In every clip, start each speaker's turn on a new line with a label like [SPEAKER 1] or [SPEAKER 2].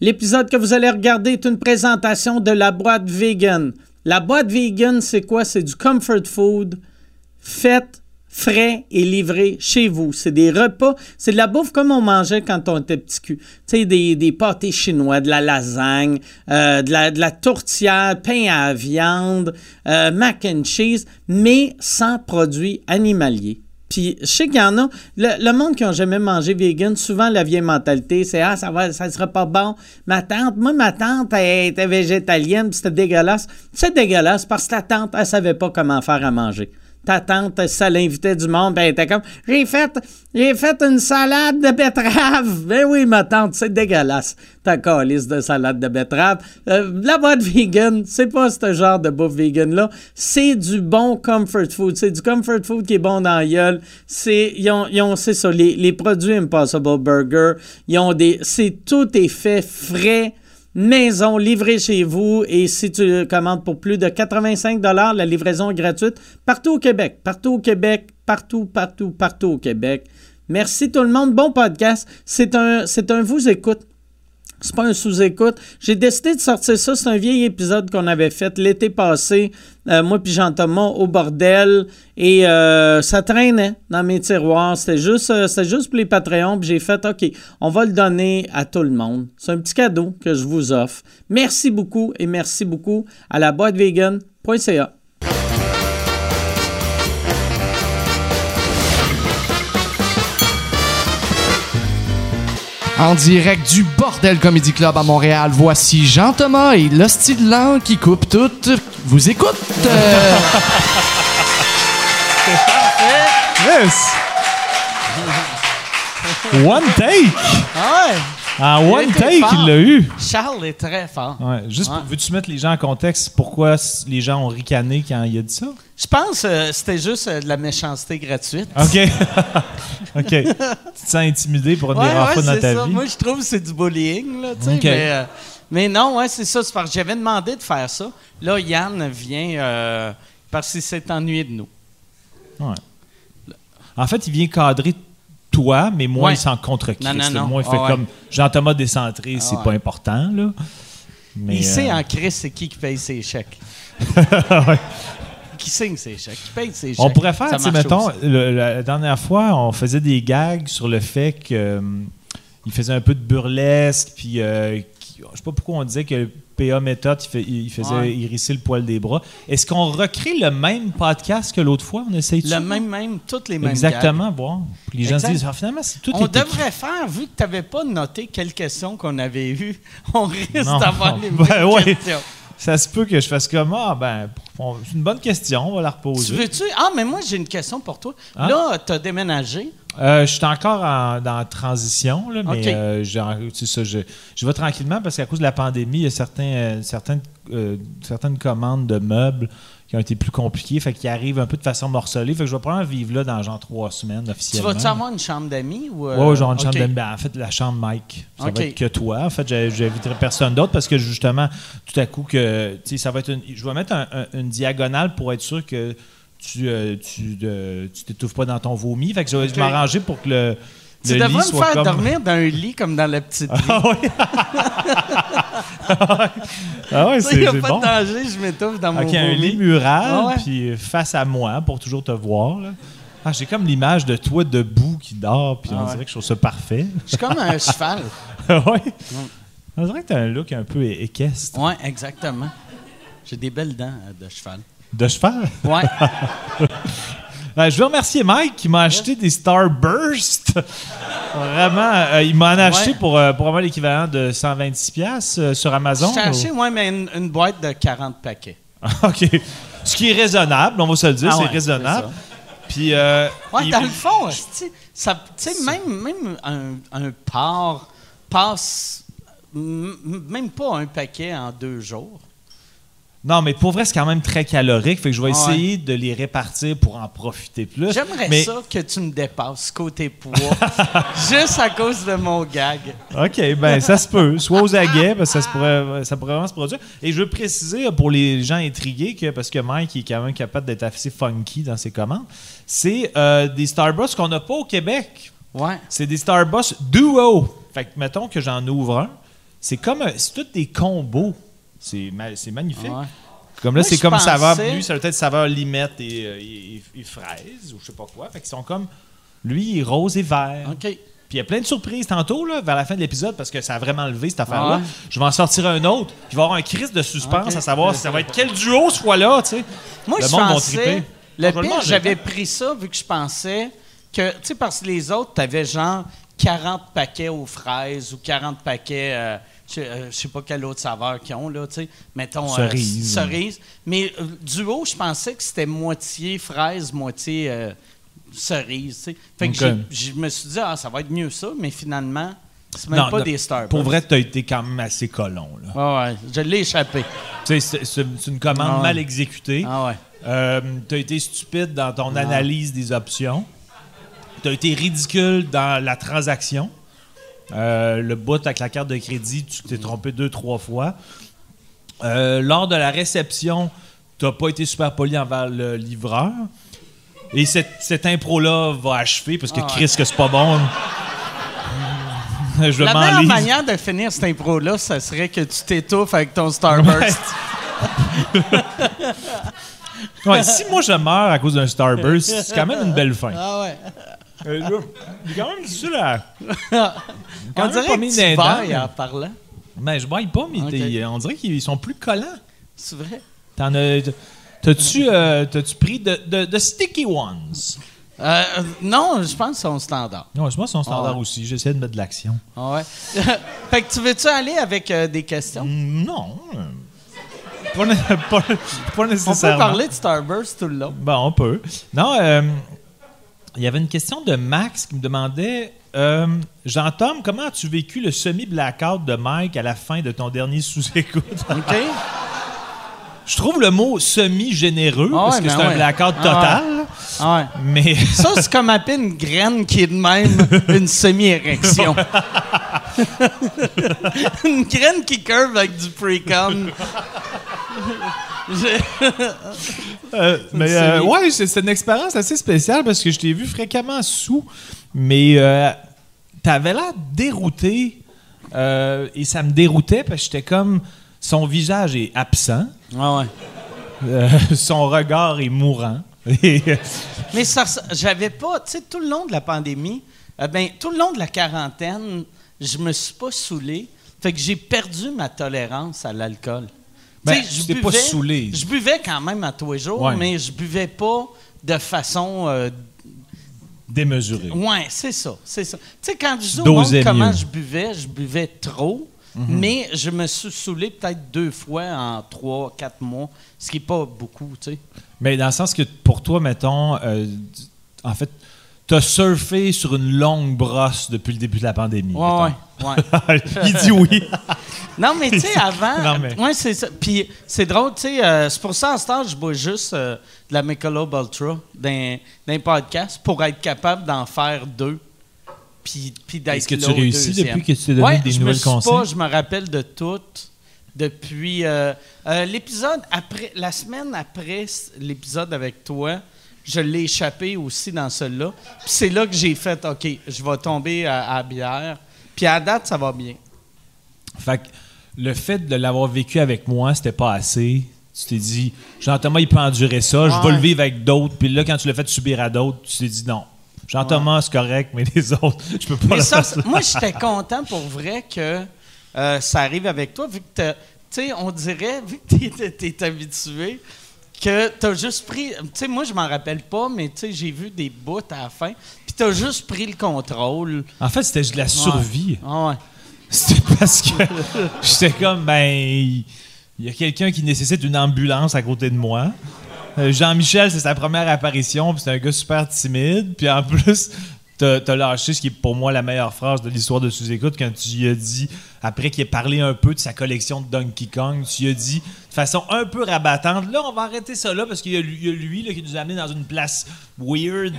[SPEAKER 1] L'épisode que vous allez regarder est une présentation de la boîte vegan. La boîte vegan, c'est quoi? C'est du comfort food fait, frais et livré chez vous. C'est des repas, c'est de la bouffe comme on mangeait quand on était petit cul. Tu sais, des, des pâtés chinois, de la lasagne, euh, de, la, de la tourtière, pain à viande, euh, mac and cheese, mais sans produits animaliers. Puis je sais qu'il y en a. Le, le monde qui n'a jamais mangé vegan, souvent la vieille mentalité, c'est Ah, ça va, ça sera pas bon. Ma tante, moi, ma tante, elle était végétalienne, puis c'était dégueulasse. C'est dégueulasse parce que ta tante, elle savait pas comment faire à manger. Ta tante, ça l'invitait du monde, puis elle était comme J'ai fait, j'ai fait une salade de betterave. Ben oui, ma tante, c'est dégueulasse, ta calice de salade de betterave. Euh, la boîte vegan, c'est pas ce genre de bouffe vegan-là. C'est du bon comfort food. C'est du comfort food qui est bon dans la gueule. C'est, ils ont, ils ont- c'est ça, les, les produits Impossible Burger, ils ont des. C'est tout est fait frais maison livrée chez vous et si tu commandes pour plus de 85 dollars, la livraison est gratuite partout au Québec, partout au Québec, partout, partout, partout au Québec. Merci tout le monde, bon podcast. C'est un, c'est un vous écoute. C'est pas un sous-écoute. J'ai décidé de sortir ça. C'est un vieil épisode qu'on avait fait l'été passé, euh, moi puis Jean-Thomas, au bordel. Et euh, ça traînait dans mes tiroirs. C'était juste, euh, c'était juste pour les Patreons. Puis j'ai fait, OK, on va le donner à tout le monde. C'est un petit cadeau que je vous offre. Merci beaucoup et merci beaucoup à la boîte vegan.ca.
[SPEAKER 2] En direct du Bordel Comedy Club à Montréal, voici Jean-Thomas et le style lent qui coupe tout. Vous écoute! euh.
[SPEAKER 3] Yes! One take!
[SPEAKER 4] Ah ouais.
[SPEAKER 3] En
[SPEAKER 4] Il a
[SPEAKER 3] one
[SPEAKER 4] été
[SPEAKER 3] take,
[SPEAKER 4] fort.
[SPEAKER 3] il l'a eu!
[SPEAKER 4] Charles est très fort.
[SPEAKER 3] Ouais, juste, pour- veux-tu mettre les gens en contexte pourquoi s- les gens ont ricané quand il a dit ça?
[SPEAKER 4] Je pense que c'était juste euh, de la méchanceté gratuite.
[SPEAKER 3] OK. OK. Tu te sens intimidé pour une
[SPEAKER 4] Ouais,
[SPEAKER 3] dernière
[SPEAKER 4] ouais,
[SPEAKER 3] fois dans
[SPEAKER 4] c'est
[SPEAKER 3] ta
[SPEAKER 4] ça.
[SPEAKER 3] vie?
[SPEAKER 4] Moi, je trouve que c'est du bullying, là, tu sais,
[SPEAKER 3] Ok.
[SPEAKER 4] mais, euh, mais non, ouais, c'est ça. c'est parce que j'avais demandé de faire ça. Là, Yann vient euh, parce qu'il s'est ennuyé de nous.
[SPEAKER 3] Ouais. En fait, il vient cadrer toi, mais moi,
[SPEAKER 4] Ouais.
[SPEAKER 3] il s'en contre
[SPEAKER 4] Non, non, non.
[SPEAKER 3] Moi, il fait
[SPEAKER 4] Ah ouais. Ah,
[SPEAKER 3] comme Jean-Thomas décentré, c'est
[SPEAKER 4] ouais.
[SPEAKER 3] pas important, là. Mais,
[SPEAKER 4] il sait hein,
[SPEAKER 3] euh,
[SPEAKER 4] en crise c'est qui qui paye ses chèques. Qui signe ses chèques? Qui paye ses chèques?
[SPEAKER 3] On pourrait faire,
[SPEAKER 4] Ça
[SPEAKER 3] tu sais,
[SPEAKER 4] marche
[SPEAKER 3] mettons,
[SPEAKER 4] aussi.
[SPEAKER 3] le- la dernière fois, on faisait des gags sur le fait que euh, il faisait un peu de burlesque, puis euh, qui- je sais pas pourquoi on disait que le PA méthode, il, fait- il faisait
[SPEAKER 4] Ouais.
[SPEAKER 3] hérisser le poil des bras. Est-ce qu'on recrée le même podcast que l'autre fois? On essaye
[SPEAKER 4] Le même, même, toutes les mêmes gags.
[SPEAKER 3] Exactement, voir. Puis les gens
[SPEAKER 4] Exact.
[SPEAKER 3] se disent, Ah, finalement, c'est tout
[SPEAKER 4] On
[SPEAKER 3] est écrit.
[SPEAKER 4] devrait faire, vu que tu n'avais pas noté quelles questions qu'on avait eues, on risque
[SPEAKER 3] Non.
[SPEAKER 4] d'avoir les mêmes
[SPEAKER 3] Ben ouais.
[SPEAKER 4] questions.
[SPEAKER 3] Ça se peut que je fasse comme, ah, ben, on- c'est une bonne question, on va la
[SPEAKER 4] Tu
[SPEAKER 3] reposer.
[SPEAKER 4] veux-tu? Ah, mais moi, j'ai une question pour toi.
[SPEAKER 3] Ah.
[SPEAKER 4] Là, tu as déménagé.
[SPEAKER 3] Euh, je suis encore en, dans la transition, là, mais
[SPEAKER 4] OK.
[SPEAKER 3] euh, j'ai- c'est ça, je, je vais tranquillement parce qu'à cause de la pandémie, il y a certains, euh, certaines, euh, certaines commandes de meubles qui ont été plus compliquées, fait qu'ils arrivent un peu de façon morcelée. Fait que je vais probablement vivre là dans genre trois semaines
[SPEAKER 4] Tu
[SPEAKER 3] officiellement.
[SPEAKER 4] vas-tu avoir une chambre d'amis? Ou, euh,
[SPEAKER 3] Ouais, ouais, genre une
[SPEAKER 4] OK.
[SPEAKER 3] chambre d'amis. Ben, en fait, la chambre Mike. Ça
[SPEAKER 4] OK.
[SPEAKER 3] va être que toi. En fait, j'ai- j'inviterai personne d'autre parce que justement, tout à coup, que tu sais, ça va être une- je vais mettre un- un- une diagonale pour être sûr que tu euh, tu euh, tu t'étouffes pas dans ton vomi. Fait que je vais m'arranger pour que le.
[SPEAKER 4] Tu
[SPEAKER 3] le lit
[SPEAKER 4] devrais me
[SPEAKER 3] soit
[SPEAKER 4] faire
[SPEAKER 3] comme-
[SPEAKER 4] dormir dans un lit comme dans la petite vie.
[SPEAKER 3] Ah ouais! ah ouais,
[SPEAKER 4] Il
[SPEAKER 3] c'est
[SPEAKER 4] n'y a
[SPEAKER 3] c'est
[SPEAKER 4] pas
[SPEAKER 3] bon.
[SPEAKER 4] de danger, je m'étouffe dans mon
[SPEAKER 3] Ok, un
[SPEAKER 4] vomi.
[SPEAKER 3] lit mural,
[SPEAKER 4] Ah ouais.
[SPEAKER 3] puis euh, face à moi pour toujours te voir. là. Ah, j'ai comme l'image de toi debout qui dort, puis
[SPEAKER 4] Ah
[SPEAKER 3] on
[SPEAKER 4] ouais.
[SPEAKER 3] dirait que je trouve ça parfait.
[SPEAKER 4] Je suis comme un cheval.
[SPEAKER 3] ouais. On dirait que t'as un look un peu é- équestre.
[SPEAKER 4] Oui, exactement. J'ai des belles dents euh, de cheval.
[SPEAKER 3] De cheval.
[SPEAKER 4] Ouais.
[SPEAKER 3] Ah, Euh, je veux remercier Mike qui m'a acheté des Starburst. Vraiment, euh, il m'en a acheté
[SPEAKER 4] Ouais.
[SPEAKER 3] pour euh, probablement l'équivalent de 126$ piastres, euh, sur Amazon.
[SPEAKER 4] J'ai acheté,
[SPEAKER 3] ou-
[SPEAKER 4] ouais, mais une, une boîte de 40 paquets.
[SPEAKER 3] OK. Ce qui est raisonnable, on va se le dire,
[SPEAKER 4] Ah
[SPEAKER 3] c'est
[SPEAKER 4] ouais,
[SPEAKER 3] raisonnable. Puis. euh,
[SPEAKER 4] Ouais,
[SPEAKER 3] il-
[SPEAKER 4] dans le fond, esti, ça- tu sais, même, même un, un porc passe m- m- même pas un paquet en deux jours.
[SPEAKER 3] Non, mais pour vrai, c'est quand même très calorique. Fait que je vais
[SPEAKER 4] Ah ouais.
[SPEAKER 3] essayer de les répartir pour en profiter plus.
[SPEAKER 4] J'aimerais
[SPEAKER 3] Mais-
[SPEAKER 4] ça que tu me dépasses côté poids, juste à cause de mon gag.
[SPEAKER 3] OK, ben ça se peut. Soit aux aguets, parce que ça, se pourrait, ça pourrait vraiment se produire. Et je veux préciser euh, pour les gens intrigués, que, parce que Mike est quand même capable d'être assez funky dans ses commandes, c'est euh, des Starbucks qu'on n'a pas au Québec.
[SPEAKER 4] Ouais.
[SPEAKER 3] C'est des Starbucks duo. Fait que mettons que j'en ouvre un, C'est comme. un- C'est tous des combos. C'est ma- c'est magnifique.
[SPEAKER 4] Ouais.
[SPEAKER 3] Comme là,
[SPEAKER 4] Moi,
[SPEAKER 3] c'est
[SPEAKER 4] je
[SPEAKER 3] comme
[SPEAKER 4] pensais-
[SPEAKER 3] saveur. Lui, ça va être saveur limette et, euh, et- et- et fraise, ou je sais pas quoi. Fait qu'ils sont comme. Lui, il est rose et vert.
[SPEAKER 4] OK.
[SPEAKER 3] Puis il y a plein de surprises tantôt, là, vers la fin de l'épisode, parce que ça a vraiment levé cette affaire-là.
[SPEAKER 4] Ah Ouais.
[SPEAKER 3] Je vais en sortir un autre. puis Il va y avoir un crise de suspense
[SPEAKER 4] Ok.
[SPEAKER 3] à savoir si ça va être quel duo ce fois-là, tu sais.
[SPEAKER 4] Moi,
[SPEAKER 3] le
[SPEAKER 4] je
[SPEAKER 3] monde va
[SPEAKER 4] pensais.
[SPEAKER 3] triper. Ah, je
[SPEAKER 4] Le
[SPEAKER 3] vais le
[SPEAKER 4] pire,
[SPEAKER 3] manger.
[SPEAKER 4] j'avais pris ça vu que je pensais que. Tu sais, parce que les autres, t'avais genre 40 paquets aux fraises ou 40 paquets. euh, je euh, je sais pas quelle autre saveur qu'ils ont, là, tu sais. Mettons. euh,
[SPEAKER 3] Cerise.
[SPEAKER 4] cerise. Mais euh, du haut, je pensais que c'était moitié fraise, moitié euh, cerise, tu sais. Fait que
[SPEAKER 3] Ok.
[SPEAKER 4] j'ai- je me suis dit, ah, ça va être mieux ça, mais finalement, c'est même
[SPEAKER 3] Non,
[SPEAKER 4] pas
[SPEAKER 3] non,
[SPEAKER 4] des stars.
[SPEAKER 3] Pour vrai, t'as été quand même assez colon, là.
[SPEAKER 4] ouais, je l'ai échappé.
[SPEAKER 3] Tu sais, c'est- c'est c'est une commande
[SPEAKER 4] Ah ouais.
[SPEAKER 3] mal exécutée.
[SPEAKER 4] Ah ouais. Ah.
[SPEAKER 3] Euh, t'as été stupide dans ton analyse des options. T'as été ridicule dans la transaction. Euh, le bout avec la carte de crédit, tu t'es trompé deux, trois fois. Euh, lors de la réception, t'as pas été super poli envers le livreur. Et cette, cette impro-là va achever parce que
[SPEAKER 4] Ah ouais.
[SPEAKER 3] Chris, que c'est pas bon. Je
[SPEAKER 4] La
[SPEAKER 3] m'en
[SPEAKER 4] meilleure
[SPEAKER 3] lise.
[SPEAKER 4] manière de finir cette impro-là, ça serait que tu t'étouffes avec ton Starburst.
[SPEAKER 3] Ouais, si moi je meurs à cause d'un Starburst, c'est quand même une belle fin.
[SPEAKER 4] Ah ouais.
[SPEAKER 3] Euh, là, j'ai quand même dit là.
[SPEAKER 4] On
[SPEAKER 3] même pas
[SPEAKER 4] dirait
[SPEAKER 3] mis
[SPEAKER 4] que
[SPEAKER 3] d'un
[SPEAKER 4] tu bailles
[SPEAKER 3] dent.
[SPEAKER 4] en parlant.
[SPEAKER 3] Mais Ben, je bois pas, mais
[SPEAKER 4] Ok.
[SPEAKER 3] t'es- euh, on dirait qu'ils sont plus collants.
[SPEAKER 4] C'est vrai?
[SPEAKER 3] T'en as. T'as-tu euh, t'as-tu pris de, de- de Sticky Ones?
[SPEAKER 4] Euh, euh, non, je pense que c'est son standard.
[SPEAKER 3] Non, moi, c'est un standard
[SPEAKER 4] Ah ouais.
[SPEAKER 3] aussi. J'essaie de mettre de l'action.
[SPEAKER 4] Ah ouais. fait que tu veux-tu aller avec euh, des questions?
[SPEAKER 3] Mm, Non. euh, Pas, né- pas- pas
[SPEAKER 4] On peut
[SPEAKER 3] nécessairement.
[SPEAKER 4] parler de Starburst tout le long.
[SPEAKER 3] Bon, on peut. Non, euh, il y avait une question de Max qui me demandait euh, Jean-Tom, comment as-tu vécu le semi-blackout de Mike à la fin de ton dernier sous-écoute
[SPEAKER 4] OK?
[SPEAKER 3] Je trouve le mot semi-généreux
[SPEAKER 4] Ah
[SPEAKER 3] parce
[SPEAKER 4] ouais,
[SPEAKER 3] que c'est
[SPEAKER 4] ben
[SPEAKER 3] un
[SPEAKER 4] ouais.
[SPEAKER 3] blackout
[SPEAKER 4] Ah
[SPEAKER 3] total.
[SPEAKER 4] Ah ouais.
[SPEAKER 3] Mais
[SPEAKER 4] Ça, c'est comme à peine une graine qui est de même une semi-érection. une graine qui curve avec du pre-com. Je-
[SPEAKER 3] Euh, mais
[SPEAKER 4] série.
[SPEAKER 3] euh, ouais, c'est- c'est une expérience assez spéciale parce que je t'ai vu fréquemment sous, mais euh, t'avais l'air dérouté euh, et ça me déroutait parce que j'étais comme son visage est absent,
[SPEAKER 4] Ah ouais.
[SPEAKER 3] euh, son regard est mourant. Et, euh,
[SPEAKER 4] Mais ça, res- j'avais pas, tu sais, tout le long de la pandémie, euh, ben, tout le long de la quarantaine, je me suis pas saoulé. Fait que j'ai perdu ma tolérance à l'alcool.
[SPEAKER 3] Ben,
[SPEAKER 4] Tu sais, je
[SPEAKER 3] tu t'es pas
[SPEAKER 4] buvais-
[SPEAKER 3] saoulé.
[SPEAKER 4] Je buvais quand même à tous les jours,
[SPEAKER 3] Ouais.
[SPEAKER 4] mais je buvais pas de façon. euh,
[SPEAKER 3] démesuré.
[SPEAKER 4] ouais, c'est ça, c'est ça. Tu sais, quand je dis au monde
[SPEAKER 3] Dosais mieux. Mhm.
[SPEAKER 4] comment je buvais, je buvais trop, mais je me suis saoulé peut-être deux fois en trois, quatre mois, ce qui est pas beaucoup, tu sais.
[SPEAKER 3] Mais dans le sens que pour toi, mettons, euh, en fait, t'as surfé sur une longue brosse depuis le début de la pandémie.
[SPEAKER 4] Ouais,
[SPEAKER 3] mettons.
[SPEAKER 4] ouais, ouais.
[SPEAKER 3] Il dit oui.
[SPEAKER 4] Non, mais tu sais, avant.
[SPEAKER 3] Non, mais-
[SPEAKER 4] Ouais, c'est ça. Puis c'est drôle, tu sais, euh, c'est pour ça, en ce temps, je bois juste euh, de la Michelob Ultra d'un podcast pour être capable d'en faire deux. Puis, puis d'être
[SPEAKER 3] Est-ce que
[SPEAKER 4] là
[SPEAKER 3] tu
[SPEAKER 4] au
[SPEAKER 3] réussis
[SPEAKER 4] deuxième.
[SPEAKER 3] depuis que tu t'es donné
[SPEAKER 4] Ouais,
[SPEAKER 3] des
[SPEAKER 4] je me
[SPEAKER 3] nouvelles
[SPEAKER 4] suis pas-
[SPEAKER 3] consignes?
[SPEAKER 4] je me rappelle de toutes. Depuis euh, euh, l'épisode après la semaine après s- l'épisode avec toi, je l'ai échappé aussi dans celui-là. Puis c'est là que j'ai fait OK, je vais tomber à, à la bière. Puis à la date, ça va bien.
[SPEAKER 3] Fait que le fait de l'avoir vécu avec moi, c'était pas assez. Tu t'es dit, Jean-Thomas, il peut endurer ça, je
[SPEAKER 4] Ouais.
[SPEAKER 3] vais le vivre avec d'autres. Puis là, quand tu l'as fait subir à d'autres, tu t'es dit non. Jean-Thomas, c'est correct, mais les autres, je peux pas
[SPEAKER 4] Mais
[SPEAKER 3] le
[SPEAKER 4] ça,
[SPEAKER 3] faire.
[SPEAKER 4] c'est- moi, j'étais content pour vrai que euh, ça arrive avec toi, vu que t'as- tu sais, on dirait, vu que t'es- t'es- t'es habitué, que t'as juste pris. Tu sais, moi, je m'en rappelle pas, mais tu sais, j'ai vu des bouts à la fin, puis t'as juste pris le contrôle.
[SPEAKER 3] En fait, c'était de la survie.
[SPEAKER 4] Ah ouais.
[SPEAKER 3] C'était parce que j'étais comme, ben, il y a quelqu'un qui nécessite une ambulance à côté de moi. Euh, Jean-Michel, c'est sa première apparition, puis c'est un gars super timide. Puis en plus, t'as t'as lâché ce qui est pour moi la meilleure phrase de l'histoire de Sous-Écoute quand tu lui as dit, après qu'il ait parlé un peu de sa collection de Donkey Kong, tu lui as dit de façon un peu rabattante Là, on va arrêter ça là parce qu'il y a lui, il y a lui, là, qui nous a amené dans une place weird.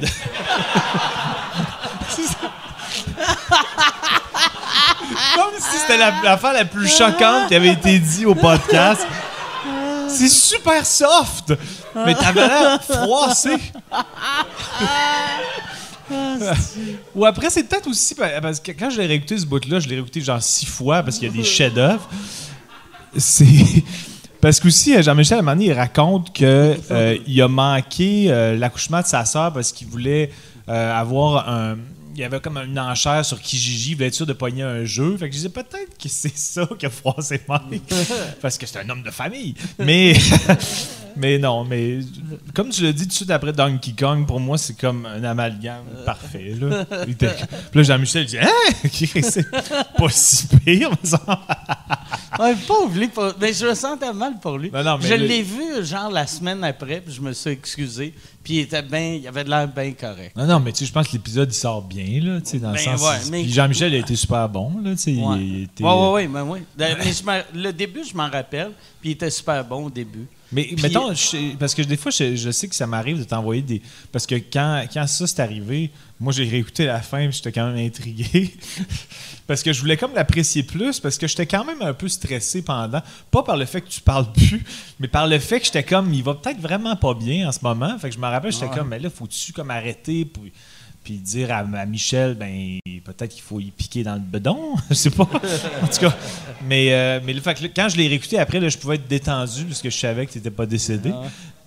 [SPEAKER 3] Comme si c'était la- l'affaire la plus choquante qui avait été dit au podcast. C'est super soft, mais t'avais l'air froissé. Ou après, c'est peut-être aussi pa- parce que quand je l'ai réécouté ce bout-là, je l'ai réécouté genre six fois parce qu'il y a des chefs-d'œuvre. C'est parce qu'aussi euh, Jean-Michel à un moment donné, il raconte que euh, il a manqué euh, l'accouchement de sa sœur parce qu'il voulait euh, avoir un il y avait comme une enchère sur Kijiji, il voulait être sûr de pogner un jeu. Fait que je disais peut-être que c'est ça qui a froissé Mike. Parce que c'est un homme de famille. Mais Mais non, mais comme tu l'as dit tout de suite après Donkey Kong, pour moi, c'est comme un amalgame parfait. Là, Il était- Puis là Jean-Michel dit Hein C'est pas si pire, me semble.
[SPEAKER 4] Ouais, pauvre, lui, pauvre. Mais je me sentais mal pour lui.
[SPEAKER 3] Ben Non, non, mais
[SPEAKER 4] je
[SPEAKER 3] le-
[SPEAKER 4] l'ai vu, genre, la semaine après, puis je me suis excusé. Puis il était bien, il avait de l'air bien correct.
[SPEAKER 3] Non, non, mais tu sais, je pense que l'épisode, il sort bien, là, tu sais, dans le
[SPEAKER 4] Ben
[SPEAKER 3] sens.
[SPEAKER 4] ouais,
[SPEAKER 3] il-
[SPEAKER 4] mais-
[SPEAKER 3] puis Jean-Michel a été super bon, là, tu sais.
[SPEAKER 4] Ouais,
[SPEAKER 3] il était-
[SPEAKER 4] ouais, ouais, ouais, ben ouais. Euh, Mais je m'en- le début, je m'en rappelle, puis il était super bon au début.
[SPEAKER 3] Mais
[SPEAKER 4] Puis-
[SPEAKER 3] mettons, je- parce que des fois, je, je sais que ça m'arrive de t'envoyer des. Parce que quand, quand ça s'est arrivé, moi, j'ai réécouté la fin puis j'étais quand même intrigué. parce que je voulais comme l'apprécier plus, parce que j'étais quand même un peu stressé pendant. Pas par le fait que tu parles plus, mais par le fait que j'étais comme, il va peut-être vraiment pas bien en ce moment. Fait que je me rappelle, j'étais comme, mais là, faut-tu comme arrêter puis, puis dire à, à Michel, ben, peut-être qu'il faut y piquer dans le bedon, je sais pas. en tout cas, mais, euh, mais le fait que là, quand je l'ai réécouté après, là, je pouvais être détendu parce que je savais que t'étais pas décédé.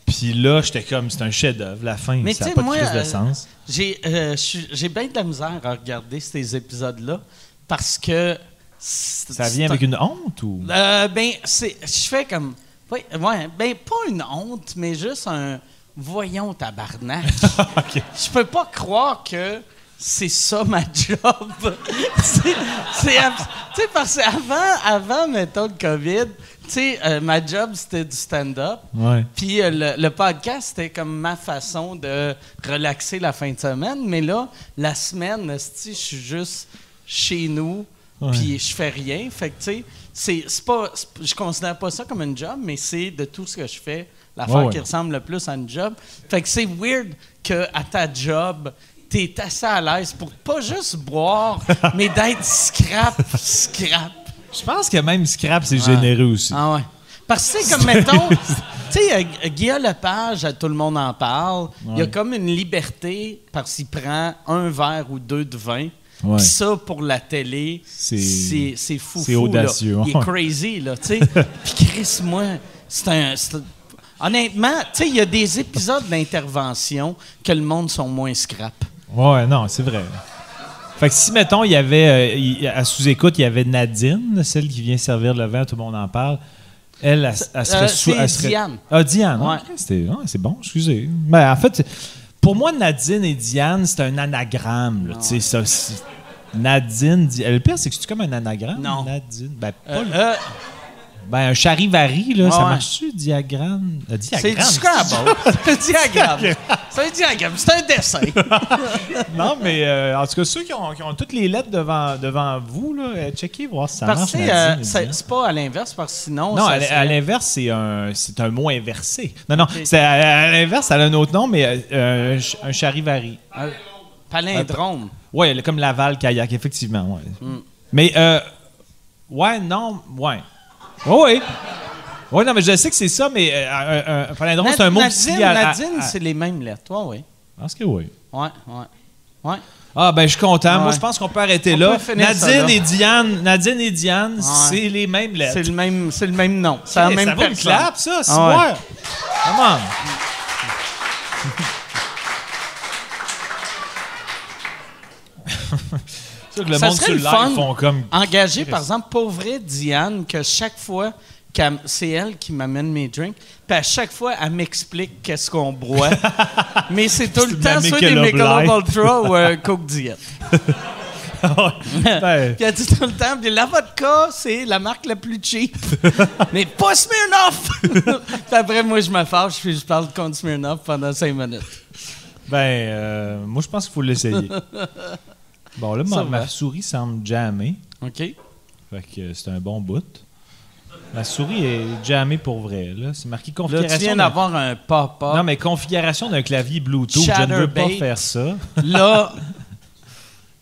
[SPEAKER 3] Puis là, j'étais comme, c'est un chef-d'œuvre, la fin,
[SPEAKER 4] Mais
[SPEAKER 3] ça
[SPEAKER 4] tu
[SPEAKER 3] n'a
[SPEAKER 4] sais,
[SPEAKER 3] pas de
[SPEAKER 4] moi,
[SPEAKER 3] crise de
[SPEAKER 4] euh,
[SPEAKER 3] sens.
[SPEAKER 4] J'ai euh, je suis- j'ai bien de la misère à regarder ces épisodes-là parce que. c'est-
[SPEAKER 3] Ça vient
[SPEAKER 4] c'est
[SPEAKER 3] avec
[SPEAKER 4] un-
[SPEAKER 3] une honte ou.
[SPEAKER 4] Euh, ben, c'est. Je fais comme. Ouais, ouais, ben, pas une honte, mais juste un. Voyons, tabarnak.
[SPEAKER 3] Ok.
[SPEAKER 4] Je peux pas croire que c'est ça ma job. c'est. c'est abs- Tu sais, parce que avant, avant, mettons, le COVID, tu sais, euh, ma job, c'était du stand-up.
[SPEAKER 3] Ouais.
[SPEAKER 4] Puis euh, le, le podcast, c'était comme ma façon de relaxer la fin de semaine. Mais là, la semaine, esti, je suis juste chez nous,
[SPEAKER 3] Ouais.
[SPEAKER 4] puis je fais rien. Fait que, tu sais, c'est, c'est pas, c'est- je considère pas ça comme une job, mais c'est de tout ce que je fais, l'affaire
[SPEAKER 3] Ouais, ouais.
[SPEAKER 4] qui ressemble le plus à une job. Fait que c'est weird que à ta job, t'es assez à l'aise pour pas juste boire, mais d'être scrap, scrap.
[SPEAKER 3] Je pense que même Scrap, c'est généreux aussi.
[SPEAKER 4] Ah ouais. Parce que, tu sais, comme mettons, tu sais, euh, euh, Guillaume Lepage, à Tout le monde en parle, il y a
[SPEAKER 3] Ouais.
[SPEAKER 4] comme une liberté parce qu'il prend un verre ou deux de vin.
[SPEAKER 3] Ouais.
[SPEAKER 4] Puis ça, pour la télé,
[SPEAKER 3] C'est-
[SPEAKER 4] c'est c'est fou.
[SPEAKER 3] c'est
[SPEAKER 4] fou, là.
[SPEAKER 3] audacieux, hein.
[SPEAKER 4] Il est
[SPEAKER 3] ouais.
[SPEAKER 4] crazy, là, tu sais. Puis Chris, moi, c'est un... c'est un- Honnêtement, tu sais, il y a des épisodes d'intervention que le monde sont moins scrap.
[SPEAKER 3] Ouais, non, c'est vrai. Fait que si, mettons, il y avait, euh, il- à sous-écoute, il y avait Nadine, celle qui vient servir le vin, tout le monde en parle. Elle, elle, elle serait
[SPEAKER 4] Euh,
[SPEAKER 3] sous.
[SPEAKER 4] c'est
[SPEAKER 3] elle serait-
[SPEAKER 4] Diane.
[SPEAKER 3] Ah, Diane.
[SPEAKER 4] Ouais.
[SPEAKER 3] ok, c'était- ouais, c'est bon, excusez. Mais en fait, pour moi, Nadine et Diane, c'est un anagramme. là, tu sais, ça, c'est- Nadine, Di- euh, le pire, c'est que c'est comme un anagramme.
[SPEAKER 4] Non.
[SPEAKER 3] Nadine. Ben, pas
[SPEAKER 4] Euh,
[SPEAKER 3] le-
[SPEAKER 4] euh,
[SPEAKER 3] ben, un charivari, là, ça
[SPEAKER 4] ouais.
[SPEAKER 3] marche-tu, diagramme? Euh,
[SPEAKER 4] c'est
[SPEAKER 3] diagramme,
[SPEAKER 4] du Scrabble. C'est un diagramme. C'est un diagramme. C'est un dessin.
[SPEAKER 3] Non, mais euh, en tout cas, ceux qui ont, qui ont toutes les lettres devant, devant vous, là, euh, checkez voir si ça
[SPEAKER 4] Parce
[SPEAKER 3] marche.
[SPEAKER 4] que
[SPEAKER 3] Nadine
[SPEAKER 4] euh,
[SPEAKER 3] et
[SPEAKER 4] c'est
[SPEAKER 3] Diane.
[SPEAKER 4] c'est pas à l'inverse, parce que sinon.
[SPEAKER 3] non,
[SPEAKER 4] ça
[SPEAKER 3] à, l-
[SPEAKER 4] serait-
[SPEAKER 3] à l'inverse, c'est un, c'est un mot inversé. Non, non, c'est à, à l'inverse, ça a un autre nom, mais euh, euh, un ch- un charivari.
[SPEAKER 4] Un Palindrome.
[SPEAKER 3] Ouais, le- comme Laval kayak, effectivement. Ouais.
[SPEAKER 4] Hmm.
[SPEAKER 3] Mais euh, ouais, non, ouais, ouais, ouais. Ouais, non, mais je sais que c'est ça, mais euh, un- un- un palindrome, c'est un mot Ah, qui se
[SPEAKER 4] Nadine,
[SPEAKER 3] dit à- à-
[SPEAKER 4] Nadine,
[SPEAKER 3] à-
[SPEAKER 4] c'est les mêmes lettres. Oui, oui.
[SPEAKER 3] Je pense que oui.
[SPEAKER 4] Ouais, ouais. Ouais.
[SPEAKER 3] Ah ben je suis content. Moi
[SPEAKER 4] Ouais.
[SPEAKER 3] je pense qu'on peut arrêter
[SPEAKER 4] On
[SPEAKER 3] là.
[SPEAKER 4] peut finir
[SPEAKER 3] Nadine
[SPEAKER 4] ça, là.
[SPEAKER 3] et Diane, Nadine et Diane, c'est les mêmes lettres.
[SPEAKER 4] C'est le même, c'est le même nom. C'est la
[SPEAKER 3] Eh,
[SPEAKER 4] même
[SPEAKER 3] ça vaut une
[SPEAKER 4] personne.
[SPEAKER 3] clap ça, c'est
[SPEAKER 4] Ah ouais.
[SPEAKER 3] moi. Come on. C'est sûr que le
[SPEAKER 4] Ça
[SPEAKER 3] monde
[SPEAKER 4] serait
[SPEAKER 3] sur
[SPEAKER 4] le
[SPEAKER 3] le live
[SPEAKER 4] fun.
[SPEAKER 3] font comme
[SPEAKER 4] Engagé, par exemple, pauvre Diane, que chaque fois, qu'elle m- c'est elle qui m'amène mes drinks, puis à chaque fois, elle m'explique qu'est-ce qu'on boit. Mais c'est tout le
[SPEAKER 3] une
[SPEAKER 4] temps soit des
[SPEAKER 3] Michelob
[SPEAKER 4] Michelob
[SPEAKER 3] Light.
[SPEAKER 4] Ultra ou un Coke Diet.
[SPEAKER 3] Ben,
[SPEAKER 4] Puis elle dit tout le temps, puis la vodka, c'est la marque la plus cheap. mais pas Smirnoff! puis après, moi, je me fâche, puis je parle contre Smirnoff pendant cinq minutes.
[SPEAKER 3] ben, euh, moi je pense qu'il faut l'essayer. Bon là ma,
[SPEAKER 4] Ça va.
[SPEAKER 3] ma souris semble jammée,
[SPEAKER 4] OK?
[SPEAKER 3] fait que euh, c'est un bon bout. Ma souris est jammée pour vrai là, c'est marqué
[SPEAKER 4] Là, tu
[SPEAKER 3] configuration.
[SPEAKER 4] viens
[SPEAKER 3] d'un-
[SPEAKER 4] d'avoir un papa.
[SPEAKER 3] Non, mais configuration d'un clavier Bluetooth, je ne veux pas
[SPEAKER 4] Chatterbait.
[SPEAKER 3] faire ça.
[SPEAKER 4] Là,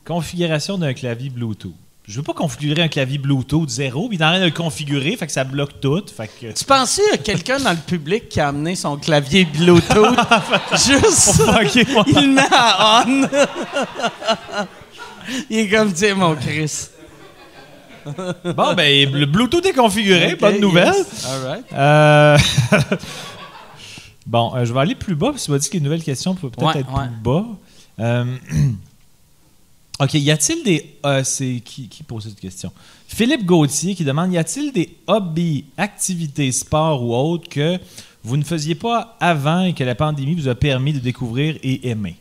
[SPEAKER 3] Configuration d'un clavier Bluetooth. Je veux pas configurer un clavier Bluetooth zéro, puis il est en train de le configurer, fait que ça bloque tout. Fait que,
[SPEAKER 4] Tu pensais à quelqu'un dans le public qui a amené son clavier Bluetooth juste
[SPEAKER 3] fucker mon-
[SPEAKER 4] il le met à on. il est comme dire mon Chris.
[SPEAKER 3] Bon, ben, le Bluetooth est configuré,
[SPEAKER 4] Ok,
[SPEAKER 3] bonne nouvelle.
[SPEAKER 4] yes. All right.
[SPEAKER 3] Euh, bon, euh, je vais aller plus bas, parce que tu m'as dit qu'une nouvelle question peut peut-être
[SPEAKER 4] Ouais,
[SPEAKER 3] être
[SPEAKER 4] ouais.
[SPEAKER 3] plus bas. Euh, OK, y a-t-il des... euh, c'est qui, qui pose cette question? Philippe Gauthier qui demande, y a-t-il des hobbies, activités, sports ou autres que vous ne faisiez pas avant et que la pandémie vous a permis de découvrir et aimer?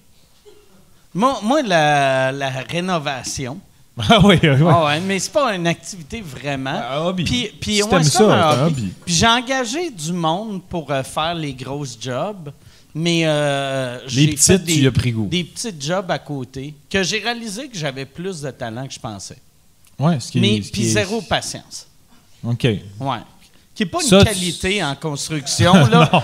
[SPEAKER 4] Moi, moi, la, la rénovation.
[SPEAKER 3] ah oui, oui, oui.
[SPEAKER 4] Ah ouais, mais c'est pas une activité vraiment.
[SPEAKER 3] Un hobby.
[SPEAKER 4] Puis, puis
[SPEAKER 3] Si
[SPEAKER 4] ouais,
[SPEAKER 3] t'aimes
[SPEAKER 4] c'est
[SPEAKER 3] ça,
[SPEAKER 4] comme
[SPEAKER 3] c'est
[SPEAKER 4] un
[SPEAKER 3] un
[SPEAKER 4] hobby.
[SPEAKER 3] hobby.
[SPEAKER 4] Puis j'ai engagé du monde pour euh, faire les grosses jobs, mais euh, j'ai
[SPEAKER 3] petites,
[SPEAKER 4] fait des,
[SPEAKER 3] tu y as pris goût.
[SPEAKER 4] Des petites jobs à côté que j'ai réalisé que j'avais plus de talent que je pensais.
[SPEAKER 3] Ouais, ce qui est-
[SPEAKER 4] mais
[SPEAKER 3] ce qui
[SPEAKER 4] puis
[SPEAKER 3] est-
[SPEAKER 4] zéro patience.
[SPEAKER 3] OK.
[SPEAKER 4] Ouais. Qui n'est pas
[SPEAKER 3] Ça,
[SPEAKER 4] une
[SPEAKER 3] tu-
[SPEAKER 4] qualité en construction, Oh là.
[SPEAKER 3] Non.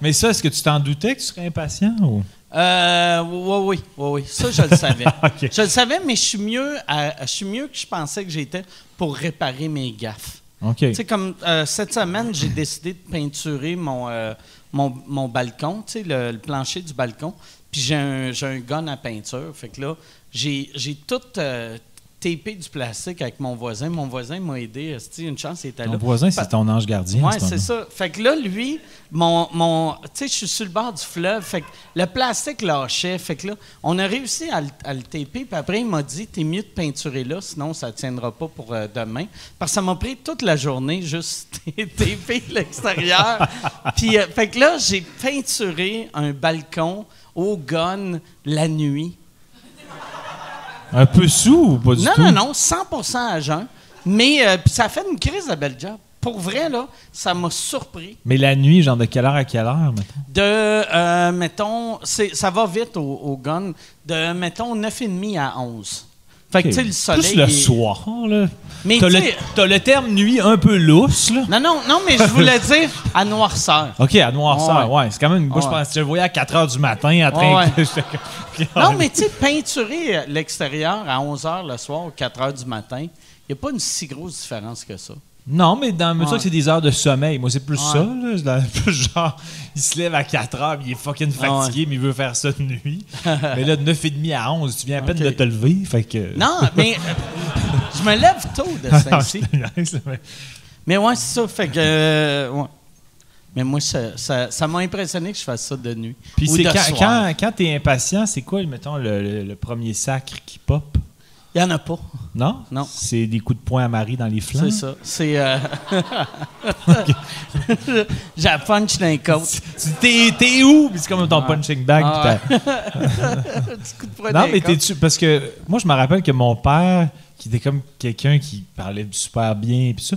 [SPEAKER 3] Mais ça, est-ce que tu t'en doutais que tu serais impatient ou...
[SPEAKER 4] Euh, oui, oui, oui, oui. Ça, je le savais.
[SPEAKER 3] Ok.
[SPEAKER 4] Je le savais, mais je suis mieux, à- je suis mieux que je pensais que j'étais pour réparer mes gaffes.
[SPEAKER 3] OK.
[SPEAKER 4] Tu sais, comme euh, cette semaine, j'ai décidé de peinturer mon, euh, mon, mon balcon, tu sais, le, le plancher du balcon. Puis j'ai un, j'ai un gun à peinture. Fait que là, j'ai j'ai tout euh, tapé du plastique avec mon voisin. Mon voisin m'a aidé. esti, Une chance, il était là.
[SPEAKER 3] Ton voisin, c'est
[SPEAKER 4] Pa-
[SPEAKER 3] ton ange gardien.
[SPEAKER 4] Ouais,
[SPEAKER 3] ce
[SPEAKER 4] c'est
[SPEAKER 3] moment.
[SPEAKER 4] ça. Fait que là, lui, mon. mon tu sais, je suis sur le bord du fleuve. Fait que le plastique lâchait. Fait que là, on a réussi à, le- à le taper. Puis après, il m'a dit T'es mieux de peinturer là, sinon ça ne tiendra pas pour euh, demain. Parce que ça m'a pris toute la journée juste taper l'extérieur. Puis, euh, fait que là, j'ai peinturé un balcon au gun la nuit.
[SPEAKER 3] Un peu sous ou pas du
[SPEAKER 4] Non,
[SPEAKER 3] tout?
[SPEAKER 4] non, non, 100 à jeun. Mais euh, puis ça a fait une crise de belle job. Pour vrai, là, ça m'a surpris.
[SPEAKER 3] Mais la nuit, genre de quelle heure à quelle heure, mettons?
[SPEAKER 4] De, euh, mettons, c'est- ça va vite au, au gun, de, mettons, 9,5 à 11. Fait que, tu sais, le soleil.
[SPEAKER 3] Plus le
[SPEAKER 4] est-
[SPEAKER 3] soir, là.
[SPEAKER 4] Mais
[SPEAKER 3] T'as
[SPEAKER 4] tu
[SPEAKER 3] le,
[SPEAKER 4] sais-
[SPEAKER 3] t'as le terme nuit un peu lousse, là.
[SPEAKER 4] Non, non, non, mais je voulais dire à noirceur.
[SPEAKER 3] OK, à noirceur,
[SPEAKER 4] Ouais.
[SPEAKER 3] ouais. C'est quand même... Moi, je
[SPEAKER 4] Ouais.
[SPEAKER 3] pense je le voyais à 4 heures du matin, à train...
[SPEAKER 4] Ouais.
[SPEAKER 3] J'étais comme- Puis,
[SPEAKER 4] Non, mais tu sais, peinturer euh, l'extérieur à 11 h le soir ou 4 h du matin, il n'y a pas une si grosse différence que ça.
[SPEAKER 3] Non, mais dans mais ça,
[SPEAKER 4] Ouais.
[SPEAKER 3] c'est des heures de sommeil. Moi, c'est plus
[SPEAKER 4] Ouais.
[SPEAKER 3] ça, là. C'est dans- plus genre, il se lève à 4 heures, puis il est fucking
[SPEAKER 4] Ah
[SPEAKER 3] fatigué, mais il veut faire ça de nuit. mais là, de 9h30 à 11, tu viens à peine
[SPEAKER 4] OK.
[SPEAKER 3] de te lever, fait que... Ah,
[SPEAKER 4] Non, mais euh, je me lève tôt de
[SPEAKER 3] Non,
[SPEAKER 4] ça ci
[SPEAKER 3] je te niaise, mais-
[SPEAKER 4] Mais ouais, c'est ça. Fait que. euh, ouais. Mais moi, ça, ça- ça m'a impressionné que je fasse ça de nuit.
[SPEAKER 3] Puis
[SPEAKER 4] Ou
[SPEAKER 3] c'est
[SPEAKER 4] de
[SPEAKER 3] quand,
[SPEAKER 4] soir.
[SPEAKER 3] quand, quand t'es impatient, c'est quoi, mettons, le, le- le premier sacre qui pop?
[SPEAKER 4] Il n'y en a pas.
[SPEAKER 3] Non?
[SPEAKER 4] Non.
[SPEAKER 3] C'est des coups de poing à Marie dans les flancs?
[SPEAKER 4] C'est ça. C'est. Euh... J'ai la punch d'un côte.
[SPEAKER 3] Tu- T'es, t'es où? Puis c'est comme ton punching bag.
[SPEAKER 4] Ah
[SPEAKER 3] puis t'as-
[SPEAKER 4] Un petit coup de poing
[SPEAKER 3] Non,
[SPEAKER 4] d'un
[SPEAKER 3] mais
[SPEAKER 4] côte.
[SPEAKER 3] t'es-tu... Parce que moi, je me rappelle que mon père, qui était comme quelqu'un qui parlait super bien, puis ça,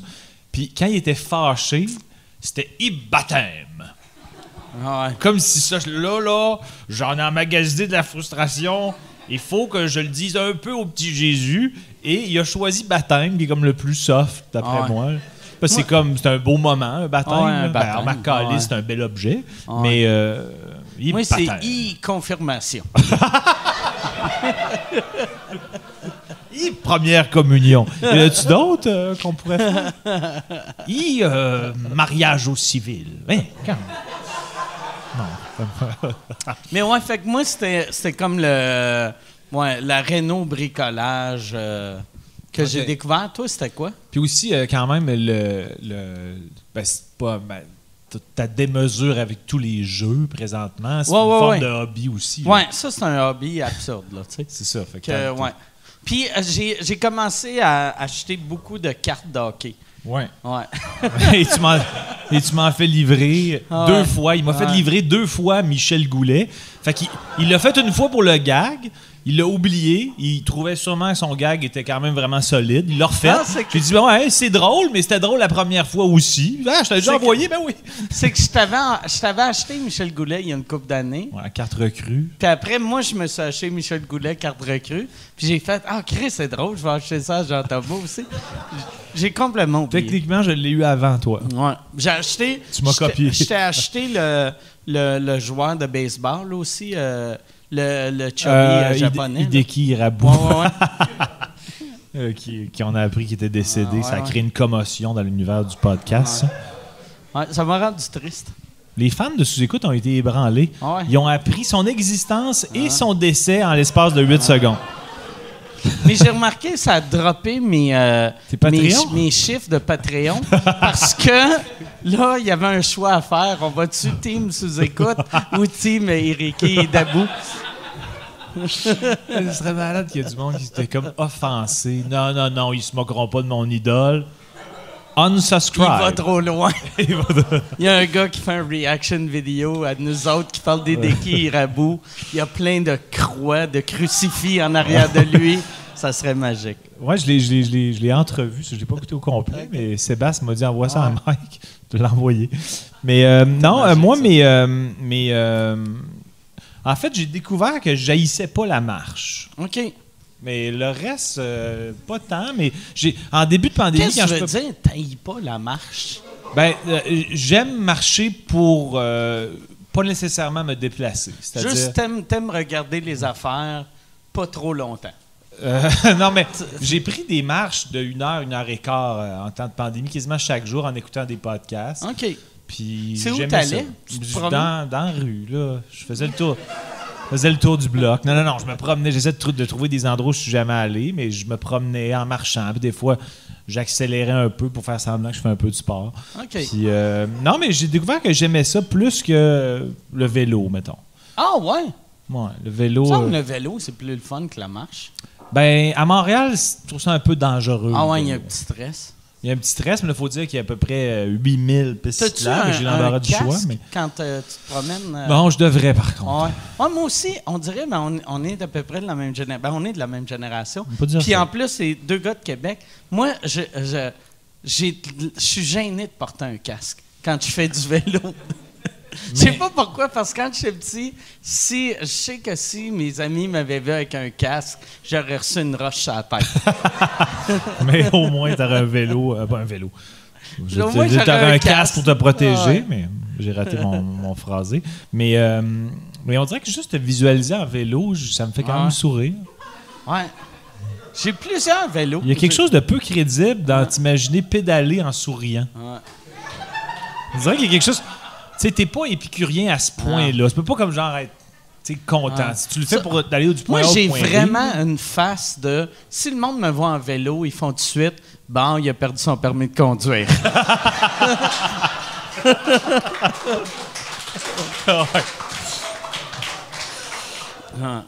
[SPEAKER 3] puis quand il était fâché, c'était « baptême ».
[SPEAKER 4] Ah ouais.
[SPEAKER 3] Comme si ça, là, là, j'en ai emmagasiné de la frustration. Il faut que je le dise un peu au petit Jésus. Et il a choisi baptême, qui est comme le plus soft, d'après
[SPEAKER 4] Ah ouais.
[SPEAKER 3] moi. Parce que c'est comme, c'est un beau moment, un baptême.
[SPEAKER 4] Ah ouais, un
[SPEAKER 3] là. Ben,
[SPEAKER 4] baptême,
[SPEAKER 3] remarque,
[SPEAKER 4] ah ouais.
[SPEAKER 3] Alice, c'est un bel objet.
[SPEAKER 4] Ah ouais.
[SPEAKER 3] Mais, euh, il
[SPEAKER 4] Moi, c'est
[SPEAKER 3] baptême.
[SPEAKER 4] e-confirmation.
[SPEAKER 3] I première communion. y en a-tu d'autres euh, qu'on pourrait faire? I euh, mariage au civil. Hein, quand-
[SPEAKER 4] mais ouais, fait que moi, c'était c'était comme le. Ouais, la réno bricolage euh, que j'ai découvert. Toi, c'était quoi?
[SPEAKER 3] Puis aussi, euh, quand même, le. le ben, c'est pas. ben, t- ta démesure avec tous les jeux présentement, c'est
[SPEAKER 4] Ouais,
[SPEAKER 3] une
[SPEAKER 4] ouais,
[SPEAKER 3] forme
[SPEAKER 4] ouais.
[SPEAKER 3] de hobby aussi. là.
[SPEAKER 4] Ouais, ça, c'est un hobby absurde, là, tu sais.
[SPEAKER 3] C'est ça. Fait que
[SPEAKER 4] Que,
[SPEAKER 3] t'as-
[SPEAKER 4] ouais. Puis, euh, j'ai j'ai commencé à acheter beaucoup de cartes d'hockey.
[SPEAKER 3] Ouais.
[SPEAKER 4] Ouais.
[SPEAKER 3] et tu m'en. et tu m'en fais livrer
[SPEAKER 4] Ah
[SPEAKER 3] deux
[SPEAKER 4] ouais.
[SPEAKER 3] fois. Il m'a fait
[SPEAKER 4] Ouais.
[SPEAKER 3] livrer deux fois Michel Goulet. Fait qu'il il l'a fait une fois pour le gag. Il l'a oublié. Il trouvait sûrement que son gag était quand même vraiment solide. Il l'a refait.
[SPEAKER 4] Ah, c'est que-
[SPEAKER 3] J'ai dit, ouais, c'est drôle, mais c'était drôle la première fois aussi. Ah, je t'avais déjà
[SPEAKER 4] C'est que-
[SPEAKER 3] envoyé, ben oui.
[SPEAKER 4] C'est que je t'avais, je t'avais acheté Michel Goulet il y a une couple d'années.
[SPEAKER 3] Ouais, carte recrue.
[SPEAKER 4] Puis après, moi, je me suis acheté Michel Goulet, carte recrue. Puis j'ai fait Ah, Chris, c'est drôle, je vais acheter ça à Jean Talbot aussi. J'ai complètement oublié.
[SPEAKER 3] Techniquement, je l'ai eu avant toi.
[SPEAKER 4] Ouais. J'ai acheté.
[SPEAKER 3] Tu m'as
[SPEAKER 4] je t'ai-
[SPEAKER 3] copié.
[SPEAKER 4] Je t'ai acheté le, le, le joueur de baseball là, aussi, euh, le, le chubby, euh,
[SPEAKER 3] Euh, Hide-
[SPEAKER 4] japonais. là.
[SPEAKER 3] Hideki Hirabu.
[SPEAKER 4] Ouais, ouais, ouais.
[SPEAKER 3] euh, qui, qui on a appris qu'il était décédé.
[SPEAKER 4] Ah, ouais,
[SPEAKER 3] ça a
[SPEAKER 4] ouais.
[SPEAKER 3] créé une commotion dans l'univers du podcast. ça.
[SPEAKER 4] Ouais, ça m'a rendu triste.
[SPEAKER 3] Les fans de Sous-Écoute ont été ébranlés.
[SPEAKER 4] Ah ouais.
[SPEAKER 3] Ils ont appris son existence et son décès en l'espace de 8 secondes.
[SPEAKER 4] Mais j'ai remarqué, ça a droppé mes, euh,
[SPEAKER 3] Tes
[SPEAKER 4] mes,
[SPEAKER 3] Patreons?
[SPEAKER 4] mes chiffres de Patreon parce que là, il y avait un choix à faire. On va-tu team sous-écoute ou team Eriki et Dabou?
[SPEAKER 3] Ce serait malade qu'il y ait du monde qui s'était comme offensé. Non, non, non, ils se moqueront pas de mon idole.
[SPEAKER 4] Il va
[SPEAKER 3] Unsubscribe.
[SPEAKER 4] trop loin.
[SPEAKER 3] Il va de-
[SPEAKER 4] Il y a un gars qui fait un reaction vidéo à nous autres qui parle des Deki et Rabou. Il y a plein de croix, de crucifix en arrière de lui. Ça serait magique.
[SPEAKER 3] Ouais, je l'ai, je l'ai- je l'ai- je l'ai entrevu. Je l'ai pas écouté au complet, mais Sébastien m'a dit envoie ça à Mike. Je l'ai envoyé. Mais euh, non, euh, moi, mais en fait, j'ai découvert que je jaillissais pas la marche.
[SPEAKER 4] OK.
[SPEAKER 3] Mais le reste, euh, pas tant. Mais j'ai, en début de pandémie,
[SPEAKER 4] Qu'est-ce
[SPEAKER 3] quand
[SPEAKER 4] que
[SPEAKER 3] je
[SPEAKER 4] je veux
[SPEAKER 3] peux-
[SPEAKER 4] dire? Taille pas la marche.
[SPEAKER 3] ben, euh, j'aime marcher pour euh, pas nécessairement me déplacer. C'est-à-dire,
[SPEAKER 4] Juste, t'aimes t'aimes regarder les affaires pas trop longtemps.
[SPEAKER 3] Euh, non, mais j'ai pris des marches de une heure, une heure et quart euh, en temps de pandémie, quasiment chaque jour en écoutant des podcasts.
[SPEAKER 4] OK.
[SPEAKER 3] Puis
[SPEAKER 4] C'est où
[SPEAKER 3] j'aimais
[SPEAKER 4] t'allais?
[SPEAKER 3] ça.
[SPEAKER 4] Tu te
[SPEAKER 3] Je-
[SPEAKER 4] promenais?
[SPEAKER 3] Dans, dans la rue, là. Je faisais le tour. Je faisais le tour du bloc. Non, non, non, je me promenais. J'essayais de, trou- de trouver des endroits où je suis jamais allé, mais je me promenais en marchant. Puis des fois, j'accélérais un peu pour faire semblant que je fais un peu de sport.
[SPEAKER 4] OK.
[SPEAKER 3] Puis, euh, non, mais j'ai découvert que j'aimais ça plus que le vélo, mettons.
[SPEAKER 4] Ah ouais?
[SPEAKER 3] Ouais, le vélo.
[SPEAKER 4] Ça,
[SPEAKER 3] euh,
[SPEAKER 4] le vélo, c'est plus le fun que la marche.
[SPEAKER 3] Ben, à Montréal, c- je trouve ça un peu dangereux.
[SPEAKER 4] Ah ouais,
[SPEAKER 3] le
[SPEAKER 4] il y a un
[SPEAKER 3] vélo.
[SPEAKER 4] petit stress.
[SPEAKER 3] Il y a un petit stress, mais il faut dire qu'il y a à peu près euh, 8000 pistes
[SPEAKER 4] T'as-tu
[SPEAKER 3] cyclables.
[SPEAKER 4] un,
[SPEAKER 3] mais J'ai
[SPEAKER 4] un
[SPEAKER 3] l'embarras du
[SPEAKER 4] casque
[SPEAKER 3] choix. Mais...
[SPEAKER 4] quand euh, tu te promènes? euh,
[SPEAKER 3] Bon, je devrais, par contre.
[SPEAKER 4] Ouais. Ouais, moi aussi, on dirait, ben, on, on est à peu près de la même génération. on est de la même génération.
[SPEAKER 3] peut dire
[SPEAKER 4] Puis
[SPEAKER 3] ça.
[SPEAKER 4] en plus, c'est deux gars de Québec. Moi, je, je, j'ai- je suis gêné de porter un casque quand je fais du vélo. Je sais
[SPEAKER 3] Mais-
[SPEAKER 4] pas pourquoi, parce que quand j'étais petit, si, je sais que si mes amis m'avaient vu avec un casque, j'aurais reçu une roche à la tête.
[SPEAKER 3] mais au moins, t'aurais un vélo. euh, pas un vélo. Je-
[SPEAKER 4] Au moins,
[SPEAKER 3] je-
[SPEAKER 4] j'aurais
[SPEAKER 3] T'aurais
[SPEAKER 4] un
[SPEAKER 3] un
[SPEAKER 4] casque.
[SPEAKER 3] casque pour te protéger,
[SPEAKER 4] Ah ouais.
[SPEAKER 3] mais j'ai raté mon, mon phrasé. Mais, euh, mais on dirait que juste te visualiser en vélo, j- ça me fait quand
[SPEAKER 4] Ouais.
[SPEAKER 3] même sourire.
[SPEAKER 4] Ouais. J'ai plusieurs vélos.
[SPEAKER 3] Il y a quelque chose de peu crédible dans t'imaginer pédaler en souriant.
[SPEAKER 4] Ouais.
[SPEAKER 3] On dirait qu'il y a quelque chose. Tu sais, t'es pas épicurien à ce point-là. Tu peux pas comme genre être tu sais, content.
[SPEAKER 4] Ah.
[SPEAKER 3] Si tu le fais
[SPEAKER 4] Ça-
[SPEAKER 3] pour d'aller du point
[SPEAKER 4] Moi,
[SPEAKER 3] A au
[SPEAKER 4] j'ai
[SPEAKER 3] point B,
[SPEAKER 4] vraiment une face de. Si le monde me voit en vélo, ils font tout de suite. Bon, il a perdu son permis de conduire.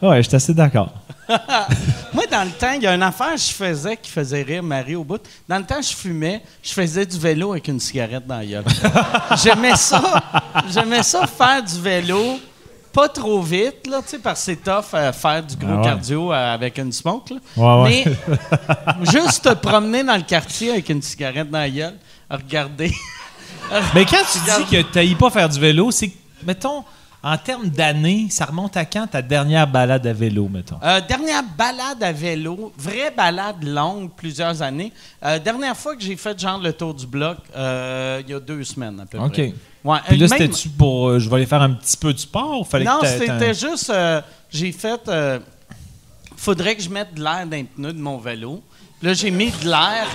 [SPEAKER 3] Ouais, je suis assez d'accord.
[SPEAKER 4] Moi, dans le temps, il y a une affaire que je faisais qui faisait rire Marie au bout. Dans le temps, je fumais, je faisais du vélo avec une cigarette dans la gueule. j'aimais ça. J'aimais ça faire du vélo, pas trop vite, là, tu sais, parce que c'est tough euh, faire du gros
[SPEAKER 3] Ah ouais.
[SPEAKER 4] cardio euh, avec une smoke. là.
[SPEAKER 3] Ouais, ouais.
[SPEAKER 4] Mais juste te promener dans le quartier avec une cigarette dans la gueule, regarder.
[SPEAKER 3] Mais quand tu dis que t'haïs pas faire du vélo, c'est que, mettons, en termes d'années, ça remonte à quand ta dernière balade à vélo, mettons?
[SPEAKER 4] Euh, dernière balade à vélo, vraie balade longue, plusieurs années. Euh, dernière fois que j'ai fait genre le tour du bloc, euh, il y a deux semaines à peu
[SPEAKER 3] OK.
[SPEAKER 4] près. Ouais, euh,
[SPEAKER 3] Puis là,
[SPEAKER 4] même-
[SPEAKER 3] c'était-tu pour euh, je vais aller faire un petit peu de sport ou fallait
[SPEAKER 4] Non,
[SPEAKER 3] que t'a-
[SPEAKER 4] c'était
[SPEAKER 3] t'en-
[SPEAKER 4] juste, euh, j'ai fait, euh, faudrait que je mette de l'air dans les pneus de mon vélo. Là, j'ai mis de l'air.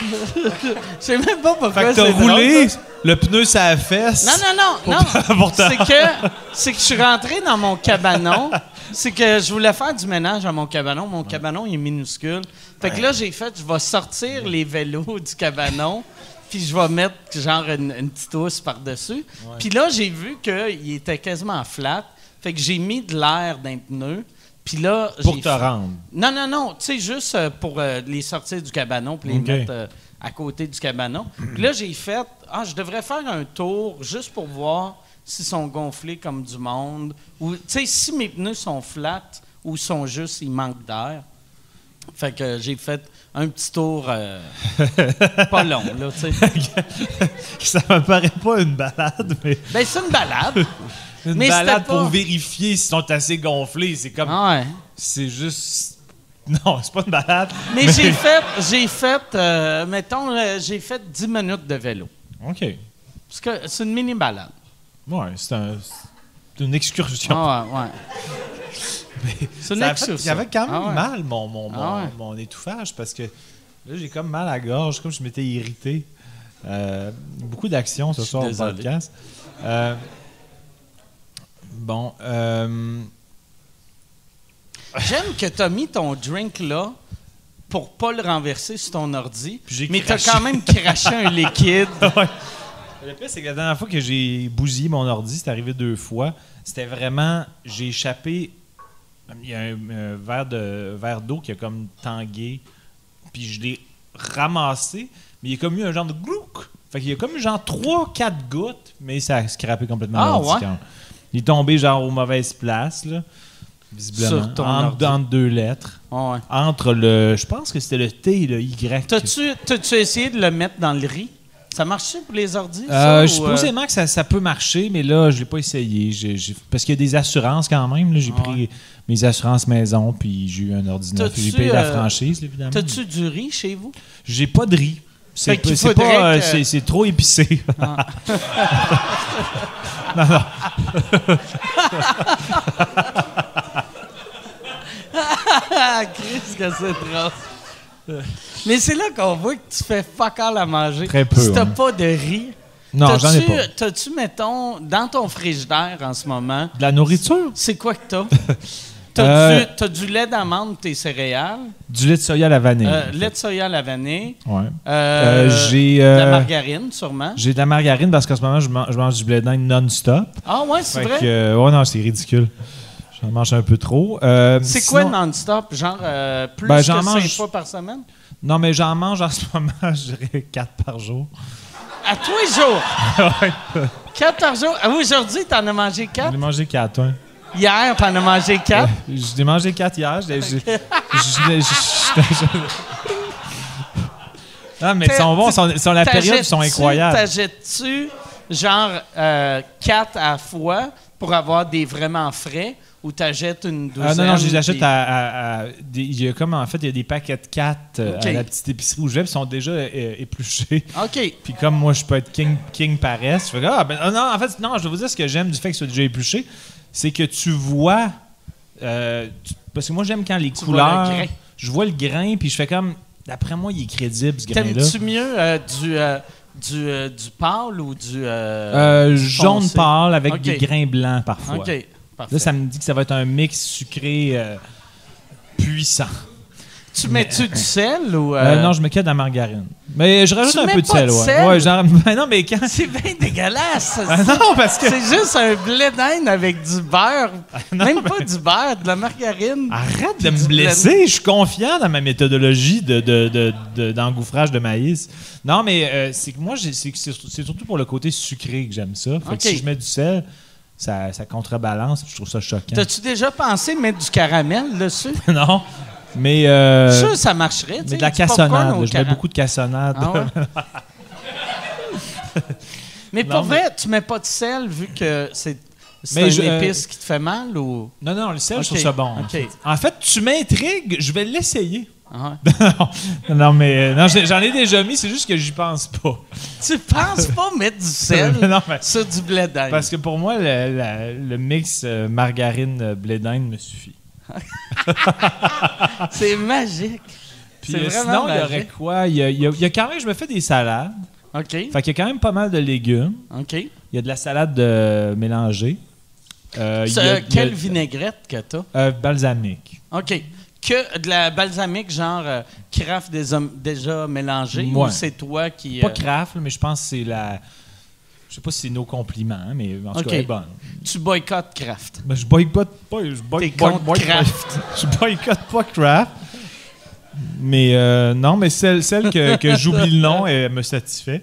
[SPEAKER 4] Je sais même pas pourquoi
[SPEAKER 3] Fait que t'as
[SPEAKER 4] c'est drôle, ça.
[SPEAKER 3] roulé, le pneu ça la fesse.
[SPEAKER 4] Non, non, non, non.
[SPEAKER 3] pour ta-
[SPEAKER 4] C'est que, c'est que je suis rentré dans mon cabanon. C'est que je voulais faire du ménage à mon cabanon. Mon cabanon, il est minuscule. Fait que là, j'ai fait, je vais sortir les vélos du cabanon, puis je vais mettre genre une, une petite housse par-dessus. Puis là, j'ai vu qu'il était quasiment flat. Fait que j'ai mis de l'air dans les pneus. Puis là,
[SPEAKER 3] Pour
[SPEAKER 4] j'ai
[SPEAKER 3] te
[SPEAKER 4] fait-
[SPEAKER 3] rendre.
[SPEAKER 4] non, non, non. Tu sais, juste euh, pour euh, les sortir du cabanon puis les
[SPEAKER 3] OK.
[SPEAKER 4] mettre euh, à côté du cabanon. Puis là, j'ai fait. Ah, je devrais faire un tour juste pour voir s'ils sont gonflés comme du monde. Ou, tu sais, si mes pneus sont flats ou sont juste, ils manquent d'air. Fait que euh, j'ai fait un petit tour euh, pas long, là, tu sais.
[SPEAKER 3] ça me paraît pas une balade, mais
[SPEAKER 4] Ben, c'est une balade.
[SPEAKER 3] une
[SPEAKER 4] Mais c'était
[SPEAKER 3] balade
[SPEAKER 4] pas-
[SPEAKER 3] pour vérifier s'ils sont assez gonflés. C'est comme.
[SPEAKER 4] Ah ouais.
[SPEAKER 3] C'est juste. Non, c'est pas une balade.
[SPEAKER 4] Mais j'ai fait, j'ai fait, euh, mettons, euh, j'ai fait 10 minutes de vélo.
[SPEAKER 3] OK.
[SPEAKER 4] Parce que c'est une mini-balade.
[SPEAKER 3] Ouais, c'est un. une excursion.
[SPEAKER 4] Ah ouais, ouais. C'est une
[SPEAKER 3] Ça a fait-
[SPEAKER 4] excursion.
[SPEAKER 3] J'avais quand même
[SPEAKER 4] Ah ouais.
[SPEAKER 3] mal mon, mon, mon,
[SPEAKER 4] Ah ouais.
[SPEAKER 3] mon étouffage parce que là, j'ai comme mal à la gorge, comme je m'étais irrité. Euh, beaucoup d'actions ce
[SPEAKER 4] Je suis
[SPEAKER 3] soir au
[SPEAKER 4] désolé.
[SPEAKER 3] podcast. Euh, bon. euh,
[SPEAKER 4] J'aime que tu as mis ton drink là pour pas le renverser sur ton ordi,
[SPEAKER 3] Puis j'ai
[SPEAKER 4] mais tu as
[SPEAKER 3] craché.
[SPEAKER 4] quand même craché un liquide.
[SPEAKER 3] Ouais. Le pire, c'est que la dernière fois que j'ai bousillé mon ordi, c'est arrivé deux fois. C'était vraiment. J'ai échappé. Il y a un, un verre de- verre d'eau qui a comme tangué. Puis je l'ai ramassé. Mais il y a comme eu un genre de glouc. Fait qu'il y a comme eu genre 3-4 gouttes, mais ça a scrappé complètement
[SPEAKER 4] Ah,
[SPEAKER 3] l'ordi
[SPEAKER 4] ouais?
[SPEAKER 3] quand- Il est tombé genre aux mauvaises places, là. Visiblement.
[SPEAKER 4] Sur ton
[SPEAKER 3] entre,
[SPEAKER 4] ordi.
[SPEAKER 3] entre deux lettres.
[SPEAKER 4] Ah ouais.
[SPEAKER 3] Entre le. Je pense que c'était le T et le Y.
[SPEAKER 4] T'as-tu, t'as-tu essayé de le mettre dans le riz? Ça marche-tu pour les ordis? ça,
[SPEAKER 3] Euh,
[SPEAKER 4] ou,
[SPEAKER 3] supposément que ça, ça peut marcher, mais là, je ne l'ai pas essayé. J'ai- j'ai- parce qu'il y a des assurances quand même. là. J'ai
[SPEAKER 4] Ah
[SPEAKER 3] pris mes assurances maison, puis j'ai eu un ordinateur.
[SPEAKER 4] T'as-tu,
[SPEAKER 3] J'ai payé la
[SPEAKER 4] euh,
[SPEAKER 3] franchise, là, évidemment.
[SPEAKER 4] euh, T'as-tu du riz chez vous?
[SPEAKER 3] J'ai pas de riz. C'est
[SPEAKER 4] Fait qu'il
[SPEAKER 3] c'est
[SPEAKER 4] faudrait
[SPEAKER 3] pas, euh,
[SPEAKER 4] que-
[SPEAKER 3] c'est- c'est trop épicé.
[SPEAKER 4] Ah, Chris, que c'est drôle! Mais c'est là qu'on voit que tu fais fuck all à manger.
[SPEAKER 3] Très peu,
[SPEAKER 4] Si t'as
[SPEAKER 3] ouais.
[SPEAKER 4] pas de riz,
[SPEAKER 3] Non, j'en ai
[SPEAKER 4] t'as-tu-
[SPEAKER 3] pas.
[SPEAKER 4] T'as-tu, mettons, dans ton frigidaire en ce moment,
[SPEAKER 3] De la nourriture?
[SPEAKER 4] c'est quoi que t'as? t'as,
[SPEAKER 3] Euh.
[SPEAKER 4] du, t'as du lait d'amande pour tes céréales,
[SPEAKER 3] Du lait de soya à la vanille.
[SPEAKER 4] euh, lait de soya à la vanille,
[SPEAKER 3] Ouais.
[SPEAKER 4] euh,
[SPEAKER 3] Euh, j'ai,
[SPEAKER 4] de la
[SPEAKER 3] euh,
[SPEAKER 4] margarine sûrement.
[SPEAKER 3] J'ai de la margarine parce qu'en ce moment, je, man- je mange du blé d'Inde non-stop.
[SPEAKER 4] Ah ouais, c'est
[SPEAKER 3] Fait
[SPEAKER 4] vrai?
[SPEAKER 3] que, euh, ouais, non, c'est ridicule. J'en mange un peu trop. Euh,
[SPEAKER 4] C'est
[SPEAKER 3] sinon-
[SPEAKER 4] quoi non-stop? Genre euh, plus
[SPEAKER 3] Ben,
[SPEAKER 4] que
[SPEAKER 3] j'en
[SPEAKER 4] 5
[SPEAKER 3] mange-
[SPEAKER 4] fois par semaine?
[SPEAKER 3] Non, mais j'en mange en ce moment, je dirais 4 par jour.
[SPEAKER 4] À tous les jours! Quatre par jour. Ah, Aujourd'hui, t'en as mangé
[SPEAKER 3] J'en
[SPEAKER 4] quatre.
[SPEAKER 3] ai mangé 4, ouais.
[SPEAKER 4] Hier, t'en as mangé quatre.
[SPEAKER 3] Je l'ai mangé quatre hier. Je l'ai- je- je- je- je- je- Ah, mais ils sont bons. ils sont- ils sont la période, ils sont
[SPEAKER 4] T'achètes-tu-
[SPEAKER 3] incroyables.
[SPEAKER 4] T'achètes-tu genre euh, quatre à la fois pour avoir des vraiment frais ou t'achètes une douzaine?
[SPEAKER 3] Ah, non, non, je les achète
[SPEAKER 4] puis-
[SPEAKER 3] à. à- à- des- il y a comme, en fait, il y a des paquets de 4
[SPEAKER 4] Ok.
[SPEAKER 3] à la petite épicerie où je vais, puis ils sont déjà euh, épluchés.
[SPEAKER 4] OK.
[SPEAKER 3] Puis comme moi, je peux être king, king paresse, je fais ah, ben, ah, non, en fait, non, je vais vous dire ce que j'aime du fait que ce soit déjà épluché, c'est que tu vois. euh, tu- parce que moi, j'aime quand les
[SPEAKER 4] vois le
[SPEAKER 3] couleurs.
[SPEAKER 4] grain.
[SPEAKER 3] Je vois le grain, puis je fais comme. D'après moi, il est crédible, ce grain-là.
[SPEAKER 4] T'aimes-tu mieux euh, du, euh, du, euh, du pâle ou du. euh,
[SPEAKER 3] Euh, jaune
[SPEAKER 4] foncé?
[SPEAKER 3] pâle avec
[SPEAKER 4] Ok.
[SPEAKER 3] des grains blancs parfois.
[SPEAKER 4] OK. Parfait.
[SPEAKER 3] Là, ça me dit que ça va être un mix sucré euh, puissant.
[SPEAKER 4] Tu mets-tu du sel ou. euh,
[SPEAKER 3] Euh, non, je me quête de la margarine. Mais je rajoute
[SPEAKER 4] Tu
[SPEAKER 3] un
[SPEAKER 4] mets
[SPEAKER 3] peu de
[SPEAKER 4] pas
[SPEAKER 3] sel,
[SPEAKER 4] de
[SPEAKER 3] ouais.
[SPEAKER 4] sel?
[SPEAKER 3] Ouais, genre, ben non, mais quand.
[SPEAKER 4] C'est bien dégueulasse.
[SPEAKER 3] Ah
[SPEAKER 4] ça.
[SPEAKER 3] non, parce que.
[SPEAKER 4] C'est juste un blé d'Inde avec du beurre.
[SPEAKER 3] Ah, non, Ah,
[SPEAKER 4] Même pas
[SPEAKER 3] mais-
[SPEAKER 4] du beurre, de la margarine.
[SPEAKER 3] Arrête de
[SPEAKER 4] du
[SPEAKER 3] me
[SPEAKER 4] blé.
[SPEAKER 3] blesser. Je suis confiant dans ma méthodologie de, de- de- de- d'engouffrage de maïs. Non, mais euh, c'est que moi, j'ai- c'est, c'est- c'est surtout pour le côté sucré que j'aime ça. Fait
[SPEAKER 4] Ok.
[SPEAKER 3] que si je mets du sel, ça, ça contrebalance. puis Je trouve ça choquant.
[SPEAKER 4] T'as-tu déjà pensé mettre du caramel dessus?
[SPEAKER 3] non, mais. euh,
[SPEAKER 4] sûr, ça marcherait. tu
[SPEAKER 3] Mais
[SPEAKER 4] sais,
[SPEAKER 3] de la
[SPEAKER 4] du popcorn
[SPEAKER 3] cassonade.
[SPEAKER 4] au
[SPEAKER 3] là, Je mets
[SPEAKER 4] caramel.
[SPEAKER 3] beaucoup de cassonade.
[SPEAKER 4] Ah ouais? mais pour
[SPEAKER 3] Non, mais-
[SPEAKER 4] vrai, tu mets pas de sel vu que c'est, c'est
[SPEAKER 3] Mais
[SPEAKER 4] une
[SPEAKER 3] je- euh,
[SPEAKER 4] épice qui te fait mal ou.
[SPEAKER 3] non, non, le sel, je
[SPEAKER 4] Ok,
[SPEAKER 3] trouve ça bon.
[SPEAKER 4] ok.
[SPEAKER 3] En fait, tu m'intrigues. Je vais l'essayer.
[SPEAKER 4] Ah ouais.
[SPEAKER 3] non, mais euh, non, j'ai- j'en ai déjà mis. C'est juste que j'y pense pas.
[SPEAKER 4] tu penses pas mettre du sel
[SPEAKER 3] non, mais-
[SPEAKER 4] sur du blé d'Inde?
[SPEAKER 3] Parce que pour moi, le, la- le mix euh, margarine euh, blé d'Inde me suffit.
[SPEAKER 4] C'est magique.
[SPEAKER 3] Puis
[SPEAKER 4] C'est
[SPEAKER 3] euh,
[SPEAKER 4] vraiment
[SPEAKER 3] sinon, il y
[SPEAKER 4] magique.
[SPEAKER 3] aurait quoi? Il y a, il y a- il y a quand même, je me fais des salades.
[SPEAKER 4] OK.
[SPEAKER 3] Fait qu'il y a quand même pas mal de légumes.
[SPEAKER 4] OK.
[SPEAKER 3] Il y a de la salade euh, mélangée. Euh, il y
[SPEAKER 4] Ça,
[SPEAKER 3] a- il y a-
[SPEAKER 4] quelle vinaigrette que t'as?
[SPEAKER 3] Euh, balsamique.
[SPEAKER 4] OK. Que de la balsamique, genre euh, craft des hommes déjà mélangée, ou
[SPEAKER 3] Ouais.
[SPEAKER 4] c'est toi qui.
[SPEAKER 3] Pas
[SPEAKER 4] euh,
[SPEAKER 3] craft, là, mais je pense que c'est la... Je sais pas si c'est nos compliments, hein, mais en tout
[SPEAKER 4] Ok.
[SPEAKER 3] cas, elle est bonne.
[SPEAKER 4] tu boycottes craft.
[SPEAKER 3] Ben, je boycotte pas. Je
[SPEAKER 4] T'es
[SPEAKER 3] boycotte,
[SPEAKER 4] contre
[SPEAKER 3] boycotte-
[SPEAKER 4] Kraft.
[SPEAKER 3] je boycotte pas Kraft. Mais euh, non, mais celle, celle que, que j'oublie le nom, elle me satisfait.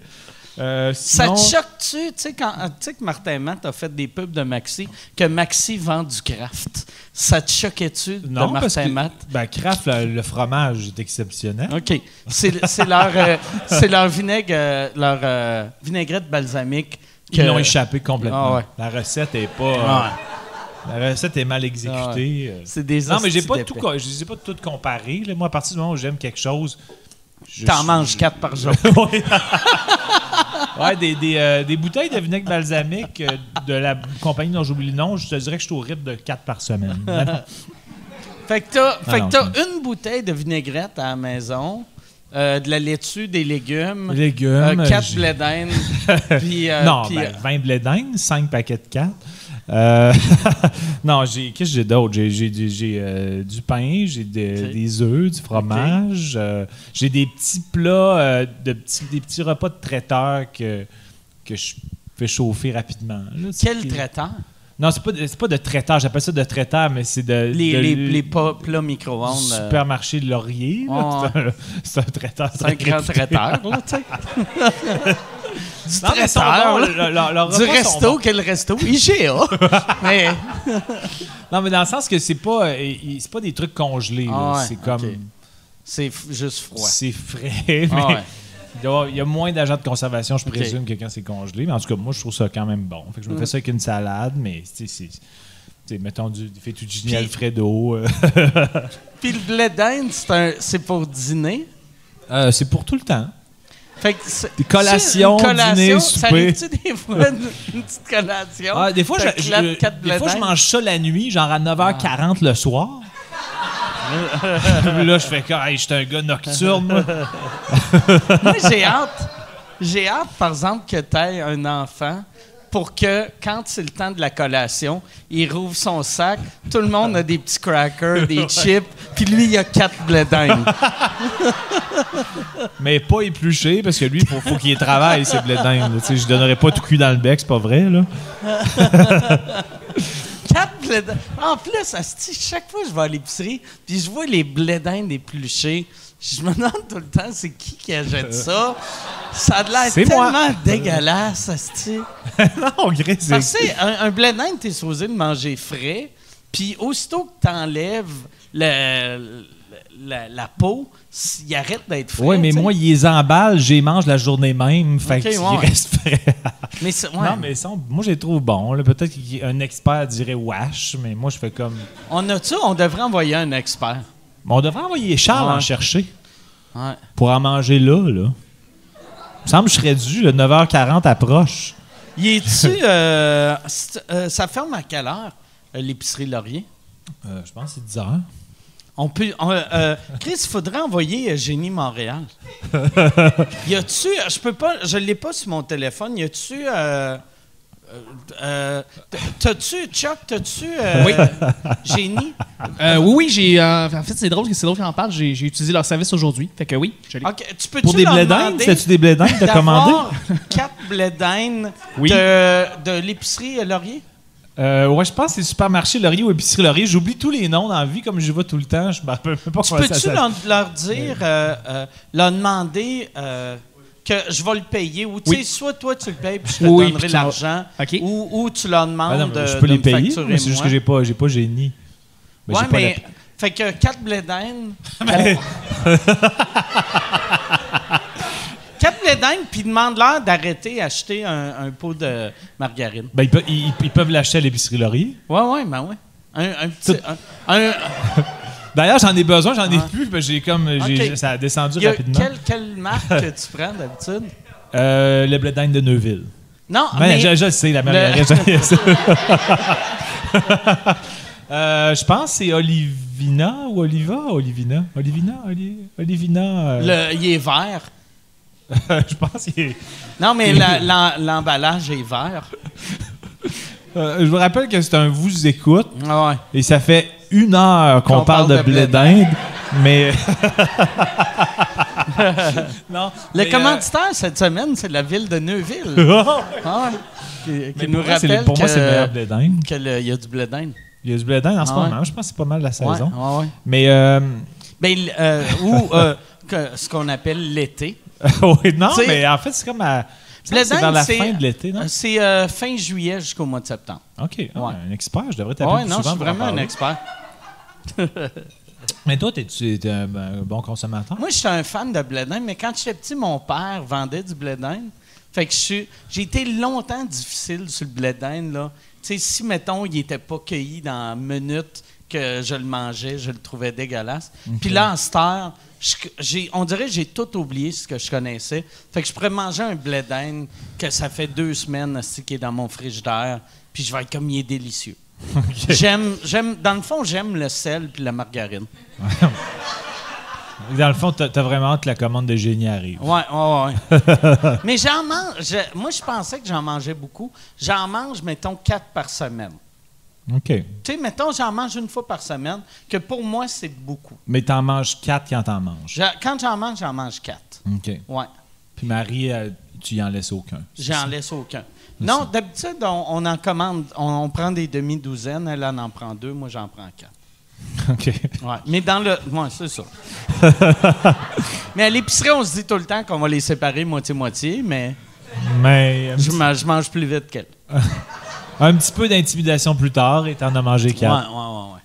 [SPEAKER 3] Euh,
[SPEAKER 4] Ça
[SPEAKER 3] sinon-
[SPEAKER 4] te choque-tu? Tu sais, quand- tu sais que Martin Matt a fait des pubs de Maxi, que Maxi vend du craft. Ça te choquait-tu de
[SPEAKER 3] Non, parce
[SPEAKER 4] Martin
[SPEAKER 3] que
[SPEAKER 4] Matt? Hein?
[SPEAKER 3] ben, Kraft, le, le fromage est exceptionnel.
[SPEAKER 4] OK. C'est c'est leur, euh, c'est leur, vinaigre, euh, leur euh, vinaigrette balsamique.
[SPEAKER 3] Ils
[SPEAKER 4] que-
[SPEAKER 3] l'ont échappé complètement.
[SPEAKER 4] Ah ouais.
[SPEAKER 3] La recette est pas. euh,
[SPEAKER 4] Ah
[SPEAKER 3] La recette est mal exécutée. euh.
[SPEAKER 4] C'est des
[SPEAKER 3] Non, mais j'ai
[SPEAKER 4] hosties
[SPEAKER 3] pas
[SPEAKER 4] d'épais.
[SPEAKER 3] tout, co- je les ai pas toutes comparées. là. Moi, à partir du moment où j'aime quelque chose, je
[SPEAKER 4] T'en
[SPEAKER 3] suis-
[SPEAKER 4] manges quatre par jour.
[SPEAKER 3] Ouais. Ouais, des, des, euh, des bouteilles de vinaigre balsamique euh, de la compagnie dont j'oublie le nom, je te dirais que je suis au rythme de 4 par semaine.
[SPEAKER 4] Fait que t'as, fait
[SPEAKER 3] Ah non,
[SPEAKER 4] que t'as
[SPEAKER 3] c'est-
[SPEAKER 4] une bouteille de vinaigrette à la maison, euh, de la laitue, des légumes,
[SPEAKER 3] Légumes.
[SPEAKER 4] euh, quatre
[SPEAKER 3] j'ai-
[SPEAKER 4] blés d'Inde, puis... euh,
[SPEAKER 3] non,
[SPEAKER 4] puis,
[SPEAKER 3] ben,
[SPEAKER 4] euh,
[SPEAKER 3] 20 blés d'Inde, 5 paquets de 4. non, j'ai, qu'est-ce que j'ai d'autre? J'ai, j'ai du- j'ai, euh, du pain, j'ai de-
[SPEAKER 4] Ok.
[SPEAKER 3] des œufs, du fromage, euh, j'ai des petits plats, euh, de petits, des petits repas de traiteur que, que je fais chauffer rapidement. là. C'est-
[SPEAKER 4] quel traiteur?
[SPEAKER 3] Non, c'est pas, de- c'est pas de traiteur, j'appelle ça de traiteur, mais c'est de.
[SPEAKER 4] Les,
[SPEAKER 3] de-
[SPEAKER 4] les, les pa- plats micro-ondes.
[SPEAKER 3] du
[SPEAKER 4] euh,
[SPEAKER 3] supermarché Laurier. là.
[SPEAKER 4] Ouais.
[SPEAKER 3] C'est un- C'est un traiteur.
[SPEAKER 4] c'est un grand traiteur, là, tu sais.
[SPEAKER 3] Non, mais ils sont
[SPEAKER 4] traiteur,
[SPEAKER 3] bons,
[SPEAKER 4] là.
[SPEAKER 3] le- le- leurs repas
[SPEAKER 4] Du
[SPEAKER 3] sont
[SPEAKER 4] resto, quel resto? IGA! Mais
[SPEAKER 3] Non, mais dans le sens que c'est pas, euh, il- c'est pas des trucs congelés. là.
[SPEAKER 4] Ah ouais,
[SPEAKER 3] c'est comme.
[SPEAKER 4] ok. c'est f- juste froid.
[SPEAKER 3] C'est frais, mais
[SPEAKER 4] Ah ouais.
[SPEAKER 3] il, doit y avoir- il y a moins d'agents de conservation, je
[SPEAKER 4] Ok. Mm.
[SPEAKER 3] présume, que quand c'est congelé. Mais en tout cas, moi, je trouve ça quand même bon. Fait que je me fais ça avec une salade, mais tu sais, c'est. tu sais, mettons du, du fettuccine
[SPEAKER 4] Puis-
[SPEAKER 3] Alfredo. euh.
[SPEAKER 4] Puis le blé d'Inde, c'est un- c'est pour dîner.
[SPEAKER 3] Euh, c'est pour tout le temps.
[SPEAKER 4] Fait que c'est-
[SPEAKER 3] Des collations,
[SPEAKER 4] c'est une collation,
[SPEAKER 3] dîner,
[SPEAKER 4] Ça
[SPEAKER 3] souper.
[SPEAKER 4] arrive-tu des fois une, une petite collation?
[SPEAKER 3] Ah, des fois,
[SPEAKER 4] T'as
[SPEAKER 3] je,
[SPEAKER 4] clap
[SPEAKER 3] je-
[SPEAKER 4] quatre
[SPEAKER 3] des fois, je
[SPEAKER 4] bledins.
[SPEAKER 3] mange ça la nuit, genre à 9h40 le soir. Puis là, je fais que hey, je suis un gars nocturne. moi.
[SPEAKER 4] Moi, j'ai hâte. J'ai hâte, par exemple, que tu aies un enfant pour que, quand c'est le temps de la collation, il rouvre son sac, tout le monde a des petits crackers, des chips, puis lui, il a quatre bledins.
[SPEAKER 3] Mais pas épluché, parce que lui, faut, faut qu'il y travaille, ces blés d'Inde. Tu sais, Je donnerais pas tout cuit dans le bec, c'est pas vrai. Là.
[SPEAKER 4] quatre bledins. En plus, asti, chaque fois que je vais à l'épicerie, puis je vois les bledins épluchés, je me demande tout le temps, c'est qui qui achète ça? Ça a l'air
[SPEAKER 3] Euh. C'est
[SPEAKER 4] tellement
[SPEAKER 3] moi. Euh.
[SPEAKER 4] dégueulasse, asti.
[SPEAKER 3] non, Chris, c'est-
[SPEAKER 4] Parce que un, un blé d'Inde, t'es supposé le manger frais, puis aussitôt que t'enlèves le- la, la peau, s- il arrête d'être frais.
[SPEAKER 3] Oui, mais
[SPEAKER 4] t'sais.
[SPEAKER 3] moi, il les emballe, j'y mange la journée même. Fait
[SPEAKER 4] Ok,
[SPEAKER 3] qu'ils
[SPEAKER 4] ouais.
[SPEAKER 3] restent frais.
[SPEAKER 4] Mais c'est- ouais,
[SPEAKER 3] Non, mais ils sont- moi, je les trouve bons. là. Peut-être qu'un expert dirait wash, mais moi, je fais comme.
[SPEAKER 4] on a ça, on devrait envoyer un expert.
[SPEAKER 3] Mais on devrait envoyer Charles
[SPEAKER 4] Ouais.
[SPEAKER 3] en chercher.
[SPEAKER 4] Ouais.
[SPEAKER 3] pour en manger là, là. Il me semble que je serais dû, le 9h40 approche.
[SPEAKER 4] Y est-tu. euh, c'est- euh, ça ferme à quelle heure, euh, l'épicerie Laurier?
[SPEAKER 3] Euh, je pense que c'est 10h.
[SPEAKER 4] On peut. on, euh, Chris, il faudrait envoyer euh, Génie Montréal. y a-tu. euh, Je peux pas. Je l'ai pas sur mon téléphone. Y a-tu. euh, euh, euh, t- t'as-tu, Chuck, t'as-tu. euh,
[SPEAKER 5] Oui.
[SPEAKER 4] Génie?
[SPEAKER 5] Euh, oui, oui, j'ai. euh, en fait, c'est drôle, c'est drôle qu'il en parle. J'ai j'ai utilisé leur service aujourd'hui. Fait que oui, je l'ai.
[SPEAKER 4] Ok, tu peux
[SPEAKER 3] Pour des blés d'Inde, c'est-tu des blés d'Inde que t'as commandé?
[SPEAKER 4] quatre blés d'Inde
[SPEAKER 3] Oui.
[SPEAKER 4] de, de l'épicerie Laurier?
[SPEAKER 3] Euh, ouais, je pense que c'est supermarché Laurier ou épicerie Laurier. J'oublie tous les noms dans la vie, comme je vais tout le temps. Je ne me rappelle même pas
[SPEAKER 4] Tu
[SPEAKER 3] comment ça
[SPEAKER 4] peux-tu
[SPEAKER 3] s'appelle.
[SPEAKER 4] leur, leur dire, euh, euh, leur demander euh, que je vais le payer ou tu sais,
[SPEAKER 5] Oui.
[SPEAKER 4] soit toi tu le payes puis je te
[SPEAKER 5] Oui,
[SPEAKER 4] donnerai
[SPEAKER 5] puis tu m'en-
[SPEAKER 4] l'argent
[SPEAKER 5] OK.
[SPEAKER 4] ou, ou tu leur
[SPEAKER 3] Ah
[SPEAKER 4] demandes
[SPEAKER 3] non, mais
[SPEAKER 4] de,
[SPEAKER 3] je peux
[SPEAKER 4] de
[SPEAKER 3] les
[SPEAKER 4] me
[SPEAKER 3] payer,
[SPEAKER 4] facturer
[SPEAKER 3] mais c'est juste
[SPEAKER 4] moi.
[SPEAKER 3] que j'ai pas, j'ai pas génie. Mais
[SPEAKER 4] ouais,
[SPEAKER 3] j'ai pas Ben,
[SPEAKER 4] mais
[SPEAKER 3] la-
[SPEAKER 4] fait que 4 blés d'Inde. on- Quatre blés d'Inde, puis demande-leur d'arrêter d'acheter un, un pot de margarine.
[SPEAKER 3] Ben, ils, peuvent- ils- ils peuvent l'acheter à l'épicerie Laurier.
[SPEAKER 4] Ouais, ouais, ben ouais. Un, un petit. un- un-
[SPEAKER 3] D'ailleurs, j'en ai besoin, j'en ai plus. parce que J'ai comme, j'ai-
[SPEAKER 4] Ah. Ok.
[SPEAKER 3] j'ai- ça a descendu
[SPEAKER 4] il y a-
[SPEAKER 3] rapidement.
[SPEAKER 4] quelle, quelle marque que tu prends d'habitude?
[SPEAKER 3] Euh, le blé d'Inde de Neuville.
[SPEAKER 4] Non,
[SPEAKER 3] Ben,
[SPEAKER 4] Ah, mais.
[SPEAKER 3] je, je le sais, la margarine. Euh, je pense que c'est Olivina ou Oliva, Olivina, Olivina, Oli- Olivina. euh,
[SPEAKER 4] Le, il est vert.
[SPEAKER 3] je pense qu'il est-
[SPEAKER 4] Non, mais la- l'en- l'emballage est vert.
[SPEAKER 3] Euh, je vous rappelle que c'est un vous écoute
[SPEAKER 4] Ah Ouais.
[SPEAKER 3] et ça fait une heure qu'on
[SPEAKER 4] Qu'on
[SPEAKER 3] parle,
[SPEAKER 4] parle
[SPEAKER 3] de
[SPEAKER 4] de
[SPEAKER 3] blé
[SPEAKER 4] blé
[SPEAKER 3] d'Inde, mais non.
[SPEAKER 4] Le
[SPEAKER 3] mais,
[SPEAKER 4] commanditaire cette semaine, c'est la ville de Neuville.
[SPEAKER 3] euh,
[SPEAKER 4] Ah ouais. Qui,
[SPEAKER 3] mais
[SPEAKER 4] qui nous
[SPEAKER 3] pour moi, c'est
[SPEAKER 4] rappelle
[SPEAKER 3] le- pour moi,
[SPEAKER 4] que-
[SPEAKER 3] c'est le meilleur blé d'Inde.
[SPEAKER 4] que le- il y a du blé d'Inde.
[SPEAKER 3] Il y a du blé d'Inde en ce
[SPEAKER 4] Ah ouais.
[SPEAKER 3] moment. Je pense que c'est pas mal la
[SPEAKER 4] Ouais,
[SPEAKER 3] saison.
[SPEAKER 4] ouais, ouais.
[SPEAKER 3] Mais euh,
[SPEAKER 4] Ben, il- euh, ou euh, que- ce qu'on appelle l'été.
[SPEAKER 3] ouais, non,
[SPEAKER 4] Tu sais-
[SPEAKER 3] mais en fait, c'est comme à
[SPEAKER 4] Blé
[SPEAKER 3] c'est vers
[SPEAKER 4] d'Inde,
[SPEAKER 3] la
[SPEAKER 4] c'est-
[SPEAKER 3] fin de l'été, non
[SPEAKER 4] Euh, C'est euh, fin juillet jusqu'au mois de septembre.
[SPEAKER 3] OK. ah,
[SPEAKER 4] Ouais.
[SPEAKER 3] Un expert, je devrais t'appeler
[SPEAKER 4] Ouais,
[SPEAKER 3] plus
[SPEAKER 4] non, je
[SPEAKER 3] souvent
[SPEAKER 4] suis
[SPEAKER 3] pour en
[SPEAKER 4] vraiment un
[SPEAKER 3] parler.
[SPEAKER 4] expert.
[SPEAKER 3] Mais toi, t'es-tu t'es un, un bon consommateur?
[SPEAKER 4] Moi, j'étais un fan de blé d'Inde, mais quand j'étais petit, mon père vendait du blé d'Inde. Fait que je suis- j'ai été longtemps difficile sur le blé d'Inde, là. Tu sais, si, mettons, il n'était pas cueilli dans la minute que je le mangeais, je le trouvais dégueulasse. Puis là, en cette heure, je- j'ai- on dirait que j'ai tout oublié ce que je connaissais. Fait que je pourrais manger un blé d'Inde que ça fait deux semaines aussi, qui est dans mon frigidaire, puis je vais être comme il est délicieux. J'aime, j'aime, dans le fond, j'aime le sel puis la margarine.
[SPEAKER 3] Dans le fond, t'as t'as vraiment hâte que la commande de génie arrive.
[SPEAKER 4] Ouais, ouais, ouais. mais j'en mange. je- moi, je pensais que j'en mangeais beaucoup. J'en mange, mettons, quatre par semaine.
[SPEAKER 3] OK.
[SPEAKER 4] Tu sais, mettons, j'en mange une fois par semaine, que pour moi, c'est beaucoup.
[SPEAKER 3] Mais t'en manges quatre quand t'en manges.
[SPEAKER 4] Je- quand j'en mange, j'en mange quatre.
[SPEAKER 3] OK.
[SPEAKER 4] Ouais.
[SPEAKER 3] Puis Marie, elle, tu y en laisses aucun.
[SPEAKER 4] J'en laisse aucun. Non, d'habitude, on, on en commande, on, on prend des demi-douzaines, elle en, en prend deux, moi j'en prends quatre.
[SPEAKER 3] OK.
[SPEAKER 4] Ouais. Mais dans le. Ouais, c'est ça. mais à l'épicerie, on se dit tout le temps qu'on va les séparer moitié-moitié, mais
[SPEAKER 3] Mais un
[SPEAKER 4] je,
[SPEAKER 3] petit,
[SPEAKER 4] ma- je mange plus vite qu'elle.
[SPEAKER 3] un petit peu d'intimidation plus tard et t'en as mangé
[SPEAKER 4] Ouais, ouais,
[SPEAKER 3] quatre.
[SPEAKER 4] ouais, ouais.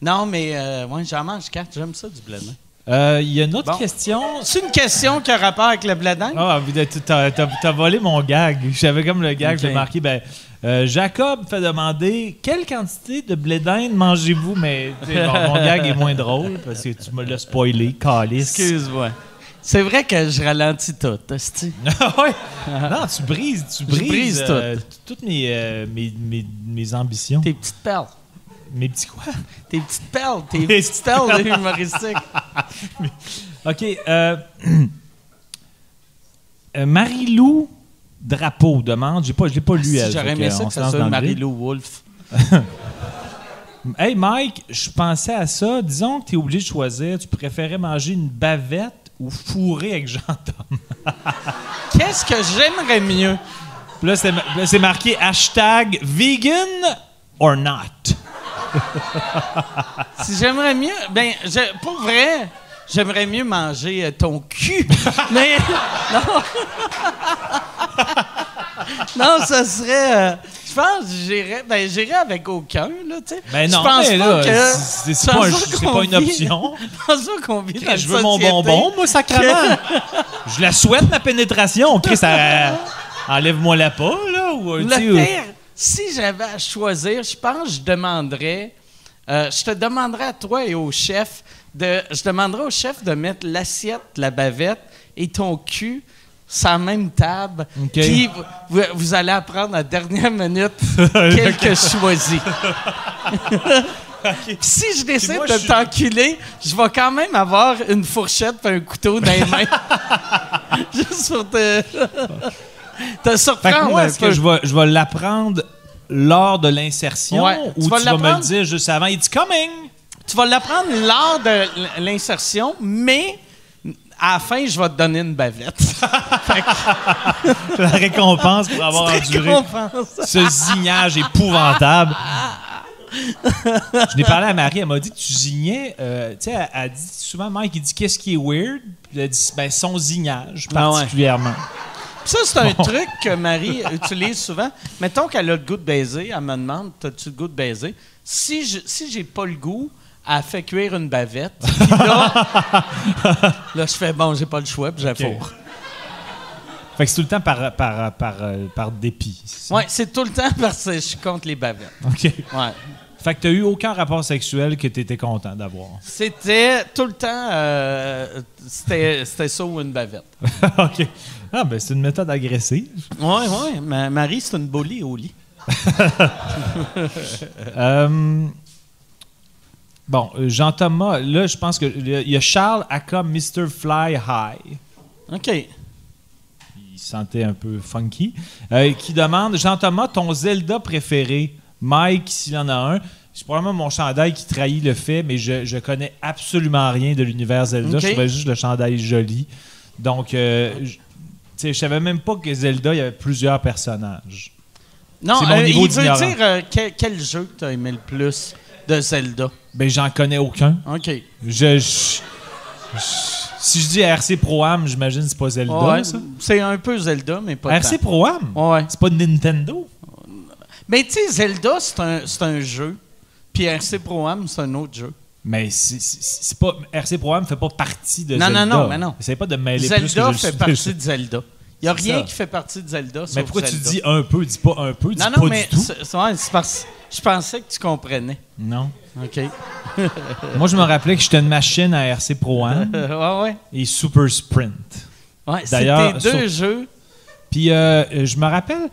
[SPEAKER 4] Non, mais euh, ouais, j'en mange quatre, j'aime ça du blé d'Inde.
[SPEAKER 3] Euh, Il y a une autre
[SPEAKER 4] Bon.
[SPEAKER 3] question.
[SPEAKER 4] C'est une question qui a rapport avec le blé d'Inde?
[SPEAKER 3] Ah, vous êtes- t'as, t'as- t'as volé mon gag. J'avais comme le gag,
[SPEAKER 4] Ok.
[SPEAKER 3] j'ai marqué, ben, euh, Jacob fait demander quelle quantité de blé d'Inde mangez-vous, mais tu sais, bon, mon gag est moins drôle parce que tu me l'as spoilé, calice.
[SPEAKER 4] Excuse-moi. C'est vrai que je ralentis tout, hostie.
[SPEAKER 3] Ah Ouais. Non, tu brises, tu
[SPEAKER 4] Je
[SPEAKER 3] brises,
[SPEAKER 4] brise
[SPEAKER 3] euh, toutes mes, euh, mes, mes, mes ambitions.
[SPEAKER 4] Tes petites perles.
[SPEAKER 3] Mes petits quoi?
[SPEAKER 4] Tes petites perles, tes
[SPEAKER 3] Mes
[SPEAKER 4] petites perles humoristiques.
[SPEAKER 3] OK. euh, euh, Marie-Lou Drapeau demande, j'ai pas, je l'ai pas lu
[SPEAKER 4] Ah, Si
[SPEAKER 3] elle.
[SPEAKER 4] J'aurais
[SPEAKER 3] fait
[SPEAKER 4] aimé
[SPEAKER 3] que
[SPEAKER 4] ça
[SPEAKER 3] on
[SPEAKER 4] que
[SPEAKER 3] se
[SPEAKER 4] ça
[SPEAKER 3] lance
[SPEAKER 4] soit
[SPEAKER 3] dans le vide.
[SPEAKER 4] Marie-Lou Wolfe.
[SPEAKER 3] Hey Mike, je pensais à ça. Disons que tu es obligé de choisir. Tu préférais manger une bavette ou fourrer avec Jean-Tom?
[SPEAKER 4] Qu'est-ce que j'aimerais mieux?
[SPEAKER 3] Puis Là, c'est ma- là, c'est marqué hashtag vegan or not.
[SPEAKER 4] Si j'aimerais mieux, ben, je- pour vrai, j'aimerais mieux manger euh, ton cul. Mais non. non, ça serait. euh, je pense que j'irais, ben, j'irais avec aucun, là, tu sais.
[SPEAKER 3] Ben
[SPEAKER 4] Je
[SPEAKER 3] non,
[SPEAKER 4] pense
[SPEAKER 3] mais
[SPEAKER 4] pas
[SPEAKER 3] là,
[SPEAKER 4] que-
[SPEAKER 3] c'est- c'est
[SPEAKER 4] je pense
[SPEAKER 3] pas un- c'est
[SPEAKER 4] qu'on
[SPEAKER 3] pas une
[SPEAKER 4] vit-
[SPEAKER 3] option.
[SPEAKER 4] Je pense pas qu'on vit dans
[SPEAKER 3] je
[SPEAKER 4] une
[SPEAKER 3] veux mon
[SPEAKER 4] société.
[SPEAKER 3] bonbon, moi, sacrément. je la souhaite, ma pénétration. Chris, ça- enlève-moi la pas, là. Ou, euh, tu
[SPEAKER 4] Le
[SPEAKER 3] sais, ou-
[SPEAKER 4] pire, si j'avais à choisir, je pense que je demanderais. euh, je te demanderais à toi et au chef de. Je demanderais au chef de mettre l'assiette, la bavette et ton cul sur la même table.
[SPEAKER 3] OK.
[SPEAKER 4] Puis vous- vous, vous allez apprendre à la dernière minute quel que je choisis. Puis Si je décide
[SPEAKER 3] Puis moi,
[SPEAKER 4] de
[SPEAKER 3] je suis-
[SPEAKER 4] t'enculer, je vais quand même avoir une fourchette et un couteau dans les mains. Juste pour te, te
[SPEAKER 3] Fait
[SPEAKER 4] surprendre.
[SPEAKER 3] que moi,
[SPEAKER 4] un
[SPEAKER 3] est-ce
[SPEAKER 4] peu.
[SPEAKER 3] que je vais, je vais l'apprendre lors de l'insertion
[SPEAKER 4] Ouais,
[SPEAKER 3] ou tu
[SPEAKER 4] tu vas
[SPEAKER 3] vas, me le
[SPEAKER 4] l'apprendre?
[SPEAKER 3] dire juste avant? It's coming!
[SPEAKER 4] Tu vas l'apprendre lors de l- l'insertion, mais à la fin, je vais te donner une bavette.
[SPEAKER 3] la récompense pour avoir enduré
[SPEAKER 4] Récompense.
[SPEAKER 3] ce zignage épouvantable. Je n'ai parlé à Marie, elle m'a dit que tu zignais. euh, tu sais, elle, elle dit souvent, Mike, il dit qu'est-ce qui est weird. Puis Elle dit ben, son zignage
[SPEAKER 4] Ah ouais.
[SPEAKER 3] particulièrement.
[SPEAKER 4] Ça, c'est un truc que Marie utilise souvent. Mettons qu'elle a le goût de baiser, elle me demande T'as-tu le goût de baiser Si je si j'ai pas le goût, elle fait cuire une bavette. Puis là, là, je fais Bon, j'ai pas le choix, puis j'affourre.
[SPEAKER 3] Fait que c'est tout le temps par, par, par, euh, par dépit.
[SPEAKER 4] Ouais, c'est tout le temps parce que je compte les bavettes.
[SPEAKER 3] OK.
[SPEAKER 4] Ouais.
[SPEAKER 3] Fait que tu eu aucun rapport sexuel que tu étais content d'avoir.
[SPEAKER 4] C'était tout le temps, euh, c'était c'était ça ou une bavette.
[SPEAKER 3] OK. Ah, ben, c'est une méthode agressive.
[SPEAKER 4] Oui, oui. Ma Marie, c'est une bolie au lit.
[SPEAKER 3] Euh, bon, euh, Jean-Thomas, là, je pense que il y a Charles Aka Mr. Fly High.
[SPEAKER 4] OK.
[SPEAKER 3] Il se sentait un peu funky. euh, qui demande Jean-Thomas, ton Zelda préféré Mike, s'il en a un. C'est probablement mon chandail qui trahit le fait, mais je, je connais absolument rien de l'univers Zelda.
[SPEAKER 4] Ok.
[SPEAKER 3] Je trouvais juste le chandail joli. Donc, euh, je- tu sais, je savais même pas que Zelda, il y avait plusieurs personnages.
[SPEAKER 4] Non,
[SPEAKER 3] C'est mon
[SPEAKER 4] euh,
[SPEAKER 3] niveau
[SPEAKER 4] il veut
[SPEAKER 3] d'ignorant.
[SPEAKER 4] dire euh, quel, quel jeu que tu as aimé le plus de Zelda.
[SPEAKER 3] Ben, j'en connais aucun.
[SPEAKER 4] OK. Ouais,
[SPEAKER 3] Je, je- je- si je dis RC Pro-Am, j'imagine que c'est pas Zelda,
[SPEAKER 4] ouais,
[SPEAKER 3] ça.
[SPEAKER 4] c'est un peu Zelda, mais pas
[SPEAKER 3] RC
[SPEAKER 4] tant.
[SPEAKER 3] Pro-Am?
[SPEAKER 4] Ouais.
[SPEAKER 3] C'est pas Nintendo?
[SPEAKER 4] Mais tu sais, Zelda, c'est un, c'est un jeu. Puis RC Pro-Am, c'est un autre jeu.
[SPEAKER 3] Mais c'est- c'est c'est pas... RC Pro-Am fait pas partie de
[SPEAKER 4] Non, non,
[SPEAKER 3] Zelda.
[SPEAKER 4] non, mais non.
[SPEAKER 3] Essaye pas de me mêler plus que je
[SPEAKER 4] Zelda
[SPEAKER 3] le
[SPEAKER 4] fait
[SPEAKER 3] suis déjà.
[SPEAKER 4] partie de Zelda. Il n'y a
[SPEAKER 3] C'est
[SPEAKER 4] rien
[SPEAKER 3] ça.
[SPEAKER 4] qui fait partie de Zelda.
[SPEAKER 3] Mais
[SPEAKER 4] sauf
[SPEAKER 3] pourquoi tu
[SPEAKER 4] Zelda.
[SPEAKER 3] dis un peu? Dis pas un peu, dis
[SPEAKER 4] Non,
[SPEAKER 3] pas
[SPEAKER 4] non, mais
[SPEAKER 3] du tout.
[SPEAKER 4] c'est, c'est- ouais, c'est parce Je pensais que tu comprenais.
[SPEAKER 3] Non.
[SPEAKER 4] OK.
[SPEAKER 3] Moi, je me rappelais que j'étais une machine à RC Pro Am
[SPEAKER 4] Euh, ouais, ouais.
[SPEAKER 3] et Super Sprint.
[SPEAKER 4] ouais c'est
[SPEAKER 3] D'ailleurs,
[SPEAKER 4] tes deux
[SPEAKER 3] sur-
[SPEAKER 4] jeux.
[SPEAKER 3] Puis euh, euh, je me rappelle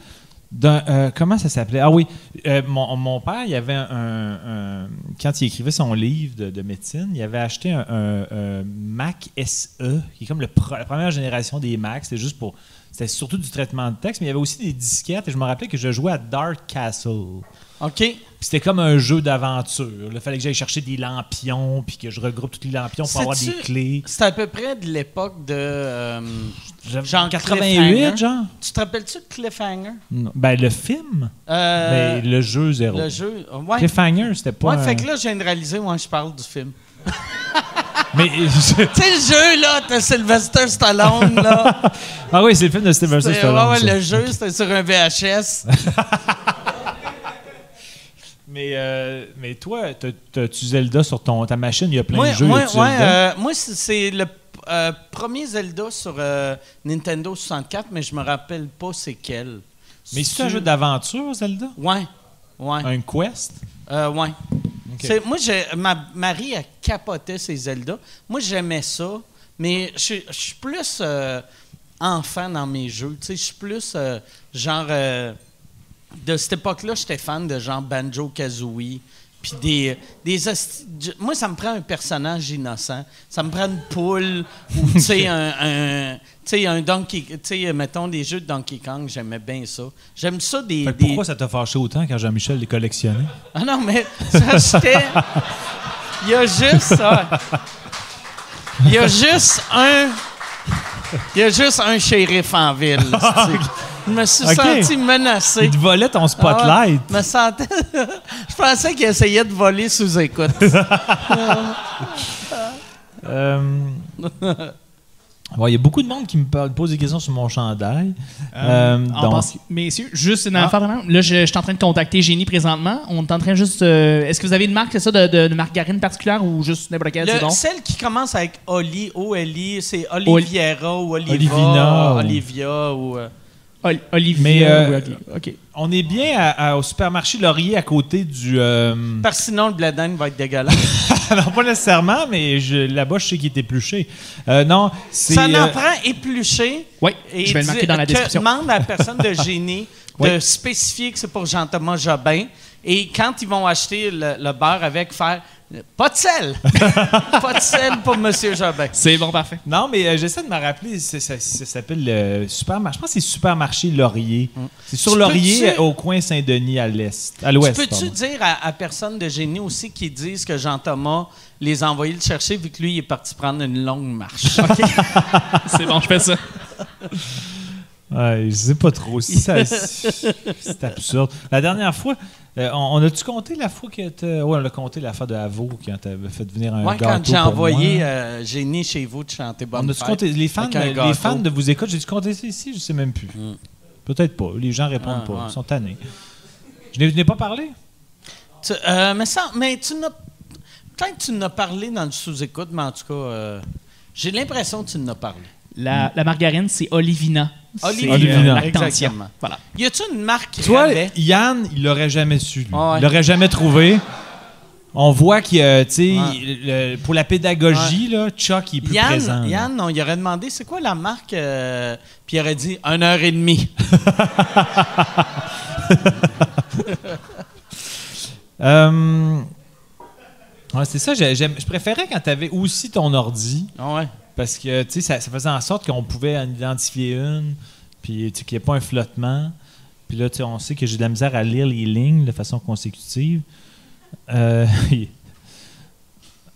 [SPEAKER 3] d'un. euh, comment ça s'appelait? Ah oui, euh, mon, mon père, il avait un, un- Quand il écrivait son livre de, de médecine, il avait acheté un, un- un Mac SE, qui est comme le pro- la première génération des Macs. C'était juste pour. C'était surtout du traitement de texte, mais il y avait aussi des disquettes. Et je me rappelais que je jouais à Dark Castle.
[SPEAKER 4] OK.
[SPEAKER 3] Puis c'était comme un jeu d'aventure. Il fallait que j'aille chercher des lampions, puis que je regroupe tous les lampions pour avoir des
[SPEAKER 4] C'est-tu-
[SPEAKER 3] clés.
[SPEAKER 4] C'est à peu près de l'époque de. euh,
[SPEAKER 3] J'avais-
[SPEAKER 4] Genre
[SPEAKER 3] 88,
[SPEAKER 4] Cliffhanger.
[SPEAKER 3] genre?
[SPEAKER 4] tu te rappelles-tu de Cliffhanger?
[SPEAKER 3] Non. Ben, le film,
[SPEAKER 4] Euh,
[SPEAKER 3] mais le jeu, zéro.
[SPEAKER 4] le jeu. Ouais.
[SPEAKER 3] Cliffhanger, c'était pas.
[SPEAKER 4] Ouais,
[SPEAKER 3] un-
[SPEAKER 4] fait que là, je viens de réaliser, moi, je parle du film.
[SPEAKER 3] Mais
[SPEAKER 4] Tu sais, le jeu, là, de Sylvester Stallone, là.
[SPEAKER 3] ah oui, c'est le film de Steven
[SPEAKER 4] C'est-
[SPEAKER 3] Stallone.
[SPEAKER 4] ouais, ouais,
[SPEAKER 3] ça.
[SPEAKER 4] le jeu, c'était sur un VHS.
[SPEAKER 3] Mais euh, mais toi, t'as- t'as- tu Zelda sur ton ta machine, il y a plein
[SPEAKER 4] moi,
[SPEAKER 3] de jeux.
[SPEAKER 4] moi,
[SPEAKER 3] et tu
[SPEAKER 4] ouais,
[SPEAKER 3] Zelda.
[SPEAKER 4] euh, moi, c'est- c'est le euh, premier Zelda sur euh, Nintendo 64, mais je me rappelle pas c'est quel.
[SPEAKER 3] mais c'est un jeu d'aventure Zelda,
[SPEAKER 4] Ouais, ouais,
[SPEAKER 3] un quest.
[SPEAKER 4] euh, ouais. C'est- Moi, j'ai, ma Marie a capoté ses Zelda. Moi, j'aimais ça, mais je suis- je suis plus euh, enfant dans mes jeux. Tu sais, je suis plus euh, genre. euh, de cette époque-là, j'étais fan de genre Banjo Kazooie. Puis des. des hosties- j- Moi, ça me prend un personnage innocent. Ça me prend une poule ou, tu sais, un. un tu sais, un Donkey. Tu sais, mettons, des jeux de Donkey Kong, j'aimais bien ça. J'aime ça des.
[SPEAKER 3] Fait que
[SPEAKER 4] des-
[SPEAKER 3] pourquoi ça t'a fâché autant quand Jean-Michel les collectionnait
[SPEAKER 4] ah non, mais ça, j'étais. Il y a juste ça. Il y a juste un. Il y a juste un shérif en ville. c'est-tu. Je me suis
[SPEAKER 3] Ah. Ok.
[SPEAKER 4] senti menacé.
[SPEAKER 3] Il te volait ton
[SPEAKER 4] Ah ouais,
[SPEAKER 3] spotlight.
[SPEAKER 4] je me sentais. Je pensais qu'il essayait de voler sous écoute. Ah.
[SPEAKER 3] Euh, ouais, il y a beaucoup de monde qui me parle- pose des questions sur mon chandail.
[SPEAKER 5] Euh,
[SPEAKER 3] Euh,
[SPEAKER 5] en
[SPEAKER 3] donc-
[SPEAKER 5] passe- messieurs, juste une
[SPEAKER 3] Ah.
[SPEAKER 5] affaire de même. Là, je, je suis en train de contacter Génie présentement. On est en train juste. euh, Est-ce que vous avez une marque, c'est ça, de, de, de margarine particulière ou juste n'importe quelle? c'est
[SPEAKER 4] Le-
[SPEAKER 5] bon?
[SPEAKER 4] celle qui commence avec Oli, Oli, c'est Oliviera ou Oliva,
[SPEAKER 3] Olivina ou-
[SPEAKER 4] Olivia ou. euh,
[SPEAKER 5] Ol- Olivier.
[SPEAKER 3] Mais, euh,
[SPEAKER 5] oui, ok, ok.
[SPEAKER 3] On est bien à- à- au supermarché Laurier à côté du. euh,
[SPEAKER 4] Parce que sinon, le bledin va être dégueulasse.
[SPEAKER 3] non, pas nécessairement, mais je- là-bas, je sais qu'il est épluché. Euh, non, c'est.
[SPEAKER 4] Ça en
[SPEAKER 3] euh,
[SPEAKER 4] prend épluché.
[SPEAKER 5] Ouais,
[SPEAKER 4] Et
[SPEAKER 5] je vais le marquer
[SPEAKER 4] dis-
[SPEAKER 5] dans la
[SPEAKER 4] que
[SPEAKER 5] description.
[SPEAKER 4] demande à la personne de génie de
[SPEAKER 3] Oui.
[SPEAKER 4] spécifier que c'est pour Jean-Thomas Jobin. Et quand ils vont acheter le, le beurre avec, faire euh, pas de sel. pas de sel pour Monsieur Jobin.
[SPEAKER 5] C'est bon, parfait.
[SPEAKER 3] Non, mais euh, j'essaie de me rappeler. c'est- Ça, ça s'appelle le supermarché. Je pense que c'est Supermarché Laurier. C'est sur
[SPEAKER 4] Mm. Tu
[SPEAKER 3] Laurier,
[SPEAKER 4] peux-tu-
[SPEAKER 3] au coin Saint-Denis, à l'est. À
[SPEAKER 4] Tu
[SPEAKER 3] l'ouest.
[SPEAKER 4] Peux-tu
[SPEAKER 3] pardon.
[SPEAKER 4] dire à, à personne de génie aussi qu'ils disent que Jean-Thomas les a envoyés le chercher vu que lui, il est parti prendre une longue marche?
[SPEAKER 5] C'est bon, je fais ça.
[SPEAKER 3] Ouais, je sais pas trop. Si ça- c'est absurde. La dernière fois, euh, on, on a-tu compté la fois que t'as- Ouais, on a compté la fois de Havo quand t'avais fait venir un
[SPEAKER 4] Moi,
[SPEAKER 3] gâteau
[SPEAKER 4] quand j'ai
[SPEAKER 3] pour
[SPEAKER 4] envoyé
[SPEAKER 3] moi.
[SPEAKER 4] euh, génie chez vous de chanter Bonne
[SPEAKER 3] on a-tu
[SPEAKER 4] Fête
[SPEAKER 3] compté les fans,
[SPEAKER 4] avec un
[SPEAKER 3] les
[SPEAKER 4] gâteau.
[SPEAKER 3] fans de vous écoute, j'ai-tu compté ça ici? Je sais même plus. Peut-être pas. Les gens répondent
[SPEAKER 4] Hmm. Ah,
[SPEAKER 3] pas.
[SPEAKER 4] ouais.
[SPEAKER 3] Ils sont tannés. Je n'ai- je n'ai pas parlé?
[SPEAKER 4] Tu- euh, mais, ça, mais tu n'as. Peut-être que tu n'as parlé dans le sous-écoute, mais en tout cas, euh, j'ai l'impression que tu n'as parlé.
[SPEAKER 5] La, la margarine, c'est Olivina.
[SPEAKER 4] Olivina.
[SPEAKER 5] C'est,
[SPEAKER 3] Olivina.
[SPEAKER 5] Lactantia.
[SPEAKER 4] Exactement.
[SPEAKER 5] Voilà.
[SPEAKER 4] Y a-tu une marque
[SPEAKER 3] Tu vois,
[SPEAKER 4] rabais?
[SPEAKER 3] Yann, il l'aurait jamais su. lui.
[SPEAKER 4] Ah ouais.
[SPEAKER 3] Il l'aurait jamais trouvé. On voit que, euh, tu sais,
[SPEAKER 4] Ouais.
[SPEAKER 3] il- le- pour la pédagogie, là, Chuck, il est plus
[SPEAKER 4] Yann,
[SPEAKER 3] présent. là.
[SPEAKER 4] Yann, on y aurait demandé c'est quoi la marque, euh, puis il aurait dit une heure et demie.
[SPEAKER 3] Euh, ouais, c'est ça, j'ai- j'aime- je préférais quand tu avais aussi ton ordi,
[SPEAKER 4] Ah ouais.
[SPEAKER 3] parce que, tu sais, ça, ça faisait en sorte qu'on pouvait en identifier une, puis tu sais, qu'il n'y ait pas un flottement. Puis là, tu sais, on sait que j'ai de la misère à lire les lignes de façon consécutive. Euh,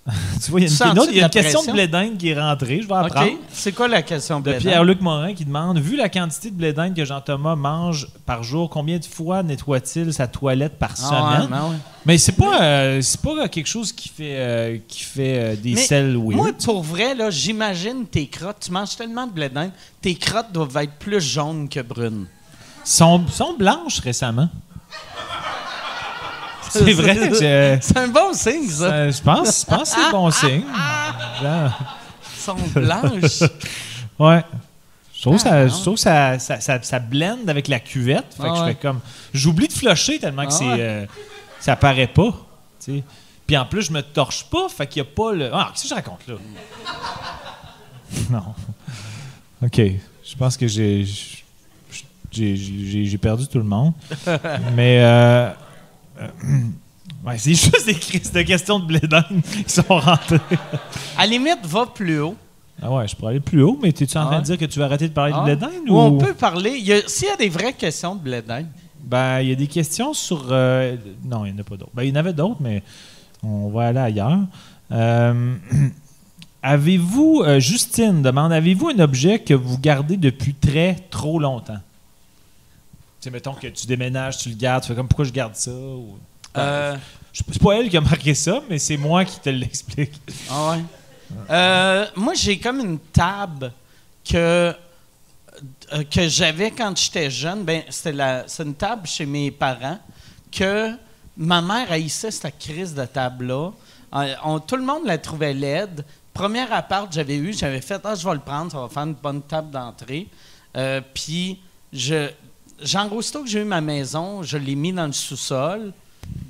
[SPEAKER 3] tu vois, il y a une,
[SPEAKER 4] Tu sens-tu
[SPEAKER 3] une autre- il y a
[SPEAKER 4] de la
[SPEAKER 3] une question de
[SPEAKER 4] pression?
[SPEAKER 3] Blédin qui est rentrée, je vais apprendre.
[SPEAKER 4] OK. C'est quoi la question
[SPEAKER 3] De
[SPEAKER 4] Blédin?
[SPEAKER 3] Pierre-Luc Morin qui demande Vu la quantité de blé d'Inde que Jean-Thomas mange par jour, combien de fois nettoie-t-il sa toilette par
[SPEAKER 4] Ah ouais,
[SPEAKER 3] semaine
[SPEAKER 4] ben ouais.
[SPEAKER 3] Mais c'est pas, euh, c'est pas quelque chose qui fait, euh, qui fait euh, des
[SPEAKER 4] Mais
[SPEAKER 3] selles weird.
[SPEAKER 4] Moi, pour vrai, là, j'imagine tes crottes. Tu manges tellement de blédin, tes crottes doivent être plus jaunes que brunes.
[SPEAKER 3] Sont, sont blanches récemment. C'est vrai. Je,
[SPEAKER 4] C'est un bon signe, ça.
[SPEAKER 3] euh, je pense, je pense que c'est bon signe. Genre,
[SPEAKER 4] Elles sont blanches.
[SPEAKER 3] Ouais. Je trouve, ça, je trouve ça, ça, ça, ça blende avec la cuvette. Fait que
[SPEAKER 4] Ah
[SPEAKER 3] je
[SPEAKER 4] ouais.
[SPEAKER 3] fais comme. J'oublie de flusher tellement que
[SPEAKER 4] Ah
[SPEAKER 3] c'est.
[SPEAKER 4] ouais.
[SPEAKER 3] euh, ça paraît pas. tu sais. Puis en plus, je me torche pas, fait qu'il y a pas le. Ah, qu'est-ce que je raconte là? non. OK. Je pense que j'ai. J'ai, j'ai- j'ai perdu tout le monde. Mais. euh, euh, ouais, c'est juste des crises de questions de blé d'Inde qui sont rentrées.
[SPEAKER 4] À la limite, va plus haut.
[SPEAKER 3] Ah ouais, je pourrais aller plus haut, mais t'es-tu en train
[SPEAKER 4] Ouais.
[SPEAKER 3] de dire que tu vas arrêter de parler
[SPEAKER 4] Ah.
[SPEAKER 3] de blé d'Inde?
[SPEAKER 4] Ou
[SPEAKER 3] ou-
[SPEAKER 4] on peut parler. il y a- S'il y a des vraies questions de blédin,
[SPEAKER 3] Ben, il y a des questions sur. euh, non, il n'y en a pas d'autres. Ben, il y en avait d'autres, mais on va aller ailleurs. Euh, avez-vous, euh, Justine demande, avez-vous un objet que vous gardez depuis très, trop longtemps? Tu sais, mettons que tu déménages, tu le gardes, tu fais comme pourquoi je garde ça? Ou-
[SPEAKER 4] euh,
[SPEAKER 3] Je- C'est pas elle qui a marqué ça, mais c'est moi qui te l'explique.
[SPEAKER 4] Ah ouais. Euh, moi, j'ai comme une table que, euh, que j'avais quand j'étais jeune. Ben, c'était la- c'est une table chez mes parents que ma mère haïssait cette crise de table-là. Euh, on- tout le monde la trouvait laide. Premier appart que j'avais eu, j'avais fait Ah, je vais le prendre, ça va faire une bonne table d'entrée. Euh, Puis, je, genre, aussitôt que j'ai eu ma maison, je l'ai mis dans le sous-sol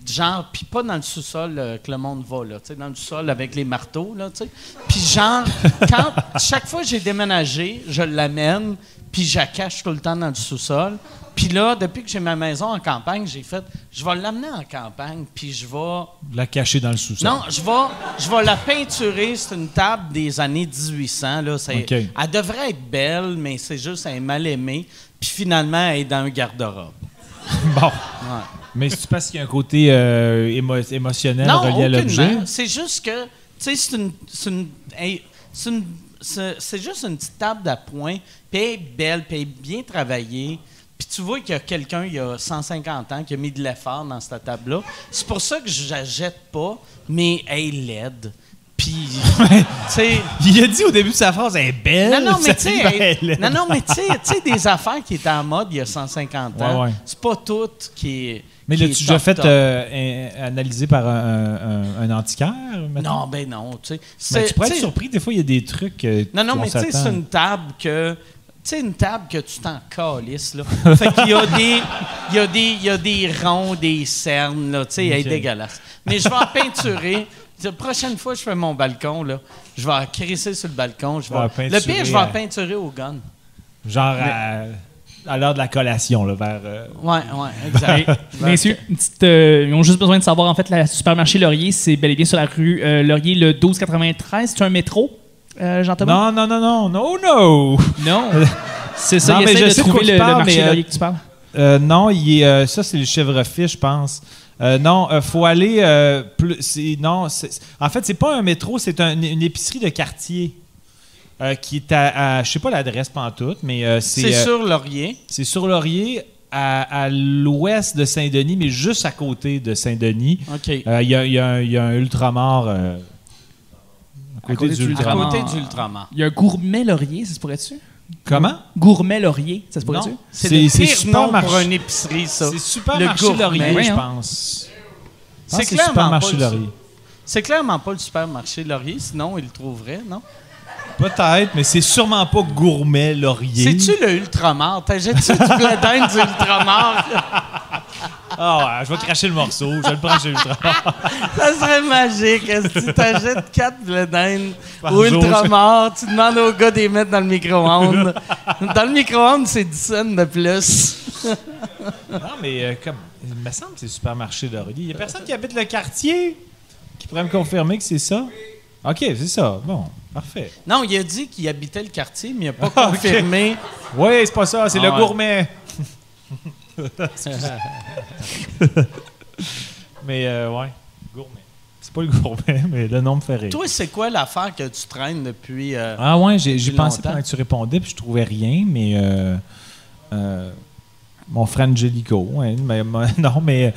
[SPEAKER 4] genre, puis pas dans le sous-sol euh, que le monde va, là, tu sais, dans le sous-sol avec les marteaux, là, tu sais. Puis genre, quand, chaque fois que j'ai déménagé, je l'amène, puis je la cache tout le temps dans le sous-sol. Puis là, depuis que j'ai ma maison en campagne, j'ai fait, je vais l'amener en campagne, puis je vais...
[SPEAKER 3] La cacher dans le sous-sol.
[SPEAKER 4] Non, je vais, je vais la peinturer. C'est une table des années 1800. Là. C'est-
[SPEAKER 3] OK.
[SPEAKER 4] Elle devrait être belle, mais c'est juste elle est mal aimée. Puis finalement, elle est dans un garde-robe.
[SPEAKER 3] Bon.
[SPEAKER 4] Ouais.
[SPEAKER 3] Mais c'est parce qu'il y a un côté euh, émo- émotionnel
[SPEAKER 4] Non,
[SPEAKER 3] relié à l'objet.
[SPEAKER 4] aucunement. C'est juste que, tu sais, c'est une. C'est une- hey, c'est une- c'est- c'est juste une petite table d'appoint, puis elle est belle, puis elle est bien travaillée. Puis tu vois qu'il y a quelqu'un, il y a 150 ans, qui a mis de l'effort dans cette table-là. C'est pour ça que je la jette pas, mais elle est laide. Puis, tu sais.
[SPEAKER 3] Il a dit au début de sa phrase, elle est belle.
[SPEAKER 4] Non, non, mais
[SPEAKER 3] ça
[SPEAKER 4] tu sais,
[SPEAKER 3] dit,
[SPEAKER 4] hey,
[SPEAKER 3] ben, elle est-
[SPEAKER 4] non, non, mais tu sais- tu sais, des affaires qui étaient en mode il y a 150 ans,
[SPEAKER 3] Ouais, ouais.
[SPEAKER 4] c'est pas toutes qui. est-
[SPEAKER 3] Mais
[SPEAKER 4] qui
[SPEAKER 3] l'as-tu
[SPEAKER 4] est
[SPEAKER 3] déjà
[SPEAKER 4] top,
[SPEAKER 3] fait
[SPEAKER 4] top.
[SPEAKER 3] euh, un- analyser par un, un- un antiquaire? mettons?
[SPEAKER 4] Non, ben non, tu sais.
[SPEAKER 3] Mais
[SPEAKER 4] C'est-
[SPEAKER 3] tu pourrais
[SPEAKER 4] tu
[SPEAKER 3] être
[SPEAKER 4] sais,
[SPEAKER 3] surpris, des fois, il y a des trucs. euh,
[SPEAKER 4] Non, non,
[SPEAKER 3] qu'on
[SPEAKER 4] mais tu sais,
[SPEAKER 3] s'attend.
[SPEAKER 4] c'est une table que. Tu sais, une table que tu t'en calisses, là. Fait qu'il y a des. Il y a des. Il y a des ronds, des cernes, là. Tu sais, elle est
[SPEAKER 3] Ok.
[SPEAKER 4] dégueulasse. Mais je vais en peinturer. La prochaine fois que je fais mon balcon, là, je vais en crisser sur le balcon. Je vais
[SPEAKER 3] Ouais,
[SPEAKER 4] le
[SPEAKER 3] peinturer,
[SPEAKER 4] pire, je vais en
[SPEAKER 3] euh,
[SPEAKER 4] peinturer au gun.
[SPEAKER 3] Genre à- à, l'heure de la collation, là, vers. euh,
[SPEAKER 4] Ouais, ouais, exact. Je vais-
[SPEAKER 5] Messieurs, une petite, euh, ils ont juste besoin de savoir, en fait, la supermarché Laurier, c'est bel et bien sur la rue euh, Laurier, le 1293. C'est un métro, euh,
[SPEAKER 3] Non,
[SPEAKER 5] Jean-Thomas?
[SPEAKER 3] non, non, non, no, no!
[SPEAKER 5] Non. C'est ça,
[SPEAKER 3] Non,
[SPEAKER 5] il
[SPEAKER 3] mais
[SPEAKER 5] essaie
[SPEAKER 3] je
[SPEAKER 5] de
[SPEAKER 3] sais de quoi
[SPEAKER 5] trouver
[SPEAKER 3] tu
[SPEAKER 5] le, le
[SPEAKER 3] parles,
[SPEAKER 5] marché
[SPEAKER 3] mais, euh,
[SPEAKER 5] Laurier que tu parles.
[SPEAKER 3] Euh, non, il est, euh, ça, c'est le chèvrefish, je pense. Euh, non, il faut aller. euh, plus, c'est- non, c'est- en fait, c'est pas un métro, c'est un- une épicerie de quartier euh, qui est à. à- je sais pas l'adresse pantoute, mais euh, c'est.
[SPEAKER 4] C'est
[SPEAKER 3] euh,
[SPEAKER 4] sur Laurier.
[SPEAKER 3] C'est sur Laurier, à, à l'ouest de Saint-Denis, mais juste à côté de Saint-Denis.
[SPEAKER 4] OK.
[SPEAKER 3] Euh, Il y, a- il y a un- il y a un ultramar euh, à côté, du,
[SPEAKER 5] côté du
[SPEAKER 4] à
[SPEAKER 3] ultramar.
[SPEAKER 5] Ultramar.
[SPEAKER 4] côté du Ultramar.
[SPEAKER 5] Il y a un gourmet Laurier, ça se pourrait-tu?
[SPEAKER 3] Comment?
[SPEAKER 5] Gourmet Laurier, ça se pourrait-tu?
[SPEAKER 3] Non,
[SPEAKER 4] C'est le pire nom
[SPEAKER 3] Supermarché-
[SPEAKER 4] pour une épicerie, ça.
[SPEAKER 3] C'est super
[SPEAKER 4] Le
[SPEAKER 3] marché
[SPEAKER 4] gourmet.
[SPEAKER 3] Laurier,
[SPEAKER 5] Ouais,
[SPEAKER 3] je
[SPEAKER 5] hein.
[SPEAKER 3] pense. Je pense
[SPEAKER 4] C'est
[SPEAKER 3] que
[SPEAKER 4] clairement
[SPEAKER 3] super
[SPEAKER 4] pas
[SPEAKER 3] marché
[SPEAKER 4] le-
[SPEAKER 3] Ah, Laurier.
[SPEAKER 4] C'est clairement pas le supermarché Laurier, sinon il le trouverait, non?
[SPEAKER 3] Peut-être, mais c'est sûrement pas gourmet Laurier.
[SPEAKER 4] C'est-tu le Ultramar? T'as jeté du blé d'Inde du Ultramar?
[SPEAKER 3] Ah ouais, je vais cracher le morceau, je vais le prends chez l'ultramar.
[SPEAKER 4] Ça serait magique. Est-ce que tu t'achètes quatre blé d'Inde
[SPEAKER 3] Par
[SPEAKER 4] au
[SPEAKER 3] jour,
[SPEAKER 4] Ultramar? Tu demandes au gars de les mettre dans le micro-ondes. Dans le micro-ondes, c'est 10 cents de plus.
[SPEAKER 3] Non, mais euh, comme, il me semble que c'est supermarché Laurier. Il n'y a personne qui habite le quartier qui pourrait me confirmer que c'est ça. OK, c'est ça. Bon, parfait.
[SPEAKER 4] Non, il a dit qu'il habitait le quartier, mais il n'a pas confirmé.
[SPEAKER 3] Oui, c'est pas ça, c'est
[SPEAKER 4] Ah
[SPEAKER 3] le
[SPEAKER 4] ouais.
[SPEAKER 3] gourmet. mais euh, ouais, gourmet. C'est pas le gourmet, mais le nom me fait rire.
[SPEAKER 4] Toi, c'est quoi l'affaire que tu traînes depuis... euh,
[SPEAKER 3] Ah ouais, j'ai j'ai
[SPEAKER 4] Depuis
[SPEAKER 3] pensé
[SPEAKER 4] longtemps.
[SPEAKER 3] pendant que tu répondais, puis je trouvais rien, mais euh, euh, mon frère Angelico, hein, mais- mais- non, mais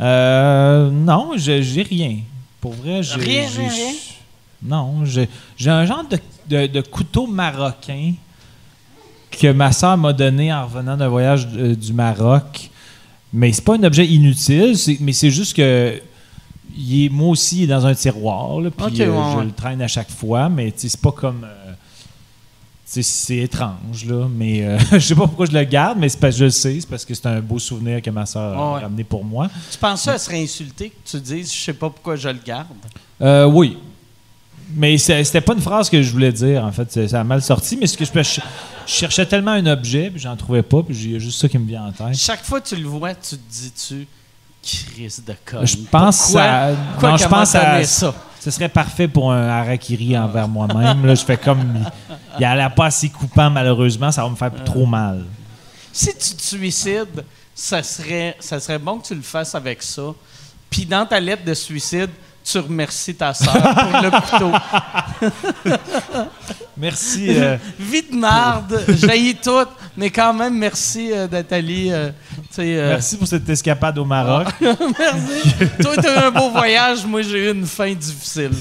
[SPEAKER 3] euh, non, je- j'ai rien. Pour vrai, j'ai
[SPEAKER 4] Rien,
[SPEAKER 3] j'ai-
[SPEAKER 4] rien, rien?
[SPEAKER 3] Non, j'ai j'ai un genre de, de- de couteau marocain que ma soeur m'a donné en revenant d'un voyage euh, du Maroc. Mais c'est pas un objet inutile, c'est- mais c'est juste que il est, moi aussi, il est dans un tiroir, là, puis
[SPEAKER 4] Ok,
[SPEAKER 3] euh,
[SPEAKER 4] ouais,
[SPEAKER 3] je
[SPEAKER 4] ouais.
[SPEAKER 3] le traîne à chaque fois, mais tu sais, c'est pas comme. euh, tu c'est- c'est étrange, là, mais euh, je sais pas pourquoi je le garde, mais c'est parce que je le sais, c'est parce que c'est un beau souvenir que ma soeur
[SPEAKER 4] Ah ouais.
[SPEAKER 3] a ramené pour moi.
[SPEAKER 4] Tu penses qu'elle serait insultée que tu dises je sais pas pourquoi je le garde?
[SPEAKER 3] Euh, oui. Mais c'est- c'était pas une phrase que je voulais dire, en fait. Ça ça a mal sorti, mais ce que je, je cherchais tellement un objet, puis j'en trouvais pas, puis j'ai juste ça qui me vient en tête.
[SPEAKER 4] Chaque fois que tu le vois, tu te dis-tu Chris de con.
[SPEAKER 3] Je pense à.
[SPEAKER 4] Quoi
[SPEAKER 3] non, je pense à.
[SPEAKER 4] ça.
[SPEAKER 3] Ce serait parfait pour un harakiri envers moi-même. là. Je fais comme. Il a l'air pas assez coupant, malheureusement. Ça va me faire trop mal.
[SPEAKER 4] Si tu te suicides, ça serait, ça serait bon que tu le fasses avec ça. Puis dans ta lettre de suicide, tu remercies ta sœur pour le couteau.
[SPEAKER 3] Merci. euh,
[SPEAKER 4] Vie de marde, jaillit tout, mais quand même, merci euh, Nathalie. euh, tu sais, euh,
[SPEAKER 3] merci pour cette escapade au Maroc.
[SPEAKER 4] merci. Toi, t'as eu un beau voyage, moi, j'ai eu une fin difficile.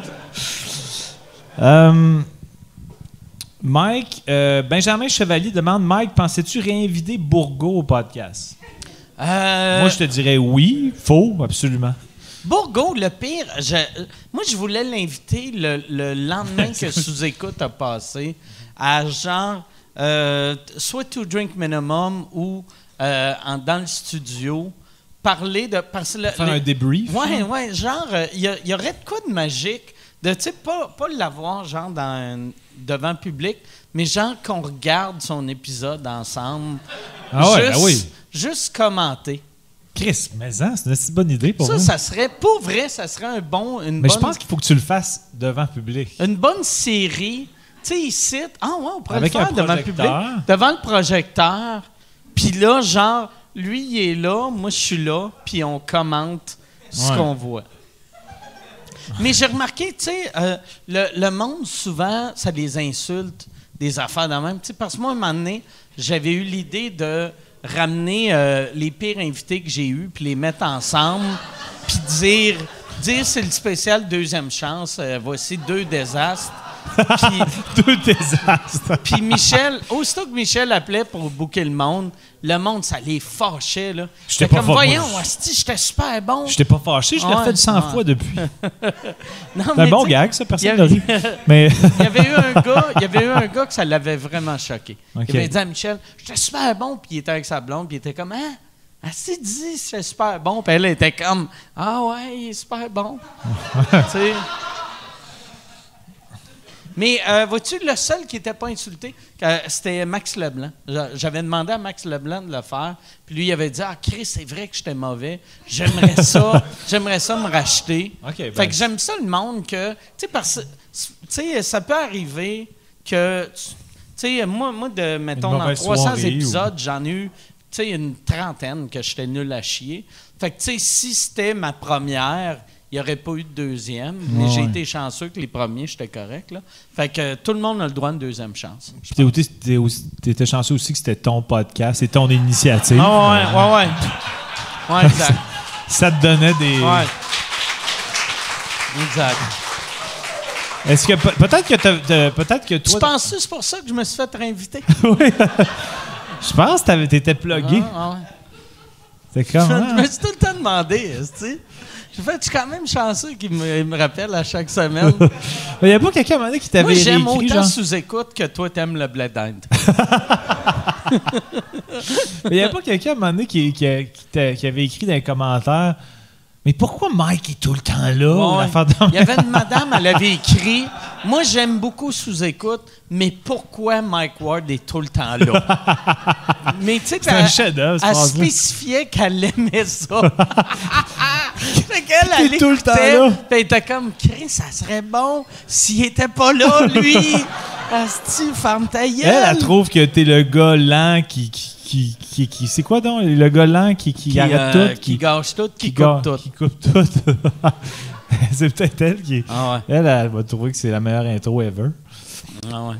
[SPEAKER 3] Euh, Mike, euh, Benjamin Chevalier demande Mike, pensais-tu réinviter Bourgo au podcast
[SPEAKER 4] Euh,
[SPEAKER 3] Moi, je te dirais oui, faux, absolument.
[SPEAKER 4] Bourgo, le pire, je- moi, je voulais l'inviter le, le lendemain que Sous-Écoute a passé à genre euh, soit Two Drink Minimum ou euh, en- dans le studio, parler de. Parce que le-
[SPEAKER 3] Faire
[SPEAKER 4] le-
[SPEAKER 3] un débrief.
[SPEAKER 4] Ouais, ouais, genre, euh, il y, aurait de quoi de magique de, tu sais, pas, pas l'avoir, genre, dans un- devant public, mais genre qu'on regarde son épisode ensemble.
[SPEAKER 3] Ah ouais,
[SPEAKER 4] juste,
[SPEAKER 3] ben oui.
[SPEAKER 4] Juste commenter.
[SPEAKER 3] Chris, mais hein, c'est une si bonne idée pour
[SPEAKER 4] Ça,
[SPEAKER 3] moi.
[SPEAKER 4] ça serait, pour vrai, ça serait un bon, une
[SPEAKER 3] mais
[SPEAKER 4] bonne,
[SPEAKER 3] je pense qu'il faut que tu le fasses devant public.
[SPEAKER 4] une bonne série. Tu sais, ici, ah ouais, on pourrait
[SPEAKER 3] Avec
[SPEAKER 4] le faire
[SPEAKER 3] un
[SPEAKER 4] devant le public.
[SPEAKER 3] projecteur.
[SPEAKER 4] Devant le projecteur. Puis là, genre, lui, il est là, moi, je suis là, puis on commente ce
[SPEAKER 3] Ouais.
[SPEAKER 4] qu'on voit. Mais j'ai remarqué, tu sais, euh, le, le monde, souvent, ça les insulte, des affaires de même. Tu sais, parce que moi, un moment donné, j'avais eu l'idée de ramener euh, les pires invités que j'ai eus, puis les mettre ensemble, puis dire, dire c'est le spécial deuxième chance, euh, voici deux désastres. Puis-
[SPEAKER 3] Deux désastres.
[SPEAKER 4] puis Michel, aussitôt que Michel appelait pour bouquer le monde, le monde, ça les fâchait, là.
[SPEAKER 3] J'étais
[SPEAKER 4] Fait
[SPEAKER 3] pas
[SPEAKER 4] comme,
[SPEAKER 3] fa-
[SPEAKER 4] voyons,
[SPEAKER 3] moi, je-
[SPEAKER 4] asti, j'étais super bon.
[SPEAKER 3] Je t'ai pas fâché, je l'ai
[SPEAKER 4] Ouais,
[SPEAKER 3] fait 100
[SPEAKER 4] ouais.
[SPEAKER 3] fois depuis.
[SPEAKER 4] Non,
[SPEAKER 3] C'est un
[SPEAKER 4] mais
[SPEAKER 3] bon
[SPEAKER 4] tu sais,
[SPEAKER 3] gag, ça,
[SPEAKER 4] il y
[SPEAKER 3] personne
[SPEAKER 4] avait-
[SPEAKER 3] n'a ri. Mais
[SPEAKER 4] Il y avait eu un gars, il y avait eu un gars que ça l'avait vraiment choqué.
[SPEAKER 3] Ok.
[SPEAKER 4] Il avait dit à Michel, j'étais super bon, puis il était avec sa blonde, puis il était comme, hein? Assez dit, c'est super bon. Puis elle était comme, ah ouais, il est super bon. Tu sais. Mais euh, vois-tu, le seul qui n'était pas insulté, euh, c'était Max Leblanc. J'a- J'avais demandé à Max Leblanc de le faire, puis lui, il avait dit, ah, Chris, c'est vrai que j'étais mauvais. J'aimerais ça, j'aimerais ça me racheter.
[SPEAKER 3] Ok, ben,
[SPEAKER 4] Fait que j'aime ça le monde que. Tu sais, parce tu sais, ça peut arriver que. Tu tu sais, moi, moi de, mettons, dans
[SPEAKER 3] mauvaise
[SPEAKER 4] 300
[SPEAKER 3] soirée ou-
[SPEAKER 4] épisodes, j'en ai eu, tu sais, une trentaine que j'étais nul à chier. Fait que, tu sais, si c'était ma première, il n'y aurait pas eu de deuxième. Mais
[SPEAKER 3] Ouais,
[SPEAKER 4] j'ai
[SPEAKER 3] ouais.
[SPEAKER 4] été chanceux que les premiers, j'étais correct, là. Fait que euh, tout le monde a le droit à une deuxième chance.
[SPEAKER 3] Puis t'es- t'es- t'es aussi- t'étais chanceux aussi que c'était ton podcast, c'est ton initiative.
[SPEAKER 4] Ah ouais, ouais. Ouais, exact.
[SPEAKER 3] Ça te donnait des.
[SPEAKER 4] ouais. Exact.
[SPEAKER 3] Est-ce que pe- peut-être que t'as- t'as- peut-être que
[SPEAKER 4] Tu
[SPEAKER 3] toi.
[SPEAKER 4] penses que c'est pour ça que je me suis fait réinviter?
[SPEAKER 3] Oui. Je pense que t'avais- t'étais plugué.
[SPEAKER 4] Ah, ouais.
[SPEAKER 3] C'est comme.
[SPEAKER 4] Je me
[SPEAKER 3] ah.
[SPEAKER 4] suis tout le temps demandé, tu Je fait, je suis quand même chanceux qu'il me, il me rappelle à chaque semaine. Moi,
[SPEAKER 3] Mais y a pas quelqu'un à un moment donné qui t'avait
[SPEAKER 4] j'aime autant
[SPEAKER 3] réécrit, genre.
[SPEAKER 4] sous-écoute que toi, t'aimes le blé d'Inde.
[SPEAKER 3] Mais y a pas quelqu'un à un moment donné qui, qui a- qui t'a- qui avait écrit dans les commentaires. Mais pourquoi Mike est tout le temps là?
[SPEAKER 4] Ouais.
[SPEAKER 3] ou l'affaire Oh, de-
[SPEAKER 4] Il y avait une madame, elle avait écrit Moi, j'aime beaucoup sous-écoute, mais pourquoi Mike Ward est tout le temps là? mais tu sais,
[SPEAKER 3] C'est un
[SPEAKER 4] elle-
[SPEAKER 3] chef-d'œuvre, ce
[SPEAKER 4] Elle
[SPEAKER 3] phrase-là.
[SPEAKER 4] spécifiait qu'elle aimait ça. fait qu'elle, elle
[SPEAKER 3] est tout le temps
[SPEAKER 4] écoutait,
[SPEAKER 3] là.
[SPEAKER 4] puis elle était comme Chris, ça serait bon s'il était pas là, lui. Asti, ferme ta gueule.
[SPEAKER 3] Elle, elle trouve que t'es le gars lent qui. qui, qui, qui, qui- c'est quoi donc? Le gars lent qui, qui,
[SPEAKER 4] qui,
[SPEAKER 3] arrête
[SPEAKER 4] euh,
[SPEAKER 3] tout?
[SPEAKER 4] qui gâche tout, qui, coupe
[SPEAKER 3] gâ-
[SPEAKER 4] tout.
[SPEAKER 3] Qui coupe tout. c'est peut-être elle qui.
[SPEAKER 4] Ah ouais.
[SPEAKER 3] Elle, elle va trouver que c'est la meilleure intro ever.
[SPEAKER 4] Ah ouais.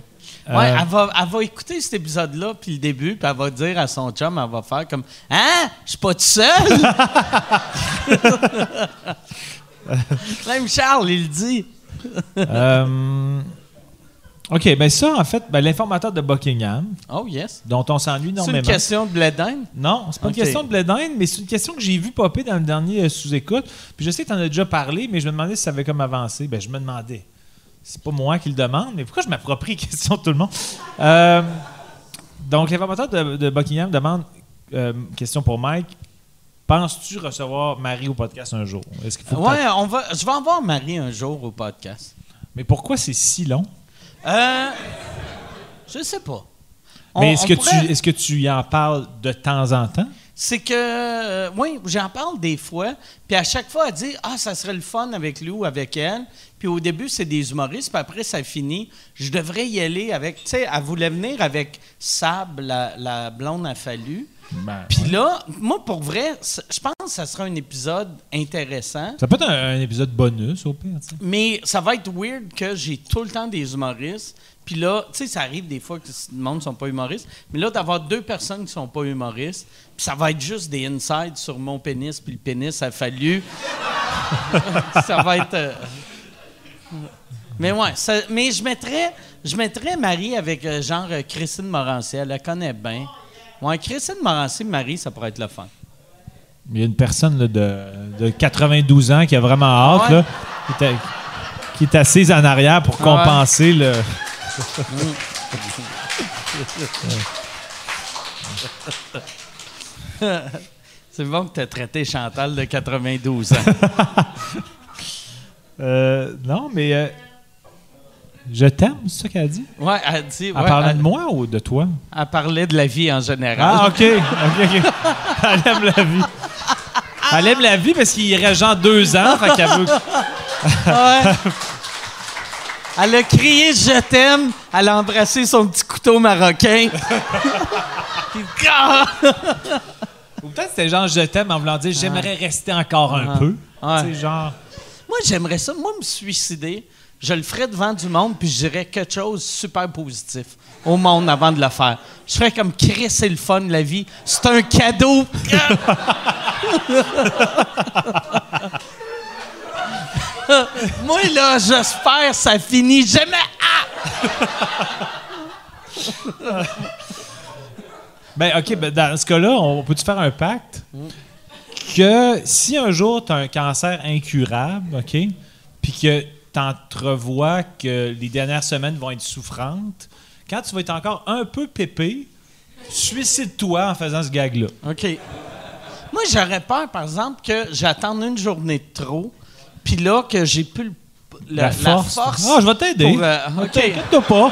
[SPEAKER 3] Euh,
[SPEAKER 4] Ouais, elle, va, elle va écouter cet épisode-là, puis le début, puis elle va dire à son chum, elle va faire comme Hein? Je suis pas tout seul? Même Charles, il le dit.
[SPEAKER 3] Euh, OK, ben ça, en fait, ben, l'informateur de Buckingham,
[SPEAKER 4] Oh, yes.
[SPEAKER 3] dont on s'ennuie
[SPEAKER 4] C'est une
[SPEAKER 3] énormément.
[SPEAKER 4] question de bledin.
[SPEAKER 3] Non, c'est pas
[SPEAKER 4] Ok.
[SPEAKER 3] une question de blé d'Inde, mais c'est une question que j'ai vue popper dans le dernier euh, sous-écoute. Puis je sais que tu en as déjà parlé, mais je me demandais si ça avait comme avancé. Ben, je me demandais C'est pas moi qui le demande, mais pourquoi je m'approprie les questions de tout le monde? Euh, donc, l'informateur de, de Buckingham demande euh, question pour Mike. Penses-tu recevoir Marie au podcast un jour? Est-ce qu'il faut que
[SPEAKER 4] Ouais,
[SPEAKER 3] t'a-
[SPEAKER 4] on va, je vais en voir Marie un jour au podcast.
[SPEAKER 3] Mais pourquoi c'est si long?
[SPEAKER 4] Euh, je sais pas. On-
[SPEAKER 3] mais est-ce
[SPEAKER 4] on
[SPEAKER 3] que, tu,
[SPEAKER 4] pourrait-
[SPEAKER 3] est-ce que tu y en parles de temps en temps?
[SPEAKER 4] C'est que, euh, oui, j'en parle des fois, puis à chaque fois, elle dit « Ah, ça serait le fun avec lui ou avec elle », puis au début, c'est des humoristes, puis après, ça finit. Je devrais y aller avec, tu sais, elle voulait venir avec Sab, la, la blonde à Fallu.
[SPEAKER 3] Ben,
[SPEAKER 4] Puis là, moi, pour vrai, c- je pense que ça sera un épisode intéressant.
[SPEAKER 3] Ça peut être un, un épisode bonus, au pire. tu sais.
[SPEAKER 4] Mais ça va être weird que j'ai tout le temps des humoristes. Puis là, tu sais, ça arrive des fois que le monde ne sont pas humoristes. Mais là, d'avoir deux personnes qui sont pas humoristes, puis ça va être juste des insides sur mon pénis, puis le pénis a fallu. ça va être. euh, Mais ouais, ça- mais je mettrais, je mettrais Marie avec euh, genre euh, Christine Morancy. Elle la connaît bien. Ouais, Christine Morancy, Marie, ça pourrait être le fun.
[SPEAKER 3] Il y a une personne là, de, de 92 ans qui a vraiment hâte,
[SPEAKER 4] Ouais.
[SPEAKER 3] là, qui, est, qui est assise en arrière pour compenser le.
[SPEAKER 4] C'est bon que tu as traité Chantal de 92 ans.
[SPEAKER 3] Euh, non, mais. euh, je t'aime, c'est ça qu'elle a dit?
[SPEAKER 4] Ouais, elle dit.
[SPEAKER 3] Elle
[SPEAKER 4] ouais,
[SPEAKER 3] parlait
[SPEAKER 4] elle-
[SPEAKER 3] de moi ou de toi?
[SPEAKER 4] Elle parlait de la vie en général.
[SPEAKER 3] Ah, OK. OK, OK. Elle aime la vie. Elle aime la vie parce qu'il irait genre deux ans. Fait qu'elle veut...
[SPEAKER 4] Ouais. Elle a crié Je t'aime. Elle a embrassé son petit couteau marocain. Puis, ah!
[SPEAKER 3] Ou peut-être c'était genre je t'aime en voulant dire j'aimerais rester encore un peu.
[SPEAKER 4] Ouais.
[SPEAKER 3] Tu sais, genre.
[SPEAKER 4] Moi, j'aimerais ça. Moi, me suicider, je le ferais devant du monde, puis je dirais quelque chose de super positif au monde avant de le faire. Je ferais comme Chris, c'est le fun, la vie. C'est un cadeau. Ah! Moi, là, j'espère ça finit jamais. Ah!
[SPEAKER 3] Ben, OK, ben, dans ce cas-là, on peut-tu faire un pacte que si un jour tu as un cancer incurable, OK, puis que tu entrevois que les dernières semaines vont être souffrantes, quand tu vas être encore un peu pépé, suicide-toi en faisant ce gag-là.
[SPEAKER 4] OK. Moi, j'aurais peur, par exemple, que j'attende une journée de trop, puis là, que j'ai plus le- le-
[SPEAKER 3] La force. Ah, je vais t'aider.
[SPEAKER 4] pour, euh, OK.
[SPEAKER 3] T'inquiète-toi pas.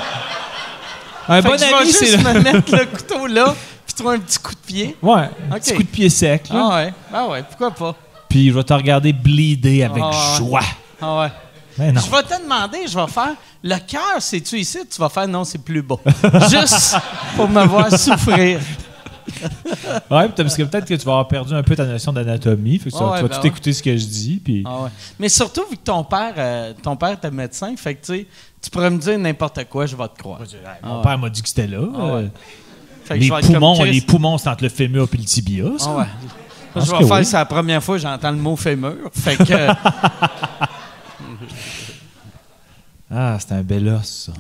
[SPEAKER 3] Un
[SPEAKER 4] Fait
[SPEAKER 3] bon
[SPEAKER 4] que je vais
[SPEAKER 3] ami, c'est
[SPEAKER 4] juste
[SPEAKER 3] le...
[SPEAKER 4] me mettre le couteau là, puis trouver un petit coup de pied.
[SPEAKER 3] Ouais, un
[SPEAKER 4] Ok.
[SPEAKER 3] petit coup de pied sec, là.
[SPEAKER 4] Ah ouais. Ah ouais, pourquoi pas?
[SPEAKER 3] Puis je vais te regarder bleeder avec
[SPEAKER 4] Ah ouais.
[SPEAKER 3] joie.
[SPEAKER 4] Ah ouais.
[SPEAKER 3] Mais non.
[SPEAKER 4] Je vais te demander, je vais faire le cœur, c'est-tu ici? Tu vas faire non, c'est plus beau. Juste pour me voir souffrir.
[SPEAKER 3] Ouais, peut-être- parce que peut-être que tu vas avoir perdu un peu ta notion d'anatomie. Fait que ça,
[SPEAKER 4] Ouais,
[SPEAKER 3] tu vas
[SPEAKER 4] ben
[SPEAKER 3] tout
[SPEAKER 4] ouais.
[SPEAKER 3] écouter ce que je dis. Puis...
[SPEAKER 4] Ah ouais. Mais surtout, vu que ton père, euh, ton père était médecin, fait que tu sais, tu pourrais me dire n'importe quoi, je vais te croire.
[SPEAKER 3] Mon père m'a dit que c'était là. euh,
[SPEAKER 4] Ah, ouais. Fait que
[SPEAKER 3] Les
[SPEAKER 4] je vais être comme
[SPEAKER 3] poumons,
[SPEAKER 4] Chris.
[SPEAKER 3] les poumons, c'est entre le fémur et le tibia. ça.
[SPEAKER 4] Ah ouais. Je
[SPEAKER 3] pense
[SPEAKER 4] vais
[SPEAKER 3] que
[SPEAKER 4] faire,
[SPEAKER 3] oui.
[SPEAKER 4] c'est la première fois que j'entends le mot fémur. Fait que. euh,
[SPEAKER 3] Ah, c'est un bel os, ça.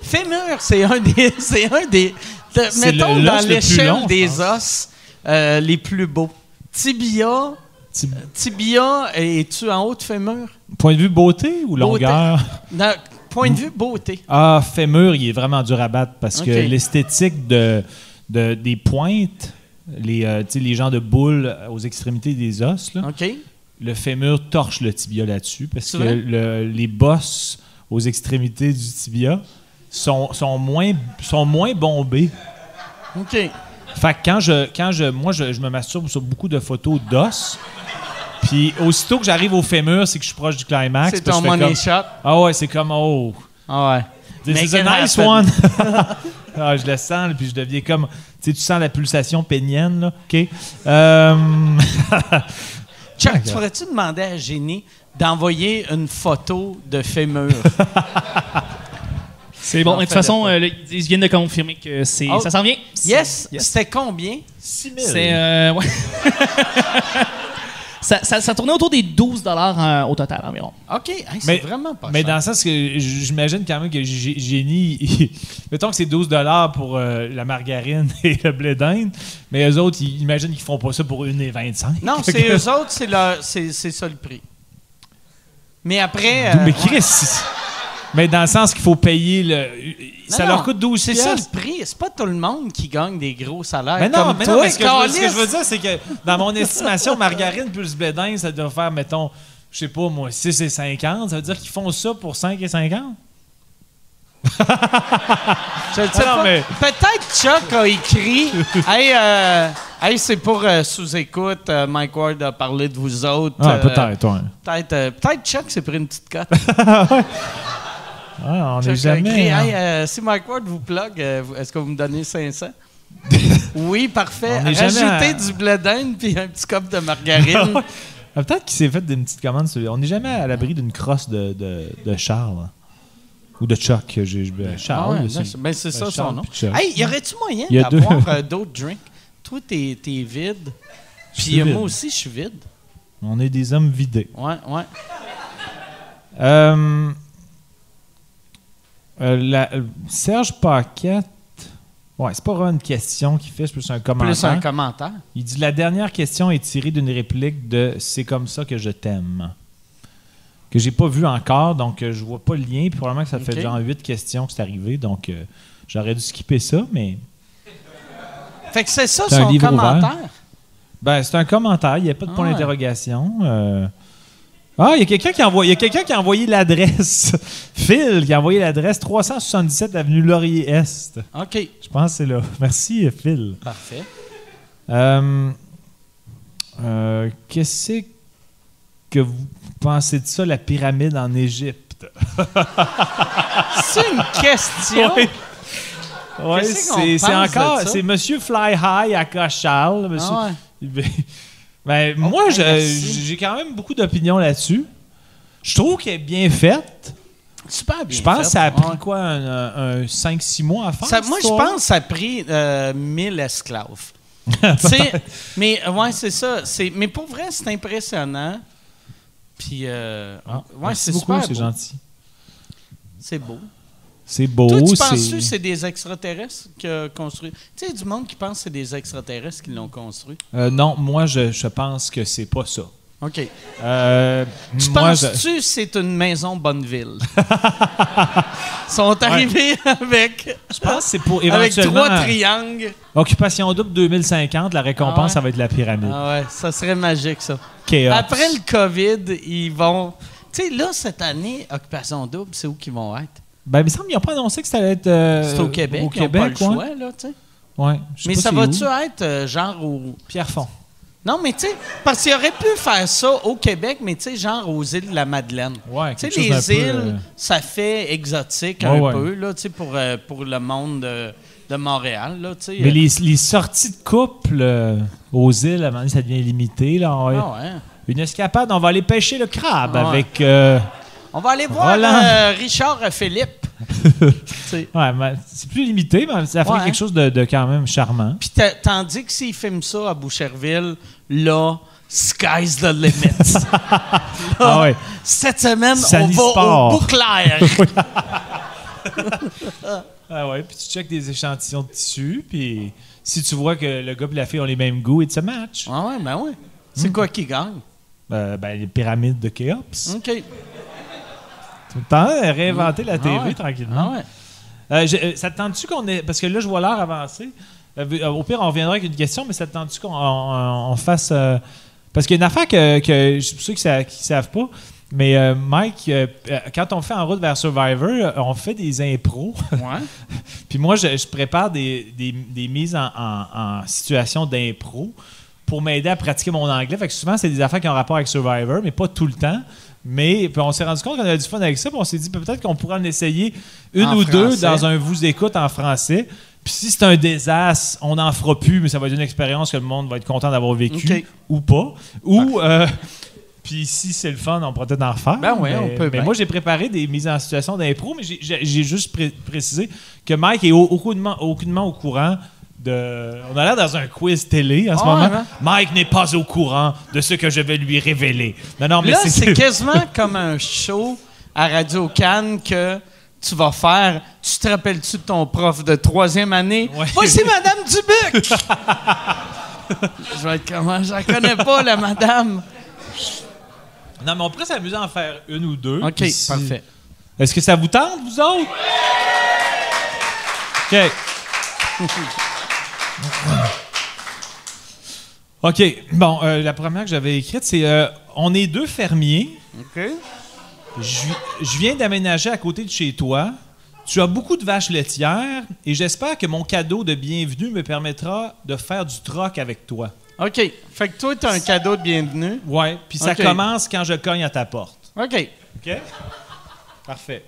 [SPEAKER 4] Fémur, c'est un des. C'est un des. de-
[SPEAKER 3] C'est
[SPEAKER 4] mettons,
[SPEAKER 3] le- l'os le
[SPEAKER 4] dans
[SPEAKER 3] plus long,
[SPEAKER 4] l'échelle
[SPEAKER 3] je
[SPEAKER 4] des
[SPEAKER 3] pense.
[SPEAKER 4] os euh, les plus beaux. Tibia. euh,
[SPEAKER 3] Tib-
[SPEAKER 4] Tibia, es-tu en haut de fémur?
[SPEAKER 3] Point de vue beauté ou
[SPEAKER 4] Beauté.
[SPEAKER 3] longueur?
[SPEAKER 4] Non, point de vue beauté.
[SPEAKER 3] Ah, fémur, il est vraiment dur à battre parce
[SPEAKER 4] Ok.
[SPEAKER 3] que l'esthétique de, de- des pointes, les, euh, tu sais, les gens de boules aux extrémités des os, là,
[SPEAKER 4] OK?
[SPEAKER 3] le fémur torche le tibia là-dessus parce
[SPEAKER 4] C'est
[SPEAKER 3] que
[SPEAKER 4] vrai?
[SPEAKER 3] le- les bosses aux extrémités du tibia sont, sont, moins, sont moins bombées.
[SPEAKER 4] OK.
[SPEAKER 3] Fait que quand je, quand je, moi, je, je me masturbe sur beaucoup de photos d'os. Puis aussitôt que j'arrive au fémur, c'est que je suis proche du climax.
[SPEAKER 4] C'est
[SPEAKER 3] parce
[SPEAKER 4] ton
[SPEAKER 3] que je fais
[SPEAKER 4] money
[SPEAKER 3] comme-
[SPEAKER 4] shot.
[SPEAKER 3] Ah ouais, c'est comme oh,
[SPEAKER 4] Ah ouais.
[SPEAKER 3] this
[SPEAKER 4] Make
[SPEAKER 3] is a
[SPEAKER 4] it
[SPEAKER 3] nice
[SPEAKER 4] happen.
[SPEAKER 3] one. ah, je le sens, là, puis je deviens comme, tu sais, tu sens la pulsation pénienne là. Ok. Euh,
[SPEAKER 4] Chuck,
[SPEAKER 3] Ah,
[SPEAKER 4] tu pourrais-tu demander à Génie d'envoyer une photo de fémur?
[SPEAKER 5] C'est bon.
[SPEAKER 4] Non,
[SPEAKER 5] mais De toute
[SPEAKER 4] fallait
[SPEAKER 5] façon,
[SPEAKER 4] pas.
[SPEAKER 5] euh, là, ils viennent de confirmer que c'est
[SPEAKER 4] Oh.
[SPEAKER 5] ça s'en vient.
[SPEAKER 4] yes! C'était combien?
[SPEAKER 3] 6 000.
[SPEAKER 5] C'est. euh, ouais. ça, ça, ça tournait autour des 12 euh, au total environ.
[SPEAKER 4] OK. Hey, c'est
[SPEAKER 3] Mais-
[SPEAKER 4] vraiment pas
[SPEAKER 3] Mais
[SPEAKER 4] cher.
[SPEAKER 3] dans le sens que j'imagine quand même que Gé- Génie, il- mettons que c'est 12 pour euh, la margarine et le blé d'Inde, mais eux autres, ils imaginent qu'ils font pas ça pour 1,25.
[SPEAKER 4] Non, c'est eux autres, c'est, leur- c'est, c'est ça le prix. Mais après. euh,
[SPEAKER 3] Mais
[SPEAKER 4] ouais.
[SPEAKER 3] Chris, Mais dans le sens qu'il faut payer le. ça
[SPEAKER 4] Non,
[SPEAKER 3] leur
[SPEAKER 4] non.
[SPEAKER 3] coûte 12, c'est
[SPEAKER 4] Pierre,
[SPEAKER 3] ça.
[SPEAKER 4] le prix. C'est pas tout le monde qui gagne des gros salaires.
[SPEAKER 3] Mais non,
[SPEAKER 4] comme
[SPEAKER 3] mais
[SPEAKER 4] toi,
[SPEAKER 3] non, mais ce que, je, veux- ce que je
[SPEAKER 4] Calis.
[SPEAKER 3] veux dire, c'est que dans mon estimation, margarine plus blédin, ça doit faire, mettons, je sais pas, moi, 6 et 50. Ça veut dire qu'ils font ça pour 5 et 50?
[SPEAKER 4] Je le sais
[SPEAKER 3] Ah non,
[SPEAKER 4] pas.
[SPEAKER 3] mais-
[SPEAKER 4] Peut-être Chuck a écrit Hey, euh, hey, c'est pour euh, sous-écoute, euh, Mike Ward a parlé de vous autres.
[SPEAKER 3] Ah,
[SPEAKER 4] euh,
[SPEAKER 3] toi.
[SPEAKER 4] Peut-être euh, peut-être Chuck s'est pris une petite cote.
[SPEAKER 3] Ah, on n'est
[SPEAKER 4] Chuck a écrit,
[SPEAKER 3] jamais. hein.
[SPEAKER 4] Hey, euh, si Mike Ward vous plug, euh, vous- est-ce que vous me donnez 500 Oui, parfait.
[SPEAKER 3] On est
[SPEAKER 4] Rajoutez
[SPEAKER 3] jamais à-
[SPEAKER 4] du blé d'Inde puis un petit cop de margarine.
[SPEAKER 3] Ah, Peut-être qu'il s'est fait une petite commande. sur- On n'est jamais à l'abri d'une crosse de, de, de Charles. Ou de Chuck. que j'ai- ben,
[SPEAKER 4] Ah
[SPEAKER 3] Charles.
[SPEAKER 4] ouais,
[SPEAKER 3] c'est-
[SPEAKER 4] non, c'est- ben, c'est ça
[SPEAKER 3] Charles
[SPEAKER 4] son nom.
[SPEAKER 3] puis Chuck.
[SPEAKER 4] Hey, y aurait-tu moyen
[SPEAKER 3] Il y a deux.
[SPEAKER 4] d'avoir euh, d'autres drinks? Toi, t'es t'es vide.
[SPEAKER 3] Je
[SPEAKER 4] Puis
[SPEAKER 3] suis
[SPEAKER 4] euh,
[SPEAKER 3] vide.
[SPEAKER 4] moi aussi, je suis vide.
[SPEAKER 3] On est des hommes vidés.
[SPEAKER 4] Ouais, ouais.
[SPEAKER 3] Euh, euh, la- euh, Serge Paquette. Ouais, c'est pas vraiment une question qu'il fait, c'est plus un commentaire.
[SPEAKER 4] Plus un commentaire.
[SPEAKER 3] Il dit La dernière question est tirée d'une réplique de C'est comme ça que je t'aime. Que j'ai pas vu encore, donc euh, je vois pas le lien. Puis probablement que ça fait
[SPEAKER 4] Ok.
[SPEAKER 3] genre huit questions que c'est arrivé, donc euh, j'aurais dû skipper ça, mais.
[SPEAKER 4] Fait que c'est ça
[SPEAKER 3] C'est un
[SPEAKER 4] son
[SPEAKER 3] livre
[SPEAKER 4] commentaire.
[SPEAKER 3] Ben, c'est un commentaire, il n'y a pas de
[SPEAKER 4] Ah
[SPEAKER 3] point
[SPEAKER 4] ouais.
[SPEAKER 3] d'interrogation. euh. Ah, il y a quelqu'un qui, envoie- il y a quelqu'un qui a envoyé l'adresse. Phil, qui a envoyé l'adresse 377 Avenue Laurier-Est.
[SPEAKER 4] OK,
[SPEAKER 3] Je pense que c'est là. Merci, Phil.
[SPEAKER 4] parfait.
[SPEAKER 3] Euh, euh, Qu'est-ce que vous pensez de ça, la pyramide en Égypte?
[SPEAKER 4] C'est une question.
[SPEAKER 3] Oui. Ouais,
[SPEAKER 4] Qu'est-ce qu'on
[SPEAKER 3] c'est c'est
[SPEAKER 4] pense de
[SPEAKER 3] encore.
[SPEAKER 4] ça?
[SPEAKER 3] C'est Monsieur Fly High à Cocharle. monsieur-
[SPEAKER 4] Ah ouais. Oh,
[SPEAKER 3] Ben, ben, moi, je-
[SPEAKER 4] merci.
[SPEAKER 3] j'ai quand même beaucoup d'opinions là-dessus. Je trouve qu'elle est bien faite.
[SPEAKER 4] Super bien
[SPEAKER 3] Je pense
[SPEAKER 4] fait.
[SPEAKER 3] que ça a pris
[SPEAKER 4] Ouais.
[SPEAKER 3] quoi, un, un- un 5-6 mois à faire?
[SPEAKER 4] Ça- moi,
[SPEAKER 3] cette
[SPEAKER 4] je
[SPEAKER 3] histoire-là?
[SPEAKER 4] pense que ça a pris euh, 1000 esclaves. Tu sais, mais euh, ouais, c'est ça. C'est- Mais pour vrai, c'est impressionnant. Puis, euh,
[SPEAKER 3] Ah,
[SPEAKER 4] ouais,
[SPEAKER 3] merci
[SPEAKER 4] c'est
[SPEAKER 3] beaucoup,
[SPEAKER 4] super.
[SPEAKER 3] c'est
[SPEAKER 4] beau.
[SPEAKER 3] gentil.
[SPEAKER 4] C'est beau.
[SPEAKER 3] C'est beau.
[SPEAKER 4] Toi, tu
[SPEAKER 3] c'est-
[SPEAKER 4] penses-tu que c'est des extraterrestres qui ont construit? Tu sais, du monde qui pense que c'est des extraterrestres qui l'ont construit.
[SPEAKER 3] Euh, non, moi, je, je pense que c'est pas ça.
[SPEAKER 4] OK.
[SPEAKER 3] Euh,
[SPEAKER 4] Tu
[SPEAKER 3] moi, je-
[SPEAKER 4] penses-tu que c'est une maison Bonneville? Ils sont arrivés avec,
[SPEAKER 3] Je pense que c'est pour
[SPEAKER 4] avec
[SPEAKER 3] éventuellement.
[SPEAKER 4] trois triangles.
[SPEAKER 3] Occupation double 2050, la récompense,
[SPEAKER 4] Ah ouais?
[SPEAKER 3] ça va être la pyramide.
[SPEAKER 4] Ah ouais, ça serait magique, ça.
[SPEAKER 3] Chaos.
[SPEAKER 4] Après le COVID, ils vont... Tu sais, là, cette année, Occupation Double, c'est où qu'ils vont être?
[SPEAKER 3] Ben, il me semble qu'ils n'ont pas annoncé que ça allait être. euh,
[SPEAKER 4] C'est au Québec,
[SPEAKER 3] Au
[SPEAKER 4] ils n'ont pas le
[SPEAKER 3] Québec, ouais.
[SPEAKER 4] choix, là, tu sais.
[SPEAKER 3] Ouais, je sais
[SPEAKER 4] Mais
[SPEAKER 3] pas
[SPEAKER 4] ça
[SPEAKER 3] c'est
[SPEAKER 4] va-tu
[SPEAKER 3] où.
[SPEAKER 4] être euh, genre au...
[SPEAKER 3] Pierrefonds.
[SPEAKER 4] Non, mais tu sais, parce qu'il aurait pu faire ça au Québec, mais tu sais, genre aux îles de la Madeleine.
[SPEAKER 3] Ouais,
[SPEAKER 4] Tu sais,
[SPEAKER 3] quelque chose d'un
[SPEAKER 4] les
[SPEAKER 3] peu,
[SPEAKER 4] îles,
[SPEAKER 3] euh,
[SPEAKER 4] ça fait exotique
[SPEAKER 3] Ouais,
[SPEAKER 4] un
[SPEAKER 3] ouais.
[SPEAKER 4] peu, là, tu sais, pour, euh, pour le monde de, de Montréal, là, tu sais.
[SPEAKER 3] Mais les, les sorties de couple euh, aux îles, à un moment donné, ça devient limité. Là, On-
[SPEAKER 4] Ah ouais.
[SPEAKER 3] Une escapade, on va aller pêcher le crabe
[SPEAKER 4] Ah ouais.
[SPEAKER 3] avec. euh,
[SPEAKER 4] On va aller voir
[SPEAKER 3] Roland.
[SPEAKER 4] euh, Richard Philippe. Tu sais.
[SPEAKER 3] ouais, mais c'est plus limité, mais ça ferait
[SPEAKER 4] Ouais, hein.
[SPEAKER 3] quelque chose de, de quand même charmant.
[SPEAKER 4] Puis ta- tandis que s'ils filment ça à Boucherville, là, sky's the limit. Là,
[SPEAKER 3] Ah ouais.
[SPEAKER 4] Cette semaine, on va
[SPEAKER 3] Sanisport.
[SPEAKER 4] au Bouclair.
[SPEAKER 3] Ah ouais, puis tu checkes des échantillons de tissu, puis si tu vois que le gars et la fille ont les mêmes goûts, it's a match.
[SPEAKER 4] ah ouais, ben ouais. C'est quoi qui gagne?
[SPEAKER 3] Euh, ben, les pyramides de Khéops.
[SPEAKER 4] OK.
[SPEAKER 3] Tout le temps, euh, réinventer la TV
[SPEAKER 4] Ah ouais.
[SPEAKER 3] tranquillement.
[SPEAKER 4] Ah ouais.
[SPEAKER 3] Euh, je- euh, ça te tente-tu qu'on ait. Parce que là, je vois l'heure avancer. Euh, euh, au pire, on reviendra avec une question, mais ça te tente-tu qu'on on- on fasse. euh, Parce qu'il y a une affaire que, que je suis sûr qu'ils ne savent pas. Mais euh, Mike, euh, euh, quand on fait en route vers Survivor, euh, on fait des impros.
[SPEAKER 4] Ouais.
[SPEAKER 3] Puis moi, je, je prépare des, des- des mises en, en- en situation d'impro pour m'aider à pratiquer mon anglais. Fait que souvent, c'est des affaires qui ont rapport avec Survivor, mais pas tout le temps. Mais puis on s'est rendu compte qu'on avait du fun avec ça, puis on s'est dit peut-être qu'on pourrait en essayer une
[SPEAKER 4] En
[SPEAKER 3] ou deux
[SPEAKER 4] français.
[SPEAKER 3] dans un vous écoute en français. Puis si c'est un désastre, on n'en fera plus, mais ça va être une expérience que le monde va être content d'avoir vécu
[SPEAKER 4] Ok.
[SPEAKER 3] ou pas. Ou euh, puis si c'est le fun, on pourrait peut-être en faire.
[SPEAKER 4] Ben ouais,
[SPEAKER 3] mais,
[SPEAKER 4] on peut
[SPEAKER 3] mais
[SPEAKER 4] bien.
[SPEAKER 3] moi, j'ai préparé des mises en situation d'impro, mais j'ai- j'ai j'ai juste pré- précisé que Mike est au- aucunement, aucunement au courant de. On a l'air dans un quiz télé en ce
[SPEAKER 4] Ah,
[SPEAKER 3] moment.
[SPEAKER 4] ouais, hein?
[SPEAKER 3] Mike n'est pas au courant de ce que je vais lui révéler. Non, non, mais
[SPEAKER 4] Là, c'est
[SPEAKER 3] c'est.
[SPEAKER 4] quasiment comme un show à Radio Cannes que tu vas faire. Tu te rappelles-tu de ton prof de troisième année?
[SPEAKER 3] Ouais.
[SPEAKER 4] Voici Madame Dubuc! Je vais être comment? Je la connais pas, la madame.
[SPEAKER 3] Non, mais on pourrait s'amuser à en faire une ou deux.
[SPEAKER 4] OK,
[SPEAKER 3] puis si-
[SPEAKER 4] parfait.
[SPEAKER 3] Est-ce que ça vous tente, vous autres? OK. OK. Bon, euh, la première que j'avais écrite, c'est euh, On est deux fermiers.
[SPEAKER 4] OK.
[SPEAKER 3] Je je viens d'aménager à côté de chez toi. Tu as beaucoup de vaches laitières et j'espère que mon cadeau de bienvenue me permettra de faire du troc avec toi.
[SPEAKER 4] OK. Fait que toi, t'as un cadeau de bienvenue.
[SPEAKER 3] Ouais, puis ça
[SPEAKER 4] OK.
[SPEAKER 3] commence quand je cogne à ta porte.
[SPEAKER 4] OK.
[SPEAKER 3] OK? Parfait.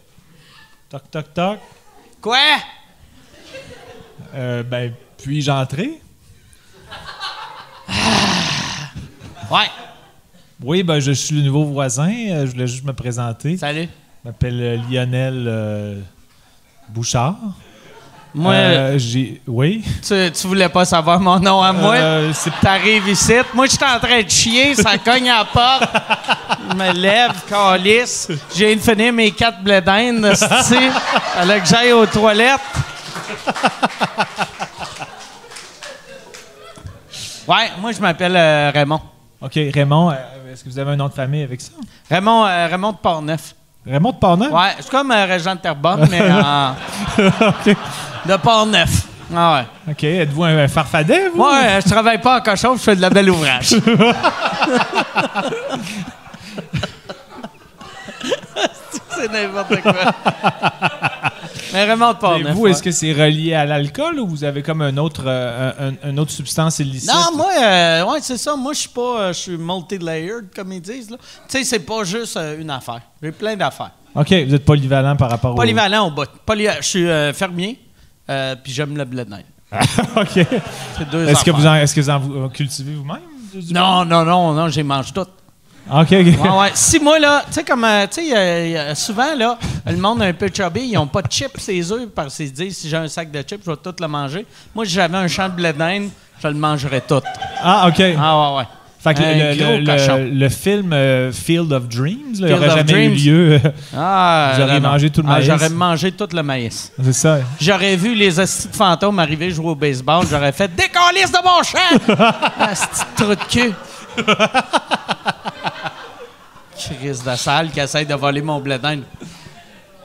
[SPEAKER 3] Toc, toc, toc.
[SPEAKER 4] Quoi?
[SPEAKER 3] Euh, ben, puis-je entrer?
[SPEAKER 4] Ouais.
[SPEAKER 3] Oui, ben, je suis le nouveau voisin. Euh, Je voulais juste me présenter. Je
[SPEAKER 4] Salut.
[SPEAKER 3] m'appelle euh, Lionel euh, Bouchard.
[SPEAKER 4] Moi,
[SPEAKER 3] Euh, j'ai. Oui.
[SPEAKER 4] tu, tu voulais pas savoir mon nom à moi?
[SPEAKER 3] Euh, c'est-
[SPEAKER 4] T'arrives ici. Moi, j'étais en train de chier. Ça cogne à la porte. Je me lève, calisse. J'ai une fini mes quatre blés d'Inde, esti. Fallait que j'aille aux toilettes. Ouais, moi, je m'appelle euh, Raymond.
[SPEAKER 3] OK, Raymond, euh, est-ce que vous avez un nom de famille avec ça?
[SPEAKER 4] Raymond, euh, Raymond de Portneuf.
[SPEAKER 3] Raymond de Portneuf?
[SPEAKER 4] Ouais, c'est comme euh, Régent de Terrebonne, mais en-
[SPEAKER 3] OK.
[SPEAKER 4] de Portneuf. Ah ouais.
[SPEAKER 3] OK. Êtes-vous un, un farfadet, vous?
[SPEAKER 4] Moi, euh, je travaille pas en cochon, je fais de la belle ouvrage. c'est n'importe quoi. Mais Raymond hein, de
[SPEAKER 3] Et
[SPEAKER 4] Portneuf.
[SPEAKER 3] vous, est-ce
[SPEAKER 4] ouais.
[SPEAKER 3] que c'est relié à l'alcool ou vous avez comme un autre, euh, un- un- une autre substance illicite?
[SPEAKER 4] Non, moi, euh, ouais, c'est ça. Moi, je suis pas, euh, je suis multi-layered, comme ils disent. là. Tu sais, c'est pas juste euh, une affaire. J'ai plein d'affaires.
[SPEAKER 3] OK, vous êtes polyvalent par rapport
[SPEAKER 4] Polyvalent au bout. Poly- je suis euh, fermier, euh, puis j'aime le blé de neige.
[SPEAKER 3] au... OK.
[SPEAKER 4] C'est deux
[SPEAKER 3] Est-ce que,
[SPEAKER 4] affaires.
[SPEAKER 3] vous en, est-ce que vous en vous- euh, cultivez vous-même? du- du-
[SPEAKER 4] Non, non, non, non, j'ai mangé tout.
[SPEAKER 3] OK, OK.
[SPEAKER 4] Ouais, ouais. Si moi, là, tu sais, comme, euh, tu sais, euh, euh, souvent, là, le monde un peu chubby, ils ont pas de chips, ces œufs, parce qu'ils se disent, si j'ai un sac de chips, je vais tout le manger. Moi, si j'avais un champ de blé d'Inde, je le mangerais tout.
[SPEAKER 3] Ah, OK.
[SPEAKER 4] Ah, ouais, ouais.
[SPEAKER 3] Fait que
[SPEAKER 4] Un
[SPEAKER 3] le,
[SPEAKER 4] gros
[SPEAKER 3] le- le-
[SPEAKER 4] cochon.
[SPEAKER 3] le film euh, Field of Dreams, là, il
[SPEAKER 4] Field
[SPEAKER 3] n'aurait
[SPEAKER 4] of
[SPEAKER 3] jamais eu
[SPEAKER 4] Dreams.
[SPEAKER 3] lieu.
[SPEAKER 4] Ah,
[SPEAKER 3] Vous auriez
[SPEAKER 4] non, non.
[SPEAKER 3] mangé tout le
[SPEAKER 4] Ah,
[SPEAKER 3] maïs.
[SPEAKER 4] J'aurais mangé tout le maïs.
[SPEAKER 3] C'est ça.
[SPEAKER 4] J'aurais vu les hosties de fantômes arriver jouer au baseball, j'aurais fait décalisse de mon champ! Hostie de trou de cul! Chris de salle qui essaye de voler mon blé d'Inde.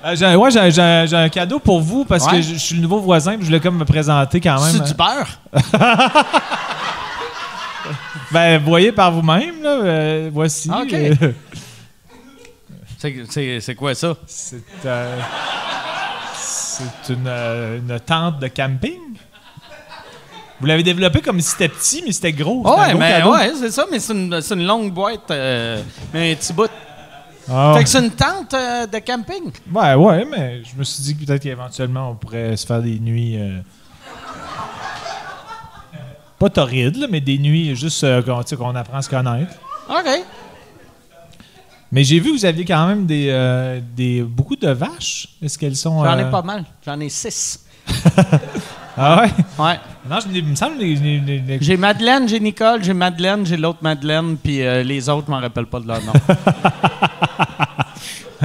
[SPEAKER 3] Euh, j'ai, ouais, j'ai, j'ai- j'ai un cadeau pour vous parce que
[SPEAKER 4] Ouais.
[SPEAKER 3] je, je suis le nouveau voisin puis je voulais comme me présenter quand même.
[SPEAKER 4] C'est du beurre?
[SPEAKER 3] Ben, voyez par vous-même, là. euh, voici.
[SPEAKER 4] OK.
[SPEAKER 3] euh,
[SPEAKER 4] C'est- C'est c'est quoi ça?
[SPEAKER 3] c'est, euh, c'est une, euh, une tente de camping. Vous l'avez développé comme si c'était petit, mais c'était gros. C'était un
[SPEAKER 4] Ouais,
[SPEAKER 3] gros
[SPEAKER 4] mais
[SPEAKER 3] cadeau.
[SPEAKER 4] ouais, c'est ça, mais c'est une, c'est une longue boîte, euh, mais un petit bout.
[SPEAKER 3] Ah,
[SPEAKER 4] Fait que c'est une tente euh, de camping.
[SPEAKER 3] ouais, Ben, ouais, mais je me suis dit que peut-être qu'éventuellement on pourrait se faire des nuits. euh, Pas torrides, là, mais des nuits juste euh, qu'on tu sais, qu'on apprend à se connaître.
[SPEAKER 4] OK.
[SPEAKER 3] Mais j'ai vu que vous aviez quand même des, euh, des beaucoup de vaches. Est-ce qu'elles sont.
[SPEAKER 4] J'en ai
[SPEAKER 3] euh,
[SPEAKER 4] pas mal. J'en ai six.
[SPEAKER 3] Ah ouais?
[SPEAKER 4] Ouais.
[SPEAKER 3] Non, je, il me semble que les- les- les- les-
[SPEAKER 4] J'ai Madeleine, j'ai Nicole, j'ai Madeleine, j'ai l'autre Madeleine, puis euh, les autres, je m'en rappelle pas de leur nom.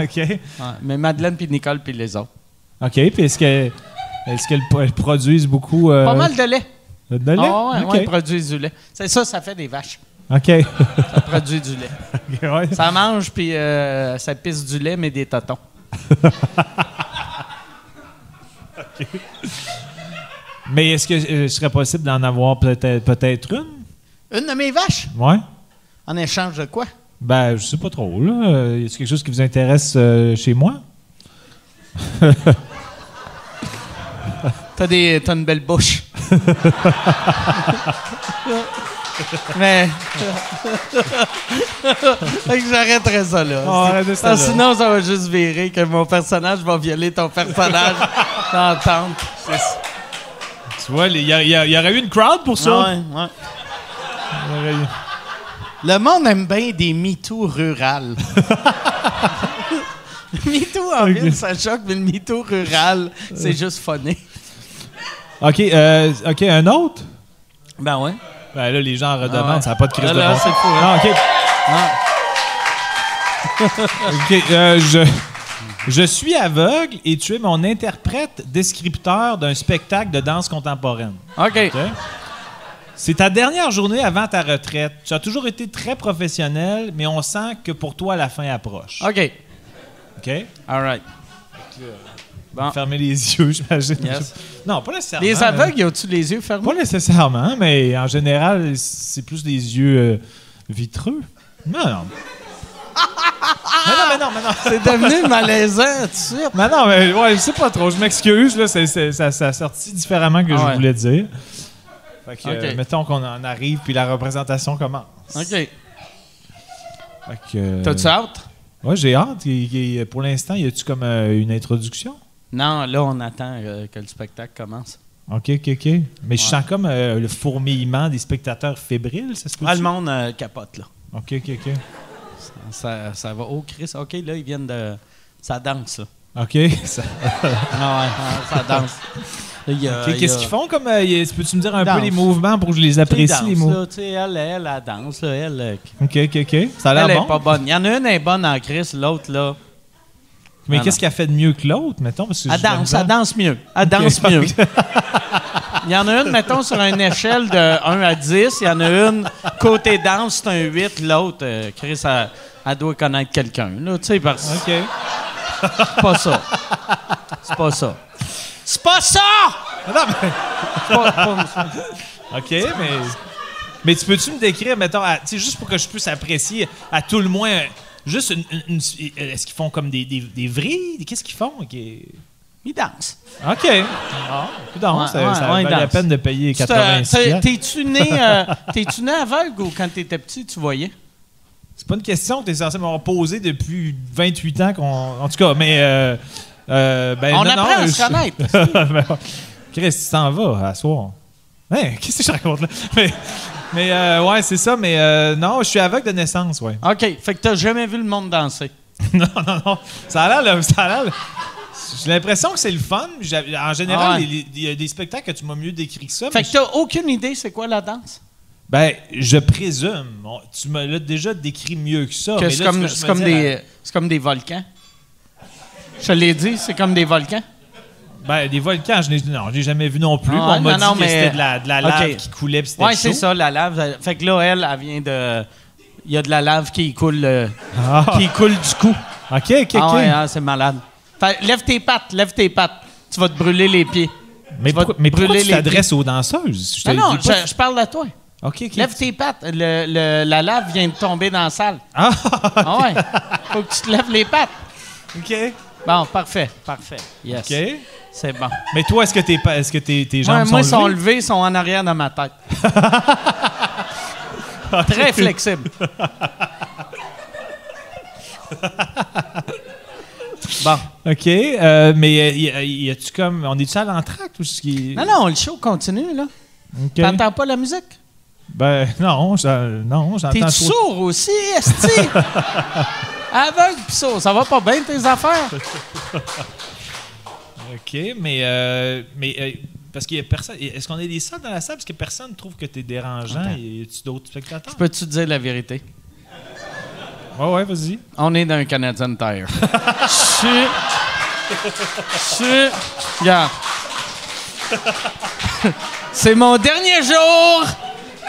[SPEAKER 3] OK.
[SPEAKER 4] Ouais, Mais Madeleine, puis Nicole, puis les autres.
[SPEAKER 3] OK, puis est-ce que est-ce qu'elles pro- elles produisent beaucoup euh,
[SPEAKER 4] Pas mal de lait.
[SPEAKER 3] de lait?
[SPEAKER 4] Ah ouais,
[SPEAKER 3] OK.
[SPEAKER 4] ouais, ils produisent du lait. C'est ça, ça fait des vaches.
[SPEAKER 3] OK.
[SPEAKER 4] Ça produit du lait.
[SPEAKER 3] OK, ouais.
[SPEAKER 4] Ça mange, puis euh, ça pisse du lait, mais des totons.
[SPEAKER 3] Mais est-ce que euh, ce serait possible d'en avoir peut-être peut-être une?
[SPEAKER 4] Une de mes vaches,
[SPEAKER 3] Ouais.
[SPEAKER 4] en échange de quoi?
[SPEAKER 3] Ben, je sais pas trop là, Euh, est-ce quelque chose qui vous intéresse euh, chez moi?
[SPEAKER 4] T'as des, t'as une belle bouche. Mais. Fait que j'arrêterai ça là.
[SPEAKER 3] Oh, arrêtez ça,
[SPEAKER 4] Parce que
[SPEAKER 3] là.
[SPEAKER 4] sinon, Ah, ça va juste virer que mon personnage va violer ton personnage dans la tente.
[SPEAKER 3] Tu vois, il y, aurait eu une crowd pour
[SPEAKER 4] Ah Ouais, ouais. Le monde aime bien des MeToo rurales. MeToo en ville, ça choque, mais le MeToo rural, c'est juste funny.
[SPEAKER 3] OK, euh, OK, un autre?
[SPEAKER 4] Ben ouais.
[SPEAKER 3] Ben là, les gens en redemandent,
[SPEAKER 4] Ah ouais.
[SPEAKER 3] ça n'a pas de crise
[SPEAKER 4] Là,
[SPEAKER 3] de
[SPEAKER 4] là,
[SPEAKER 3] bon
[SPEAKER 4] c'est
[SPEAKER 3] sens.
[SPEAKER 4] fou, hein?
[SPEAKER 3] Non, OK. Ah, OK, euh, je... Je suis aveugle et tu es mon interprète descripteur d'un spectacle de danse contemporaine.
[SPEAKER 4] OK.
[SPEAKER 3] OK? C'est ta dernière journée avant ta retraite. Tu as toujours été très
[SPEAKER 4] Ah.
[SPEAKER 3] professionnel, mais on sent que pour toi, la fin approche.
[SPEAKER 4] OK.
[SPEAKER 3] OK?
[SPEAKER 4] All right. Bon.
[SPEAKER 3] Fermer les yeux, j'imagine.
[SPEAKER 4] Ah. Yes.
[SPEAKER 3] Non, pas nécessairement.
[SPEAKER 4] Les
[SPEAKER 3] là.
[SPEAKER 4] aveugles, ils ont-tu les yeux fermés?
[SPEAKER 3] Pas nécessairement, mais en général, c'est plus des yeux euh, vitreux. Non, non. mais non, mais non, mais non.
[SPEAKER 4] C'est devenu malaisant tout de suite.
[SPEAKER 3] Mais non, mais ouais, je sais pas trop. Je m'excuse, là. c'est- c'est- ça, ça a sorti différemment que
[SPEAKER 4] Ah
[SPEAKER 3] je
[SPEAKER 4] ouais.
[SPEAKER 3] voulais dire. Fait que, euh,
[SPEAKER 4] Ok.
[SPEAKER 3] mettons qu'on en arrive, puis la représentation commence.
[SPEAKER 4] OK.
[SPEAKER 3] Fait que, euh,
[SPEAKER 4] T'as-tu hâte?
[SPEAKER 3] Ouais, j'ai hâte. Il- il- pour l'instant, y a-tu comme euh, une introduction?
[SPEAKER 4] Non, là, on attend euh, que le spectacle commence.
[SPEAKER 3] OK, OK, OK. Mais je sens comme euh, le fourmillement des spectateurs fébriles, ça se peut
[SPEAKER 4] Ah, le monde euh, capote, là.
[SPEAKER 3] OK, OK, OK.
[SPEAKER 4] Ça, ça va. Oh, Chris, OK, là, ils viennent de. Ça danse, là.
[SPEAKER 3] OK. ça-
[SPEAKER 4] Ah ouais, ah, ça danse. Là, il y a-
[SPEAKER 3] OK,
[SPEAKER 4] il y
[SPEAKER 3] Qu'est-ce
[SPEAKER 4] a-
[SPEAKER 3] qu'ils font comme. euh, y a- peux-tu me dire un
[SPEAKER 4] Danse.
[SPEAKER 3] peu les mouvements pour que je les
[SPEAKER 4] Tu sais, ils
[SPEAKER 3] apprécie, les
[SPEAKER 4] dansent,
[SPEAKER 3] mots?
[SPEAKER 4] là, tu sais, elle, elle, elle danse, là, elle. euh,
[SPEAKER 3] OK, OK, OK. Ça a
[SPEAKER 4] Elle
[SPEAKER 3] l'air
[SPEAKER 4] est
[SPEAKER 3] bon.
[SPEAKER 4] pas bonne. Il y en a une elle est bonne en Chris, l'autre, là.
[SPEAKER 3] Mais
[SPEAKER 4] Non,
[SPEAKER 3] qu'est-ce
[SPEAKER 4] non.
[SPEAKER 3] qu'elle fait de mieux que l'autre, mettons? Parce que
[SPEAKER 4] Elle
[SPEAKER 3] j'ai de la
[SPEAKER 4] danse,
[SPEAKER 3] misère.
[SPEAKER 4] elle danse mieux. Elle danse
[SPEAKER 3] Ok.
[SPEAKER 4] mieux. Il y en a une, mettons, sur une échelle de 1 à 10. Il y en a une, côté danse, c'est un 8. L'autre, euh, Chris, elle, elle doit connaître quelqu'un. Là, tu sais, parce que
[SPEAKER 3] OK.
[SPEAKER 4] c'est pas ça. C'est pas ça. C'est pas ça! C'est pas- pas-
[SPEAKER 3] OK, mais. Mais tu peux-tu me décrire, mettons, à- tu sais, juste pour que je puisse apprécier à tout le moins, euh, juste une. une- une- Est-ce qu'ils font comme des, des, des vrilles? Qu'est-ce qu'ils font? OK.
[SPEAKER 4] Il danse.
[SPEAKER 3] OK. Ah, coudonc,
[SPEAKER 4] Ouais,
[SPEAKER 3] ça,
[SPEAKER 4] ouais,
[SPEAKER 3] ça valait
[SPEAKER 4] ouais,
[SPEAKER 3] la
[SPEAKER 4] danse.
[SPEAKER 3] peine de payer
[SPEAKER 4] Tu te-
[SPEAKER 3] 86
[SPEAKER 4] euh, t'es-
[SPEAKER 3] piastres.
[SPEAKER 4] T'es-tu né, euh, t'es-tu né aveugle ou quand t'étais petit, tu voyais?
[SPEAKER 3] C'est pas une question que tu es censé m'avoir posée depuis 28 ans. qu'on- En tout cas, mais. euh, euh, ben, non,
[SPEAKER 4] On
[SPEAKER 3] non,
[SPEAKER 4] apprend à
[SPEAKER 3] je-
[SPEAKER 4] se connaître.
[SPEAKER 3] Ben, Chris, tu t'en vas à soir. Hein, qu'est-ce que je raconte là? Mais, mais, euh, ouais, c'est ça, mais euh, non, je suis aveugle de naissance, ouais.
[SPEAKER 4] OK, fait que t'as jamais vu le monde danser.
[SPEAKER 3] non, non, non. Ça a l'air, là, ça a l'air. là. J'ai l'impression que c'est le fun. mais j'ai- En général,
[SPEAKER 4] Ah ouais.
[SPEAKER 3] les- les- il y a des spectacles que tu m'as mieux décrit que ça. mais
[SPEAKER 4] Fait que t'as aucune idée c'est quoi la danse?
[SPEAKER 3] Ben, je présume. On- Tu me l'as déjà décrit mieux que ça.
[SPEAKER 4] Que
[SPEAKER 3] Ah, mais là,
[SPEAKER 4] c'est
[SPEAKER 3] tu
[SPEAKER 4] comme,
[SPEAKER 3] peux- je
[SPEAKER 4] c'est
[SPEAKER 3] me
[SPEAKER 4] comme
[SPEAKER 3] dis,
[SPEAKER 4] des, c'est comme des volcans. Je te l'ai dit, c'est comme des volcans.
[SPEAKER 3] Ben, des volcans, je n'ai non, je l'ai jamais vu non plus.
[SPEAKER 4] Ah,
[SPEAKER 3] on m'a
[SPEAKER 4] non,
[SPEAKER 3] dit
[SPEAKER 4] non,
[SPEAKER 3] que
[SPEAKER 4] mais-
[SPEAKER 3] c'était de la, de la lave
[SPEAKER 4] Ok.
[SPEAKER 3] qui coulait. puis c'était
[SPEAKER 4] Ouais,
[SPEAKER 3] chaud.
[SPEAKER 4] c'est ça, la lave. elle- Fait que là, elle, elle vient de. Il y a de la lave qui coule, euh,
[SPEAKER 3] Ah.
[SPEAKER 4] qui coule du cou.
[SPEAKER 3] OK, OK,
[SPEAKER 4] Ah
[SPEAKER 3] OK.
[SPEAKER 4] ouais, ah, c'est malade. Fait, lève tes pattes, lève tes pattes. Tu vas te brûler les pieds.
[SPEAKER 3] mais
[SPEAKER 4] tu vas
[SPEAKER 3] pourquoi, mais pourquoi
[SPEAKER 4] brûler
[SPEAKER 3] tu
[SPEAKER 4] les
[SPEAKER 3] t'adresses aux danseuses? Je te
[SPEAKER 4] Non,
[SPEAKER 3] le
[SPEAKER 4] non,
[SPEAKER 3] dis pas.
[SPEAKER 4] je, je parle à toi.
[SPEAKER 3] OK, OK.
[SPEAKER 4] Lève tes pattes. Le- le- la lave vient de tomber dans la salle.
[SPEAKER 3] Ah,
[SPEAKER 4] Ah ouais. Faut que tu te lèves les pattes.
[SPEAKER 3] OK.
[SPEAKER 4] Bon, parfait, parfait. Yes.
[SPEAKER 3] OK.
[SPEAKER 4] C'est bon.
[SPEAKER 3] Mais toi, est-ce que, t'es pas- est-ce que tes, tes jambes
[SPEAKER 4] Ouais, moi, ils
[SPEAKER 3] sont
[SPEAKER 4] sont
[SPEAKER 3] levées?
[SPEAKER 4] levés, ils sont en arrière dans ma tête. Très flexible. bon.
[SPEAKER 3] OK, euh, mais euh, y, y- y a-tu comme... On est-tu à l'entracte ou ce qui...
[SPEAKER 4] Non, non, le show continue, là.
[SPEAKER 3] OK.
[SPEAKER 4] T'entends pas la musique?
[SPEAKER 3] Ben non, j'en- non j'entends...
[SPEAKER 4] T'es-tu
[SPEAKER 3] trop-
[SPEAKER 4] sourd aussi, esti? Aveugle pis sourd, ça va pas bien tes affaires?
[SPEAKER 3] OK, mais... euh, mais euh, parce qu'il y a personne... Est-ce qu'on est des salles dans la salle? Parce que personne trouve que t'es dérangeant.
[SPEAKER 4] Attends.
[SPEAKER 3] Y a-tu d'autres spectateurs?
[SPEAKER 4] Peux-tu te dire la vérité?
[SPEAKER 3] Ouais, ouais, vas-y.
[SPEAKER 4] On est dans un Canadian Tire. Je suis... Je suis... Regarde. C'est mon dernier jour.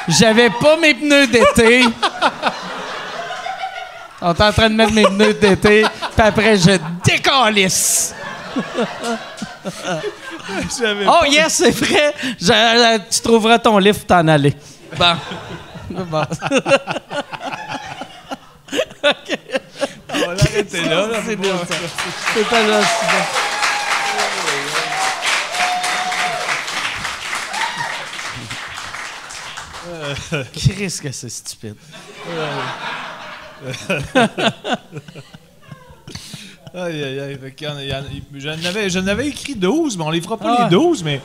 [SPEAKER 4] J'avais pas mes pneus d'été. On est en train de mettre mes pneus d'été. Puis après, je décalisse.
[SPEAKER 3] J'avais
[SPEAKER 4] Oh yes, c'est vrai. Je- je- tu trouveras ton livre pour t'en aller. Bon. Bon.
[SPEAKER 3] pas l'arrêter là. là.
[SPEAKER 4] C'est bien ça. C'est pas là, c'est bon. Qu'est-ce que c'est stupide?
[SPEAKER 3] Aïe, aïe, aïe. Fait qu'il y en a- il y en a- J'en avais, j'en avais écrit 12, mais on les fera pas
[SPEAKER 4] Ah.
[SPEAKER 3] les 12, mais...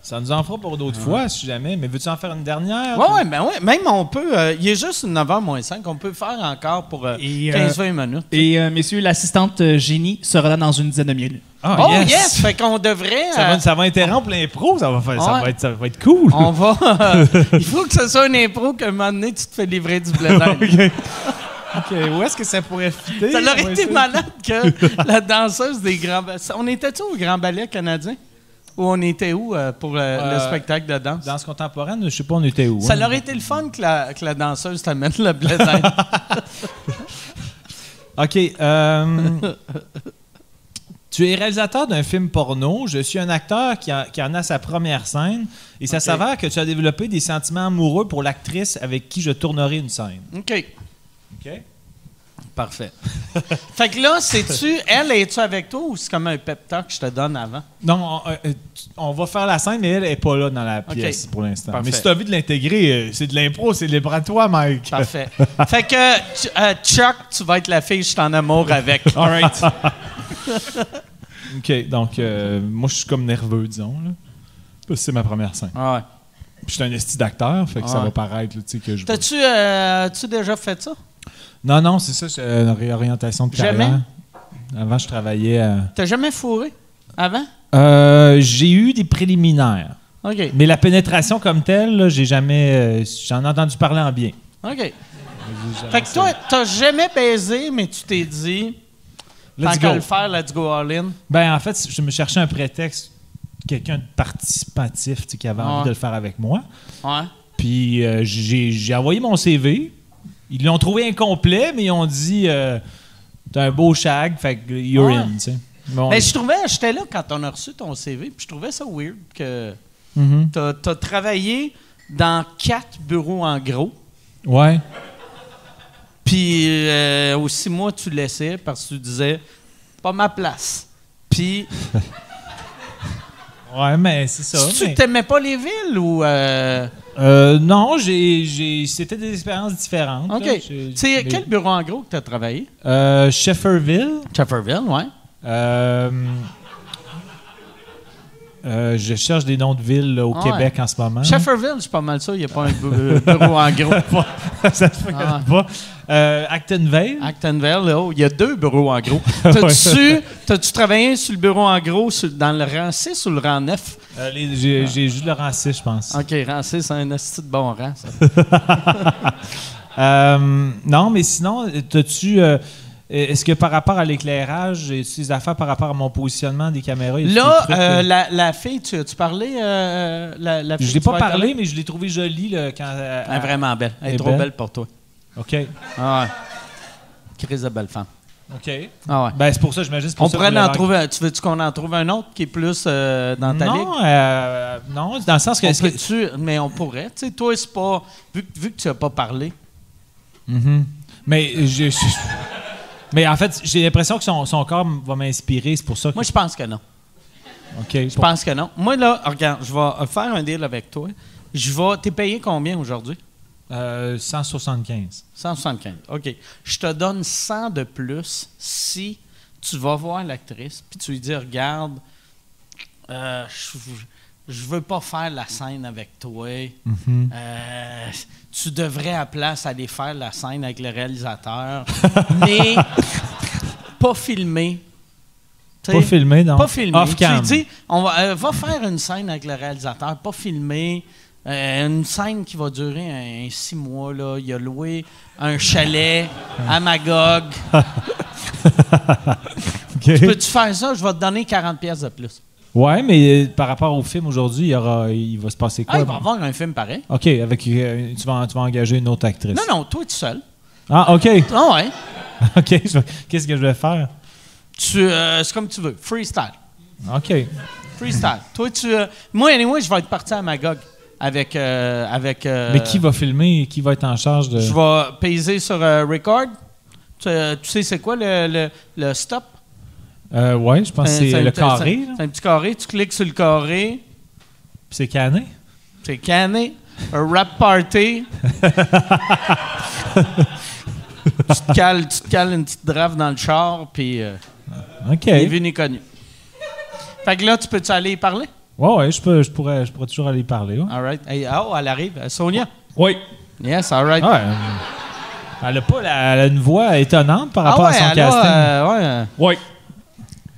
[SPEAKER 3] Ça nous en fera pour d'autres fois, si jamais. Mais veux-tu en faire une dernière?
[SPEAKER 4] Ouais, ouais, ben ouais, même on peut. euh, il est juste 9h moins 5, on peut faire encore pour euh,
[SPEAKER 5] Et, euh,
[SPEAKER 4] 15-20 minutes.
[SPEAKER 5] Et euh, messieurs, l'assistante euh, génie sera là dans une dizaine de minutes.
[SPEAKER 3] Ah,
[SPEAKER 4] oh yes! Fait qu'on devrait.
[SPEAKER 3] Ça
[SPEAKER 4] euh,
[SPEAKER 3] va, ça va interrompre l'impro, ça va, faire, ça,
[SPEAKER 4] Ouais.
[SPEAKER 3] va être, ça va être cool.
[SPEAKER 4] on va. euh, il faut que ce soit un impro qu'à un moment donné, tu te fais livrer du blé d'Inde.
[SPEAKER 3] OK. OK, Où est-ce que ça pourrait fitter?
[SPEAKER 4] Ça
[SPEAKER 3] On va
[SPEAKER 4] aurait été
[SPEAKER 3] essayer.
[SPEAKER 4] malade que la danseuse des grands ballets. On était-tu au Grand Ballet canadien? Ou on était où euh, pour euh, le
[SPEAKER 3] Euh,
[SPEAKER 4] spectacle de danse?
[SPEAKER 3] Danse contemporaine, je sais pas, on était où.
[SPEAKER 4] Ça
[SPEAKER 3] hein.
[SPEAKER 4] aurait été le fun que la, que la danseuse t'amène le blé d'Inde.
[SPEAKER 3] OK. euh, Tu es réalisateur d'un film porno, je suis un acteur qui, a- qui en a sa première scène, et ça s'avère que tu as développé des sentiments amoureux pour l'actrice avec qui je tournerai une scène.
[SPEAKER 4] OK.
[SPEAKER 3] OK?
[SPEAKER 4] Parfait. fait que là, c'est-tu, elle, es-tu avec toi ou c'est comme un pep talk que je te donne avant?
[SPEAKER 3] Non, on, euh, euh, tu- on va faire la scène, mais elle n'est pas là dans la pièce pour l'instant.
[SPEAKER 4] Parfait.
[SPEAKER 3] Mais si tu as envie de l'intégrer, euh, c'est de l'impro, c'est libre à toi, Mike.
[SPEAKER 4] Parfait. fait que, tu- euh, Chuck, tu vas être la fille, je suis en amour avec.
[SPEAKER 3] All right. OK, donc euh, moi, je suis comme nerveux, disons. Là. Parce que c'est ma première scène.
[SPEAKER 4] Ouais.
[SPEAKER 3] Puis Je suis un esti d'acteur, fait que ça
[SPEAKER 4] Ah Ouais.
[SPEAKER 3] va paraître là, tu sais, que je...
[SPEAKER 4] T'as-tu euh, as-tu déjà fait ça?
[SPEAKER 3] Non, non, c'est ça, c'est une réorientation de
[SPEAKER 4] Jamais?
[SPEAKER 3] carrière. Avant, je travaillais à-
[SPEAKER 4] T'as jamais fourré avant?
[SPEAKER 3] Euh, j'ai eu des préliminaires.
[SPEAKER 4] OK.
[SPEAKER 3] Mais la pénétration comme telle, là, j'ai jamais... euh, j'en ai entendu parler en bien.
[SPEAKER 4] OK. Fait que toi, t'as jamais baisé, mais tu t'es dit, tant
[SPEAKER 3] Let's
[SPEAKER 4] qu'à
[SPEAKER 3] go.
[SPEAKER 4] le faire, let's go all in.
[SPEAKER 3] Ben, en fait, je me cherchais un prétexte, quelqu'un de participatif, tu sais, qui avait
[SPEAKER 4] Ouais.
[SPEAKER 3] envie de le faire avec moi.
[SPEAKER 4] Ouais.
[SPEAKER 3] Puis euh, j'ai j'ai envoyé mon CV. Ils l'ont trouvé incomplet, mais ils ont dit euh, T'as un beau shag, fait que you're
[SPEAKER 4] Ouais.
[SPEAKER 3] in, tu sais. Bon,
[SPEAKER 4] Mais Ben, je trouvais, j'étais là quand on a reçu ton CV, puis je trouvais ça weird que
[SPEAKER 3] mhm.
[SPEAKER 4] t'as as travaillé dans quatre bureaux en gros.
[SPEAKER 3] Ouais.
[SPEAKER 4] Puis euh, aussi, moi, tu laissais parce que tu disais pas ma place. Puis,
[SPEAKER 3] Ouais, mais c'est ça.
[SPEAKER 4] si tu
[SPEAKER 3] mais-
[SPEAKER 4] t'aimais pas les villes ou. euh,
[SPEAKER 3] Euh, non, j'ai- j'ai- c'était des expériences différentes.
[SPEAKER 4] OK.
[SPEAKER 3] là. J'ai-
[SPEAKER 4] Tu sais,
[SPEAKER 3] mais-
[SPEAKER 4] quel bureau en gros que tu as travaillé?
[SPEAKER 3] Euh, Shefferville.
[SPEAKER 4] Chafferville, ouais.
[SPEAKER 3] Euh, euh, je cherche des noms de villes là, au
[SPEAKER 4] Ah Ouais.
[SPEAKER 3] Québec en ce moment.
[SPEAKER 4] Shefferville, je suis pas mal sûr, il n'y a pas un bu- bureau en gros.
[SPEAKER 3] ça se fait
[SPEAKER 4] Ah.
[SPEAKER 3] pas. Euh, Actonville.
[SPEAKER 4] Actonville, là, oh, il y a deux bureaux en gros. T'as-tu t'as-tu travaillé sur le bureau en gros sur- dans le rang 6 ou le rang 9?
[SPEAKER 3] Euh, les- J'ai j'ai juste le rang 6, je pense.
[SPEAKER 4] Ah. OK, rang 6, c'est un esti de bon rang, ça.
[SPEAKER 3] Euh, non, mais sinon, t'as-tu. euh, Est-ce que par rapport à l'éclairage et ces affaires par rapport à mon positionnement des caméras? y a-tu
[SPEAKER 4] Là,
[SPEAKER 3] des trucs,
[SPEAKER 4] euh,
[SPEAKER 3] euh,
[SPEAKER 4] la, la fille, tu as-tu parlé? euh, la, la fille
[SPEAKER 3] je l'ai
[SPEAKER 4] que
[SPEAKER 3] pas
[SPEAKER 4] tu vas
[SPEAKER 3] parlé, mais je l'ai trouvé jolie là, quand. euh,
[SPEAKER 4] Elle est vraiment belle. Elle est,
[SPEAKER 3] Elle est
[SPEAKER 4] trop belle.
[SPEAKER 3] belle.
[SPEAKER 4] pour toi.
[SPEAKER 3] OK.
[SPEAKER 4] Ah ouais. Crise de belle femme.
[SPEAKER 3] OK.
[SPEAKER 4] Ah ouais.
[SPEAKER 3] Ben, c'est pour ça, j'imagine. c'est pour
[SPEAKER 4] On
[SPEAKER 3] ça que
[SPEAKER 4] pourrait
[SPEAKER 3] je
[SPEAKER 4] en
[SPEAKER 3] voulais
[SPEAKER 4] trouver un. Tu veux-tu qu'on en trouve un autre qui est plus euh, dans ta ligue?
[SPEAKER 3] Non, euh, non, dans le sens que.
[SPEAKER 4] On
[SPEAKER 3] est-ce que-
[SPEAKER 4] peut-tu- mais on pourrait. Tu sais, toi, c'est pas. Vu, que- vu que tu n'as pas parlé.
[SPEAKER 3] Mhm. Mais je- je- Mais en fait, j'ai l'impression que son, son corps m- va m'inspirer, c'est pour ça que.
[SPEAKER 4] Moi, je pense que non.
[SPEAKER 3] OK. Je
[SPEAKER 4] Je pense que non. Moi, là, regarde, je vais faire un deal avec toi. Je vais. T'es payé combien aujourd'hui?
[SPEAKER 3] Euh, 175.
[SPEAKER 4] 175. OK. Je te donne 100 de plus si tu vas voir l'actrice puis tu lui dis regarde, euh, je, je veux pas faire la scène avec toi. Euh, tu devrais à place aller faire la scène avec le réalisateur, mais pas filmer. Tu
[SPEAKER 3] Pas
[SPEAKER 4] sais,
[SPEAKER 3] filmé, non?
[SPEAKER 4] pas filmé.
[SPEAKER 3] Off cam.
[SPEAKER 4] Tu lui dis, on va, euh, va faire une scène avec le réalisateur, pas filmé. Euh, une scène qui va durer un, un six mois. Là. Il a loué un chalet à Magog.
[SPEAKER 3] OK.
[SPEAKER 4] Peux-tu faire ça? Je vais te donner 40 pièces de plus.
[SPEAKER 3] Ouais, mais euh, par rapport au film aujourd'hui, il, y aura- il va se passer
[SPEAKER 4] Ah,
[SPEAKER 3] quoi?
[SPEAKER 4] il va avoir un film pareil.
[SPEAKER 3] OK, avec, euh, tu, vas, tu vas engager une autre actrice.
[SPEAKER 4] Non, non, toi, tu seul.
[SPEAKER 3] Ah, OK.
[SPEAKER 4] Ah ouais.
[SPEAKER 3] OK. je vais- Qu'est-ce que je vais faire?
[SPEAKER 4] Tu, euh, c'est comme tu veux. Freestyle.
[SPEAKER 3] OK.
[SPEAKER 4] Freestyle. toi, tu. euh, moi, anyway, je vais être parti à Magog avec. euh, avec euh,
[SPEAKER 3] Mais qui va euh? filmer et qui va être en charge de.
[SPEAKER 4] Je vais payser sur euh, record. Tu, euh, tu sais, c'est quoi le, le- le stop?
[SPEAKER 3] Euh, ouais, je pense que c'est
[SPEAKER 4] un
[SPEAKER 3] le
[SPEAKER 4] petit- c'est un-
[SPEAKER 3] carré. là.
[SPEAKER 4] C'est un petit carré. Tu cliques sur le carré.
[SPEAKER 3] Puis C'est cané.
[SPEAKER 4] C'est canné. Un rap party. tu, te cales, tu te cales une petite drave dans le char, puis euh,
[SPEAKER 3] OK.
[SPEAKER 4] ni vu ni connu. Fait que là, tu peux-tu aller y parler?
[SPEAKER 3] Ouais, ouais, je, peux, je, pourrais, je pourrais toujours aller y parler. Ouais.
[SPEAKER 4] All right. Hey, oh, elle arrive. Euh, Sonia?
[SPEAKER 3] Oui.
[SPEAKER 4] Yes, all right.
[SPEAKER 3] Ouais. euh, Elle a pas la, elle a une voix étonnante par
[SPEAKER 4] Ah
[SPEAKER 3] rapport
[SPEAKER 4] ouais,
[SPEAKER 3] à son
[SPEAKER 4] elle a,
[SPEAKER 3] casting.
[SPEAKER 4] euh, ouais, euh,
[SPEAKER 5] Oui.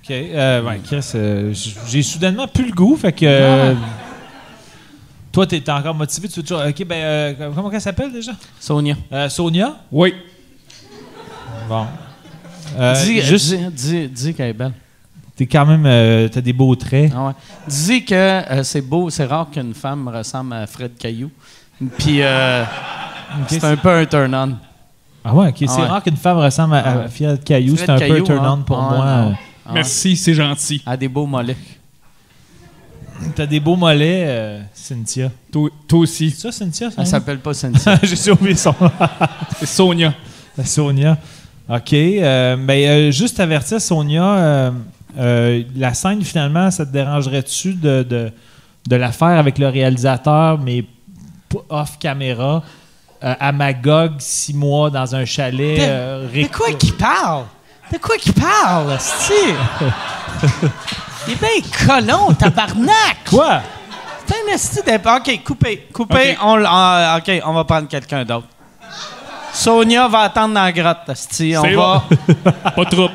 [SPEAKER 3] OK. euh, ouais, Chris, euh, j- j'ai soudainement plus le goût, fait que.
[SPEAKER 4] Ah
[SPEAKER 3] euh, Toi, t'es encore motivé, tu veux toujours. OK, ben, euh, comment elle s'appelle déjà?
[SPEAKER 4] Sonia.
[SPEAKER 3] Euh, Sonia?
[SPEAKER 5] Oui.
[SPEAKER 3] Bon. Euh,
[SPEAKER 4] dis,
[SPEAKER 3] juste,
[SPEAKER 4] dis, dis, dis qu'elle est belle.
[SPEAKER 3] t'es quand même. euh, t'as des beaux traits.
[SPEAKER 4] Ah ouais. Dis que euh, c'est beau, c'est rare qu'une femme ressemble à Fred Caillou. Puis euh,
[SPEAKER 3] Ok,
[SPEAKER 4] c'est
[SPEAKER 3] c'est-
[SPEAKER 4] un peu un turn-on.
[SPEAKER 3] Ah ouais, ok. C'est
[SPEAKER 4] Ah ouais.
[SPEAKER 3] rare qu'une femme ressemble à, à
[SPEAKER 4] Ouais.
[SPEAKER 3] Fred Caillou.
[SPEAKER 4] Fred
[SPEAKER 3] C'est un
[SPEAKER 4] Caillou,
[SPEAKER 3] peu turn-on
[SPEAKER 4] hein.
[SPEAKER 3] pour
[SPEAKER 4] Ah ouais,
[SPEAKER 3] moi.
[SPEAKER 4] non.
[SPEAKER 3] euh.
[SPEAKER 5] Merci, c'est gentil.
[SPEAKER 4] À des beaux mollets.
[SPEAKER 3] T'as des beaux mollets, euh, Cynthia.
[SPEAKER 5] Toi, toi aussi.
[SPEAKER 3] C'est ça, Cynthia? son
[SPEAKER 4] Elle
[SPEAKER 3] nom?
[SPEAKER 4] s'appelle pas Cynthia.
[SPEAKER 3] J'ai oublié son nom.
[SPEAKER 5] Et Sonia.
[SPEAKER 3] La Sonia. OK. euh, ben, euh, juste avertir, Sonia, euh, euh, la scène, finalement, ça te dérangerait-tu de, de, de la faire avec le réalisateur, mais p- off-caméra, euh, à Magog, six mois, dans un chalet?
[SPEAKER 4] De-
[SPEAKER 3] euh,
[SPEAKER 4] De
[SPEAKER 3] ré-
[SPEAKER 4] quoi qu'il parle? De quoi qu'il parle, esti? Il est bien colon, tabarnak!
[SPEAKER 3] Quoi?
[SPEAKER 4] C'est un esti d'imp- OK, coupez, coupez.
[SPEAKER 5] OK.
[SPEAKER 4] On, l- ah, OK, on va prendre quelqu'un d'autre. Sonia va attendre dans la grotte, esti. On
[SPEAKER 5] C'est
[SPEAKER 4] va...
[SPEAKER 5] Pas de trouble.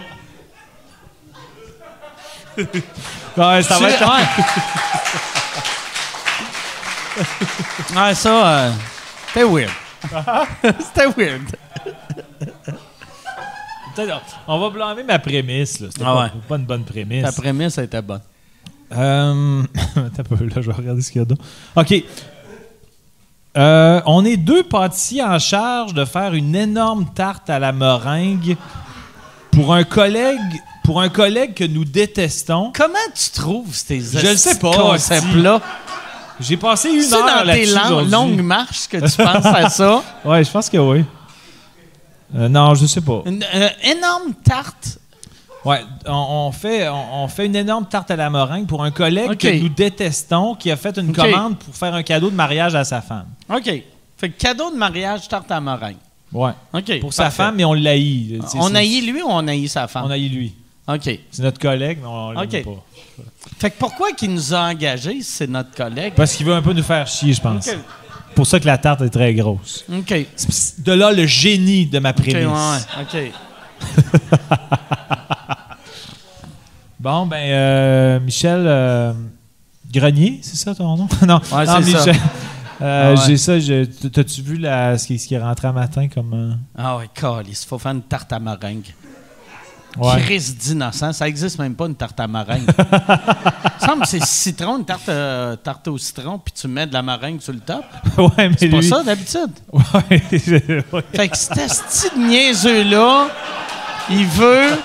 [SPEAKER 3] Ouais, ça va être...
[SPEAKER 4] Ouais. Ouais, ça, euh, c'était weird.
[SPEAKER 3] Ah.
[SPEAKER 4] c'était weird.
[SPEAKER 3] Peut-être, On va blâmer ma prémisse. là. C'était
[SPEAKER 4] Ah
[SPEAKER 3] pas,
[SPEAKER 4] ouais.
[SPEAKER 3] pas une bonne prémisse.
[SPEAKER 4] Ta prémisse était bonne.
[SPEAKER 3] Euh, Attends un peu, là, je vais regarder ce qu'il y a dedans. OK. Euh, on est deux pâtissiers en charge de faire une énorme tarte à la meringue pour un collègue, pour un collègue que nous détestons.
[SPEAKER 4] Comment tu trouves ces
[SPEAKER 3] Je le sais
[SPEAKER 4] estis
[SPEAKER 3] pas,
[SPEAKER 4] concepts-là?
[SPEAKER 3] J'ai passé une
[SPEAKER 4] C'est
[SPEAKER 3] heure
[SPEAKER 4] dans tes
[SPEAKER 3] là-dessus
[SPEAKER 4] lan-
[SPEAKER 3] aujourd'hui.
[SPEAKER 4] longues marches que tu penses à ça?
[SPEAKER 3] Ouais, je pense que oui. Euh, non, je sais pas.
[SPEAKER 4] Une euh, énorme tarte.
[SPEAKER 3] Ouais, on, on fait, on, on fait une énorme tarte à la meringue pour un collègue
[SPEAKER 4] OK.
[SPEAKER 3] que nous détestons qui a fait une
[SPEAKER 4] OK.
[SPEAKER 3] commande pour faire un cadeau de mariage à sa femme.
[SPEAKER 4] OK. Fait que cadeau de mariage, tarte à meringue.
[SPEAKER 3] Ouais.
[SPEAKER 4] OK.
[SPEAKER 3] Pour sa
[SPEAKER 4] parfait.
[SPEAKER 3] femme, mais on l'haït. C'est-
[SPEAKER 4] On
[SPEAKER 3] c'est-
[SPEAKER 4] haït lui ou on haït sa femme?
[SPEAKER 3] On haït lui.
[SPEAKER 4] OK.
[SPEAKER 3] C'est notre collègue, mais on l'aime
[SPEAKER 4] OK.
[SPEAKER 3] pas.
[SPEAKER 4] Fait que pourquoi qu'il nous a engagés si c'est notre collègue?
[SPEAKER 3] Parce qu'il veut un peu nous faire chier, je pense.
[SPEAKER 4] OK.
[SPEAKER 3] Pour ça que la tarte est très grosse.
[SPEAKER 4] OK. OK,
[SPEAKER 3] C'est De là le génie de ma prémisse.
[SPEAKER 4] ouais, ouais, OK.
[SPEAKER 3] Bon, ben, euh, Michel euh, Grenier, c'est ça ton nom? non,
[SPEAKER 4] Ouais,
[SPEAKER 3] non
[SPEAKER 4] c'est ça.
[SPEAKER 3] Euh,
[SPEAKER 4] Ah ouais.
[SPEAKER 3] J'ai ça. je- t- T'as-tu vu la, ce, qui, ce qui est rentré à matin comme. euh,
[SPEAKER 4] Ah ouais, calice, faut faire une tarte à meringue.
[SPEAKER 3] ouais.
[SPEAKER 4] Crise d'innocent, ça existe même pas une tarte à meringue. Il semble que c'est citron, une tarte, euh, tarte au citron, puis tu mets de la meringue sur le top.
[SPEAKER 3] ouais, mais
[SPEAKER 4] C'est pas
[SPEAKER 3] lui-
[SPEAKER 4] ça d'habitude.
[SPEAKER 3] Ouais, je- ouais.
[SPEAKER 4] Fait que cet esti de niaiseux-là, il veut,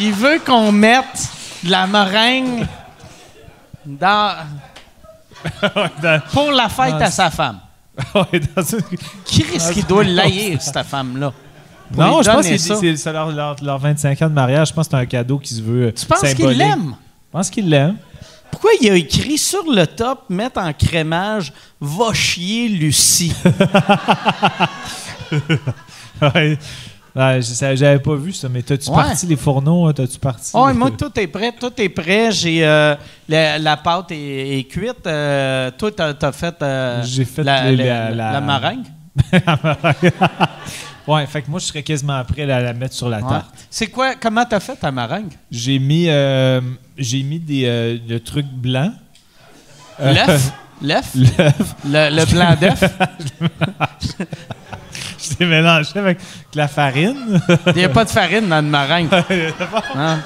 [SPEAKER 4] il veut qu'on mette de la meringue dans,
[SPEAKER 3] dans-
[SPEAKER 4] pour la fête
[SPEAKER 3] dans-
[SPEAKER 4] à sa femme.
[SPEAKER 3] Ouais, dans une-
[SPEAKER 4] Qui risque qu'il doit l'haïr, cette femme-là? Pour
[SPEAKER 3] Non,
[SPEAKER 4] lui
[SPEAKER 3] je pense
[SPEAKER 4] donner
[SPEAKER 3] que
[SPEAKER 4] ça.
[SPEAKER 3] c'est c'est leur, leur, leur 25 ans de mariage. Je pense que c'est un cadeau qui se veut. euh,
[SPEAKER 4] Tu penses qu'il l'aime?
[SPEAKER 3] Je pense qu'il l'aime.
[SPEAKER 4] Pourquoi il a écrit sur le top, mettre en crémage, va chier Lucie?
[SPEAKER 3] Ouais. Ouais, je- ça- j'avais pas vu ça, mais t'as-tu
[SPEAKER 4] Ouais.
[SPEAKER 3] parti les fourneaux? hein? T'as-tu parti?
[SPEAKER 4] Oh,
[SPEAKER 3] les-
[SPEAKER 4] moi, tout est prêt, tout est prêt. J'ai euh, la, la pâte est, est cuite. Euh, toi, t'as, t'as fait, euh,
[SPEAKER 3] J'ai fait
[SPEAKER 4] la,
[SPEAKER 3] le-
[SPEAKER 4] la-
[SPEAKER 3] la-
[SPEAKER 4] la meringue.
[SPEAKER 3] ouais, fait que moi, je serais quasiment prêt à la, la mettre sur la
[SPEAKER 4] Ouais.
[SPEAKER 3] tarte.
[SPEAKER 4] C'est quoi? Comment t'as fait ta meringue?
[SPEAKER 3] J'ai mis, euh, j'ai mis des, euh, le truc blanc. Euh,
[SPEAKER 4] L'œuf? L'œuf?
[SPEAKER 3] L'œuf.
[SPEAKER 4] Le, le blanc d'œuf?
[SPEAKER 3] Je l'ai mélangé avec de la farine.
[SPEAKER 4] Il n'y a pas de farine dans une meringue. Hein?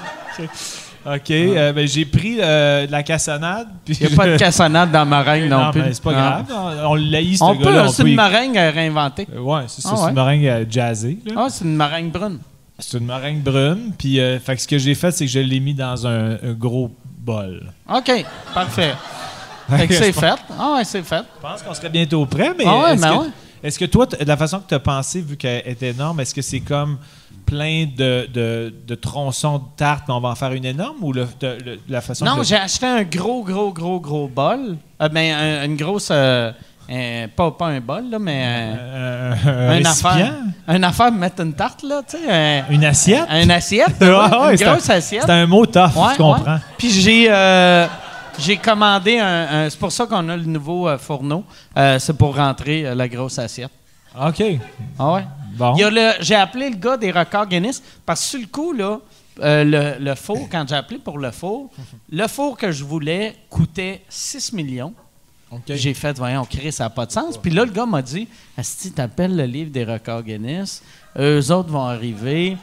[SPEAKER 3] OK. euh, ben, j'ai pris euh, de la cassonade. puis
[SPEAKER 4] Il n'y a pas de
[SPEAKER 3] je-
[SPEAKER 4] cassonade dans la meringue non,
[SPEAKER 3] Non,
[SPEAKER 4] plus.
[SPEAKER 3] mais c'est pas
[SPEAKER 4] Non.
[SPEAKER 3] grave. On, on l'aïe, ce
[SPEAKER 4] On peut,
[SPEAKER 3] gars-là.
[SPEAKER 4] c'est
[SPEAKER 3] y-
[SPEAKER 4] une meringue à réinventer.
[SPEAKER 3] Euh, Ouais, c'est ça,
[SPEAKER 4] Ah
[SPEAKER 3] c'est
[SPEAKER 4] ouais.
[SPEAKER 3] une meringue euh, jazzée. là.
[SPEAKER 4] Ah, c'est une meringue brune.
[SPEAKER 3] C'est une meringue brune. Puis, euh, fait que ce que j'ai fait, c'est que je l'ai mis dans un, un gros bol.
[SPEAKER 4] OK, parfait. Fait que c'est fait. Ah ouais, c'est fait.
[SPEAKER 3] Je pense qu'on serait bientôt prêt, mais
[SPEAKER 4] Ah ouais,
[SPEAKER 3] est-ce
[SPEAKER 4] ben
[SPEAKER 3] que,
[SPEAKER 4] ouais.
[SPEAKER 3] est-ce que toi, t- la façon que tu as pensé, vu qu'elle est énorme, est-ce que c'est comme plein de, de- de tronçons de tarte, mais on va en faire une énorme ou le- de- le- la façon
[SPEAKER 4] Non,
[SPEAKER 3] que-
[SPEAKER 4] j'ai acheté un gros, gros, gros, gros bol. Euh, ben, un- une grosse... euh, euh, pas, pas un bol, là, mais... euh,
[SPEAKER 3] Euh, un
[SPEAKER 4] une
[SPEAKER 3] récipient?
[SPEAKER 4] affaire. Une affaire pour mettre une tarte, là, tu sais. un-
[SPEAKER 3] Une assiette?
[SPEAKER 4] Une assiette.
[SPEAKER 3] Ouais,
[SPEAKER 4] Ah ouais,
[SPEAKER 3] Ah ouais,
[SPEAKER 4] une
[SPEAKER 3] c'est un-
[SPEAKER 4] grosse assiette.
[SPEAKER 3] C'est un mot tough,
[SPEAKER 4] Ouais,
[SPEAKER 3] tu comprends.
[SPEAKER 4] ouais. Puis j'ai euh, j'ai commandé un, un- C'est pour ça qu'on a le nouveau euh, fourneau. Euh, c'est pour rentrer euh, la grosse assiette.
[SPEAKER 3] OK.
[SPEAKER 4] Ah ouais?
[SPEAKER 3] Bon.
[SPEAKER 4] Il y a le- j'ai appelé le gars des records Guinness parce que sur le coup, là, euh, le, le four, quand j'ai appelé pour le four, le four que je voulais coûtait 6 millions. J'ai fait, voyons, Chris, ça n'a pas de sens. Puis là, le gars m'a dit, si t'appelles le livre des records Guinness, eux autres vont arriver,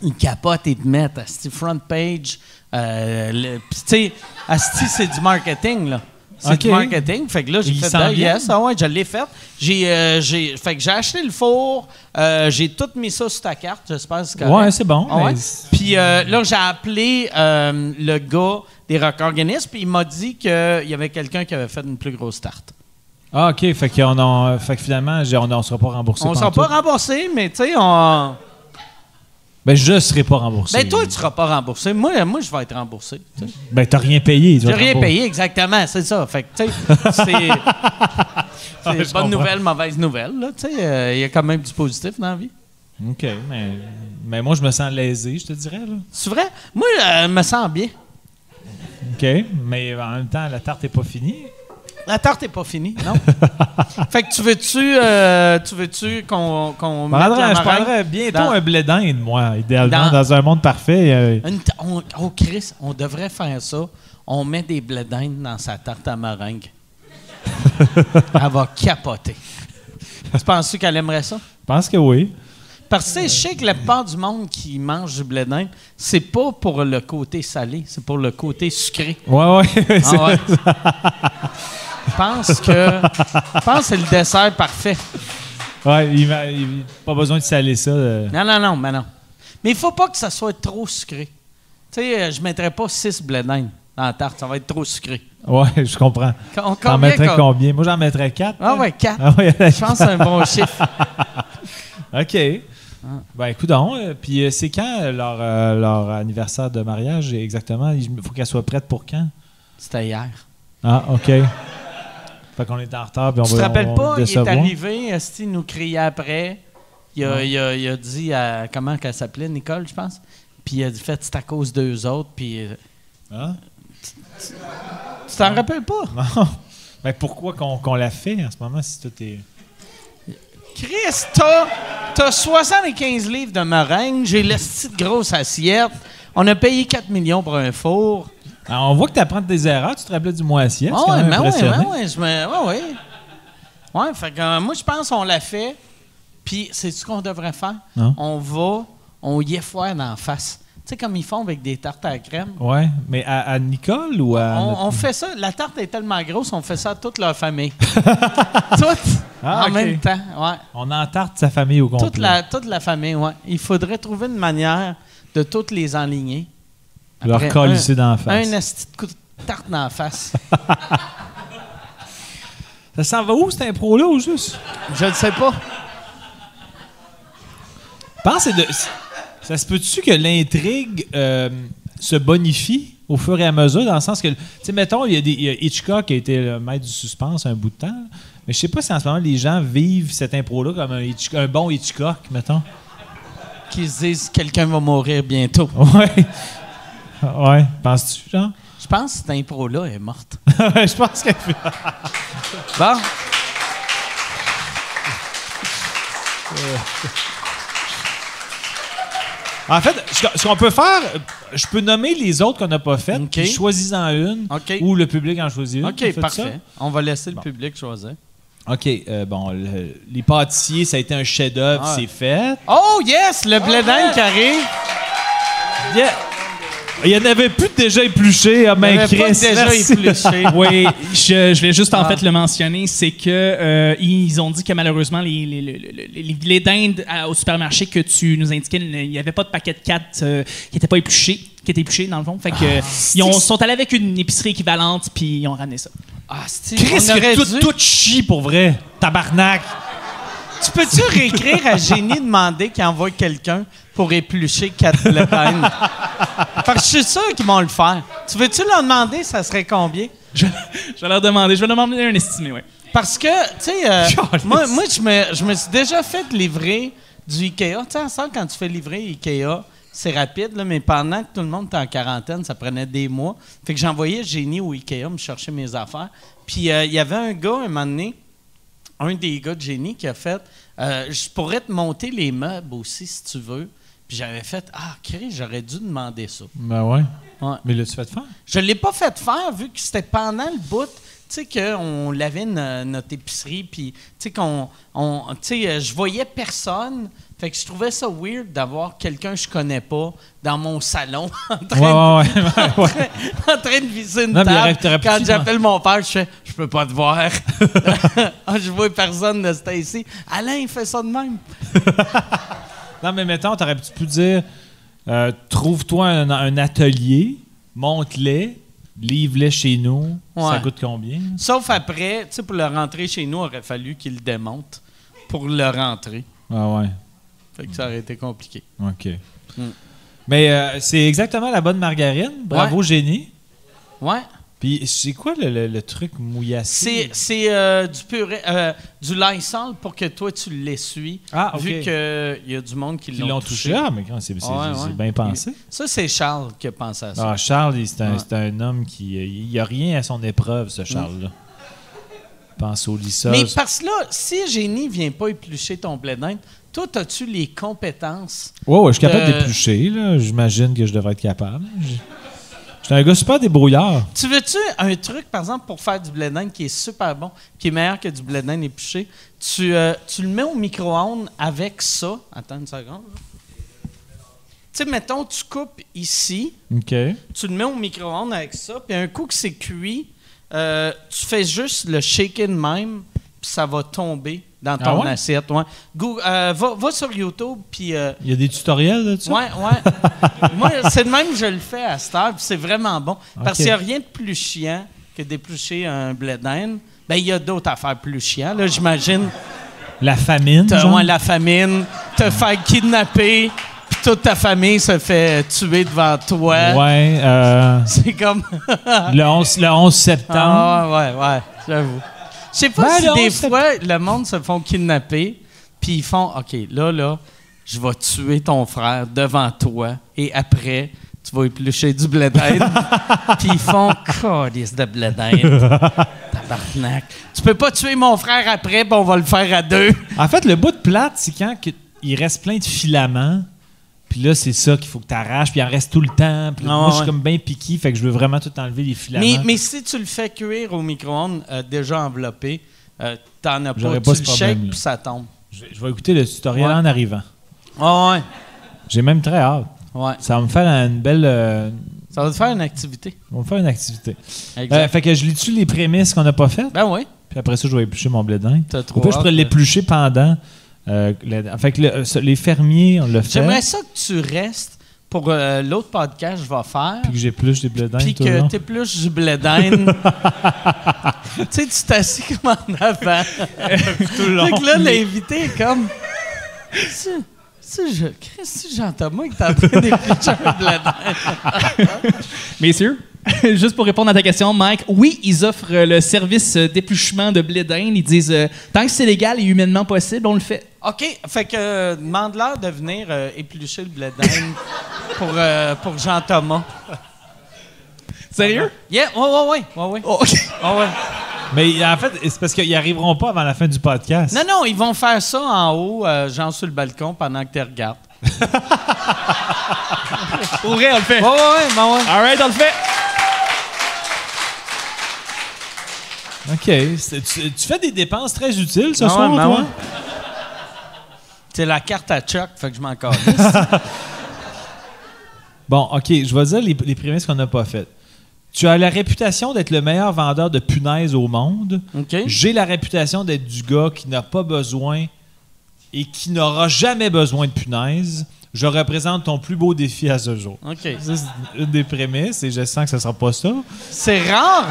[SPEAKER 4] ils capotent et te mettent, Asti, front page. euh, le- puis tu sais, Asti, c'est du marketing, là. C'est
[SPEAKER 3] Ok.
[SPEAKER 4] du marketing. Fait que là, j'ai
[SPEAKER 3] Il
[SPEAKER 4] fait
[SPEAKER 3] s'en
[SPEAKER 4] ah,
[SPEAKER 3] vient.
[SPEAKER 4] yes, ah ouais, je l'ai fait. J'ai, euh, j'ai- fait que j'ai acheté le four, euh, j'ai tout mis ça sur ta carte, j'espère que c'est correct.
[SPEAKER 3] Ouais, c'est bon,
[SPEAKER 4] Ah ouais?
[SPEAKER 3] mais c'est-
[SPEAKER 4] Puis euh, là, j'ai appelé euh, le gars des rock organismes, puis il m'a dit qu'il y avait quelqu'un qui avait fait une plus grosse tarte.
[SPEAKER 3] Ah, OK. Fait, qu'on en- fait que finalement, j'ai- on ne sera pas remboursé.
[SPEAKER 4] On ne sera
[SPEAKER 3] pantoute.
[SPEAKER 4] pas remboursé, mais tu sais, on.
[SPEAKER 3] Ben, je ne serai pas remboursé.
[SPEAKER 4] Ben toi, tu ne seras pas remboursé. Moi, moi je vais être remboursé. tu sais.
[SPEAKER 3] Ben, t'as rien payé. tu
[SPEAKER 4] J'ai
[SPEAKER 3] vas
[SPEAKER 4] rien
[SPEAKER 3] te rembour-
[SPEAKER 4] payé, exactement, c'est ça. Fait que, tu sais, c'est.
[SPEAKER 3] Ah,
[SPEAKER 4] c'est
[SPEAKER 3] je comprends.
[SPEAKER 4] bonne nouvelle, mauvaise nouvelle, là. Tu sais, euh, il y a quand même du positif dans la vie.
[SPEAKER 3] OK. Mais, mais moi, je me sens lésé, je te dirais. Là.
[SPEAKER 4] C'est vrai? Moi, euh, je me sens bien.
[SPEAKER 3] OK. Mais en même temps, la tarte n'est pas finie.
[SPEAKER 4] La tarte n'est pas finie, non? fait que tu veux-tu euh, tu veux-tu qu'on qu'on
[SPEAKER 3] Je
[SPEAKER 4] mette la
[SPEAKER 3] prendrais, je
[SPEAKER 4] meringue
[SPEAKER 3] prendrais bientôt
[SPEAKER 4] dans-
[SPEAKER 3] un blé d'Inde, moi, idéalement, dans,
[SPEAKER 4] Dans-
[SPEAKER 3] un monde parfait. euh,
[SPEAKER 4] une ta- on- oh, Chris, on devrait faire ça. On met des blés d'Inde dans sa tarte à meringue. Elle va capoter. Tu penses qu'elle aimerait ça?
[SPEAKER 3] je pense que oui.
[SPEAKER 4] Parce que tu sais, je sais que la plupart du monde qui mange du blé d'Inde, c'est pas pour le côté salé, c'est pour le côté sucré.
[SPEAKER 3] Ouais, ouais. c'est-
[SPEAKER 4] Ah ouais. Je pense que, je pense que c'est le dessert parfait.
[SPEAKER 3] ouais, il m'a- il- pas besoin de saler ça. euh.
[SPEAKER 4] Non, non, non, mais non. Mais il faut pas que ça soit trop sucré. Tu sais, euh, je mettrais pas 6 blé d'Inde dans la tarte, ça va être trop sucré.
[SPEAKER 3] Ouais, je comprends.
[SPEAKER 4] Com-
[SPEAKER 3] T'en
[SPEAKER 4] combien,
[SPEAKER 3] mettrais
[SPEAKER 4] com-
[SPEAKER 3] combien? Moi, j'en mettrais quatre.
[SPEAKER 4] Ah
[SPEAKER 3] là.
[SPEAKER 4] ouais, 4.
[SPEAKER 3] Ah ouais,
[SPEAKER 4] Je pense que c'est un bon chiffre.
[SPEAKER 3] OK.
[SPEAKER 4] Ah.
[SPEAKER 3] Ben, écoute donc. euh, Puis euh, c'est quand euh, leur, euh, leur anniversaire de mariage exactement? Il faut qu'elle soit prête pour quand?
[SPEAKER 4] C'était hier.
[SPEAKER 3] Ah, OK. Fait qu'on est en retard. Puis on
[SPEAKER 4] Tu te
[SPEAKER 3] va,
[SPEAKER 4] rappelles
[SPEAKER 3] on va
[SPEAKER 4] pas,
[SPEAKER 3] le
[SPEAKER 4] il est
[SPEAKER 3] décevoir.
[SPEAKER 4] arrivé, Esti nous criait après. Il a, il a- il a dit à. Comment qu'elle s'appelait, Nicole, je pense. Puis il a dit fait, c'est à cause d'eux autres. Puis. euh,
[SPEAKER 3] Hein?
[SPEAKER 4] Tu t'en rappelles pas?
[SPEAKER 3] Non. Ben, pourquoi qu'on qu'on la fait en ce moment si tout est.
[SPEAKER 4] Chris, t'as, t'as 75 livres de meringue, j'ai l'esti de grosse assiette. On a payé 4 millions pour un four.
[SPEAKER 3] Alors, Ah, on voit que tu apprends tes erreurs. Tu te rappelais du mois assiette.
[SPEAKER 4] Ah
[SPEAKER 3] c'est quand
[SPEAKER 4] ouais,
[SPEAKER 3] même
[SPEAKER 4] mais ouais,
[SPEAKER 3] impressionnant.
[SPEAKER 4] mais ouais, je me. Ouais, ouais. Ouais, fait que euh, moi, je pense qu'on l'a fait. Puis, c'est ce qu'on devrait faire.
[SPEAKER 3] Non.
[SPEAKER 4] On va, on y est foire d'en face. Tu sais, comme ils font avec des tartes à la crème.
[SPEAKER 3] Ouais, mais à, à Nicole ou à.
[SPEAKER 4] On,
[SPEAKER 3] notre-
[SPEAKER 4] on fait ça, la tarte est tellement grosse, on fait ça à toute leur famille. toute,
[SPEAKER 3] Ah,
[SPEAKER 4] en
[SPEAKER 3] ok.
[SPEAKER 4] même temps, ouais.
[SPEAKER 3] On entarte sa famille au complet.
[SPEAKER 4] Toute la, toute la famille, oui. Il faudrait trouver une manière de toutes les enligner.
[SPEAKER 3] Leur
[SPEAKER 4] Après,
[SPEAKER 3] colle
[SPEAKER 4] un-
[SPEAKER 3] ici dans la face.
[SPEAKER 4] Un esti de coup de tarte dans la face.
[SPEAKER 3] Ça s'en va où, cette impro-là, au juste?
[SPEAKER 4] Je ne sais pas.
[SPEAKER 3] Pense que c'est de. Ça se peut-tu que l'intrigue euh, se bonifie au fur et à mesure, dans le sens que, tu sais, mettons, il y, a des- il y a Hitchcock qui a été le maître du suspense un bout de temps, là. mais je sais pas si en ce moment les gens vivent cette impro-là comme un, Hitch- un bon Hitchcock, mettons.
[SPEAKER 4] Qu'ils se disent quelqu'un va mourir bientôt.
[SPEAKER 3] Ouais. Ouais, penses-tu, genre?
[SPEAKER 4] Je pense que cette impro-là est morte.
[SPEAKER 3] je pense qu'elle fait.
[SPEAKER 4] Bon.
[SPEAKER 3] En fait, ce ce qu'on peut faire, euh, je peux nommer les autres qu'on n'a pas faites,
[SPEAKER 4] OK.
[SPEAKER 3] puis choisis-en une,
[SPEAKER 4] OK.
[SPEAKER 3] ou le public en choisit une. On fait
[SPEAKER 4] OK,
[SPEAKER 3] ça?
[SPEAKER 4] parfait. On va laisser le public choisir.
[SPEAKER 3] OK, euh, bon, le- les pâtissiers, ça a été un chef-d'œuvre,
[SPEAKER 4] Ah.
[SPEAKER 3] c'est fait.
[SPEAKER 4] Oh, yes! Le blé d'Inde qui arrive.
[SPEAKER 3] Yeah. Il n'y en avait plus de déjà épluché, ah,
[SPEAKER 4] Il y
[SPEAKER 3] ben
[SPEAKER 4] avait pas
[SPEAKER 3] Chris,
[SPEAKER 4] déjà
[SPEAKER 3] merci.
[SPEAKER 4] épluché.
[SPEAKER 5] oui, je, je vais juste en
[SPEAKER 4] Ah.
[SPEAKER 5] fait le mentionner, c'est que euh, ils ont dit que malheureusement les, les, les- les- les blés d'Inde à- au supermarché que tu nous indiquais, il n'y avait pas de paquet de 4 qui n'était pas épluché, qui était épluché dans le fond. Fait que euh, ils ont- sont allés avec une épicerie équivalente puis ils ont ramené ça.
[SPEAKER 4] Ah, c'est
[SPEAKER 3] Chris,
[SPEAKER 4] on aurait
[SPEAKER 3] que tout,
[SPEAKER 4] dû-
[SPEAKER 3] tout chie pour vrai. Tabarnak.
[SPEAKER 4] Tu peux-tu réécrire à Génie demander qu'il envoie quelqu'un pour éplucher quatre blés d'Inde? Fait que je suis sûr qu'ils vont le faire. Tu veux-tu leur demander ça serait combien?
[SPEAKER 5] Je, je vais leur demander, je vais leur demander un estimé, ouais.
[SPEAKER 4] Parce que, tu sais, euh,
[SPEAKER 3] Caliste.
[SPEAKER 4] moi, moi je, me, je me suis déjà fait livrer du Ikea. Tu sais, ensemble, quand tu fais livrer Ikea, c'est rapide, là, mais pendant que tout le monde était en quarantaine, ça prenait des mois. Fait que j'envoyais Génie au Ikea me chercher mes affaires. Puis euh, il y avait un gars, un moment donné, un des gars de Génie qui a fait euh, Je pourrais te monter les meubles aussi, si tu veux. » Puis j'avais fait « Ah, Chris, j'aurais dû demander ça.
[SPEAKER 3] Ben ouais.
[SPEAKER 4] Ouais.
[SPEAKER 3] Mais là, tu fais de faire.
[SPEAKER 4] Je l'ai pas fait faire vu que c'était pendant le bout tu sais, qu'on lavait no- notre épicerie, puis, tu sais, qu'on. on- Tu sais, euh, je voyais personne. Fait que je trouvais ça weird d'avoir quelqu'un que je connais pas dans mon salon en train,
[SPEAKER 3] Ouais,
[SPEAKER 4] de-
[SPEAKER 3] ouais, ouais.
[SPEAKER 4] en train de viser une
[SPEAKER 3] Non, mais il aurait-
[SPEAKER 4] table.
[SPEAKER 3] t'aurais pu
[SPEAKER 4] Quand
[SPEAKER 3] dire-
[SPEAKER 4] j'appelle mon père, je fais « Je peux pas te voir. » Je vois personne de cet ici. Alain, il fait ça de même.
[SPEAKER 3] Non, mais mettons, t'aurais pu dire euh, trouve-toi un, un atelier, monte-les, livre-les chez nous. Ça
[SPEAKER 4] Ouais.
[SPEAKER 3] coûte combien?
[SPEAKER 4] Sauf après, tu sais, pour le rentrer chez nous, il aurait fallu qu'il le démonte pour le rentrer.
[SPEAKER 3] Ah ouais.
[SPEAKER 4] Fait que ça aurait été compliqué.
[SPEAKER 3] OK.
[SPEAKER 4] Hmm.
[SPEAKER 3] Mais euh, c'est exactement la bonne margarine. Bravo, génie.
[SPEAKER 4] Ouais.
[SPEAKER 3] Puis c'est quoi le, le- le truc
[SPEAKER 4] C'est,
[SPEAKER 3] mouillassé?
[SPEAKER 4] c'est euh, du purée, euh, du Lysol pour que toi, tu l'essuies.
[SPEAKER 3] Ah, OK.
[SPEAKER 4] Vu qu'il y a du monde qui
[SPEAKER 3] Ils l'ont touché. Ah, mais quand c'est c'est-
[SPEAKER 4] Ouais,
[SPEAKER 3] c'est
[SPEAKER 4] ouais.
[SPEAKER 3] bien pensé.
[SPEAKER 4] Ça, c'est Charles qui a pensé à ça.
[SPEAKER 3] Ah, Charles, il- c'est un,
[SPEAKER 4] Ouais.
[SPEAKER 3] c'est un homme qui. euh, Il n'y a rien à son épreuve, ce Charles-là. Pense au lissage.
[SPEAKER 4] Mais parce que là, si Génie vient pas éplucher ton blé d'Inde, toi, as-tu les compétences?
[SPEAKER 3] Ouais, ouais, je suis capable
[SPEAKER 4] Euh,
[SPEAKER 3] d'éplucher, là. J'imagine que je devrais être capable. Je- J'étais un gars super débrouillard.
[SPEAKER 4] Tu veux-tu un truc, par exemple, pour faire du blé d'Inde qui est super bon, qui est meilleur que du blé d'Inde épluché? Tu, euh, tu le mets au micro-ondes avec ça. Attends une seconde. là. Tu sais, mettons, tu coupes ici,
[SPEAKER 3] OK.
[SPEAKER 4] tu le mets au micro-ondes avec ça, puis un coup que c'est cuit, euh, tu fais juste le shaking même, puis ça va tomber dans
[SPEAKER 3] Ah
[SPEAKER 4] ton
[SPEAKER 3] ouais?
[SPEAKER 4] assiette. ouais. Gou- euh, va, va sur YouTube, puis... euh,
[SPEAKER 3] Il y a des tutoriels là-dessus?
[SPEAKER 4] Ouais, ouais. Moi, c'est de même que je le fais à cette heure, puis c'est vraiment bon.
[SPEAKER 3] Ok.
[SPEAKER 4] Parce qu'il n'y a rien de plus chiant que d'éplucher un blé d'Inde. Ben, il y a d'autres affaires plus chiantes, là, j'imagine.
[SPEAKER 3] La famine.
[SPEAKER 4] T'as
[SPEAKER 3] genre?
[SPEAKER 4] ouais, la famine, te faire kidnapper, puis toute ta famille se fait tuer devant toi.
[SPEAKER 3] Ouais, euh,
[SPEAKER 4] C'est comme...
[SPEAKER 3] le, 11, le 11 septembre.
[SPEAKER 4] ah, ouais, ouais, ouais, j'avoue. Je sais pas
[SPEAKER 3] Hein? Ben,
[SPEAKER 4] si
[SPEAKER 3] là,
[SPEAKER 4] des
[SPEAKER 3] on s'est-
[SPEAKER 4] fois, le monde se font kidnapper, puis ils font, OK, là, là, je vais tuer ton frère devant toi, et après, tu vas éplucher du blé d'Inde. puis ils font, calice de blé d'Inde. Tabarnak. Tu peux pas tuer mon frère après, ben on va le faire à deux.
[SPEAKER 3] En fait, le bout de plate, c'est quand que- il reste plein de filaments. Puis là, c'est ça qu'il faut que tu arraches. Puis il en reste tout le temps. Puis là,
[SPEAKER 4] Ah,
[SPEAKER 3] moi, je suis
[SPEAKER 4] ouais.
[SPEAKER 3] comme bien piqué. Fait que je veux vraiment tout enlever, les filaments.
[SPEAKER 4] Mais, mais si tu le fais cuire au micro-ondes, euh, déjà enveloppé, euh, t'en as
[SPEAKER 3] J'aurais
[SPEAKER 4] pas,
[SPEAKER 3] pas
[SPEAKER 4] tu
[SPEAKER 3] ce
[SPEAKER 4] le shakes,
[SPEAKER 3] problème-là.
[SPEAKER 4] puis ça tombe.
[SPEAKER 3] Je, vais- je vais écouter le tutoriel
[SPEAKER 4] Ouais.
[SPEAKER 3] en arrivant.
[SPEAKER 4] Ah
[SPEAKER 3] J'ai même très hâte.
[SPEAKER 4] ouais, ouais.
[SPEAKER 3] Ça va me faire une belle. euh,
[SPEAKER 4] Ça va te faire une activité.
[SPEAKER 3] on va me faire une activité.
[SPEAKER 4] Exact.
[SPEAKER 3] Euh, fait que je lis-tu les prémices qu'on n'a pas faites?
[SPEAKER 4] Ben oui.
[SPEAKER 3] Puis après ça, je vais éplucher mon blé d'Inde.
[SPEAKER 4] T'as
[SPEAKER 3] Au
[SPEAKER 4] trop
[SPEAKER 3] pire, je pourrais
[SPEAKER 4] hâte, euh.
[SPEAKER 3] l'éplucher pendant. euh, le- fait que le- euh, ça- les fermiers, on le fait.
[SPEAKER 4] J'aimerais ça que tu restes pour euh, l'autre podcast que je vais faire.
[SPEAKER 3] Puis que j'épluche des blé d'Inde
[SPEAKER 4] Puis
[SPEAKER 3] tout le long.
[SPEAKER 4] que t'es plus du blé d'Inde. tu sais, tu t'assis comme en avant. tout le Fait que là, l'invité est comme. C'est- c'est je- Qu'est-ce que j'entends, moi, que t'es en train d'éplucher un blé d'Inde?
[SPEAKER 5] Messieurs, juste pour répondre à ta question, Mike, oui, ils offrent euh, le service euh, d'épluchement de blé d'Inde. Ils disent euh, tant que c'est légal et humainement possible, on le fait.
[SPEAKER 4] OK, fait que euh, demande-leur de venir euh, éplucher le blé d'Inde pour, euh, pour Jean-Thomas.
[SPEAKER 5] Sérieux?
[SPEAKER 4] Yeah, ouais, ouais, ouais. ouais, ouais.
[SPEAKER 5] Oh, ok.
[SPEAKER 4] Ouais, ouais.
[SPEAKER 3] Mais en fait, c'est parce qu'ils arriveront pas avant la fin du podcast.
[SPEAKER 4] Non, non, ils vont faire ça en haut, euh, genre sur le balcon, pendant que tu regardes.
[SPEAKER 5] Pour vrai, on le fait.
[SPEAKER 4] Ouais, ouais, ouais, ben ouais.
[SPEAKER 5] All right, on le fait.
[SPEAKER 3] OK. C'est- Tu, tu fais des dépenses très utiles ce
[SPEAKER 4] Ah ouais,
[SPEAKER 3] soir,
[SPEAKER 4] ben
[SPEAKER 3] toi?
[SPEAKER 4] ouais. C'est la carte à Chuck, fait que je m'en calisse.
[SPEAKER 3] Bon, OK. Je vais dire les, les prémices qu'on n'a pas faites. Tu as la réputation d'être le meilleur vendeur de punaises au monde.
[SPEAKER 4] OK?
[SPEAKER 3] J'ai la réputation d'être du gars qui n'a pas besoin et qui n'aura jamais besoin de punaises. Je représente ton plus beau défi à ce jour.
[SPEAKER 4] OK.
[SPEAKER 3] Ça, c'est une des prémices et je sens que ce sera pas ça.
[SPEAKER 4] C'est rare?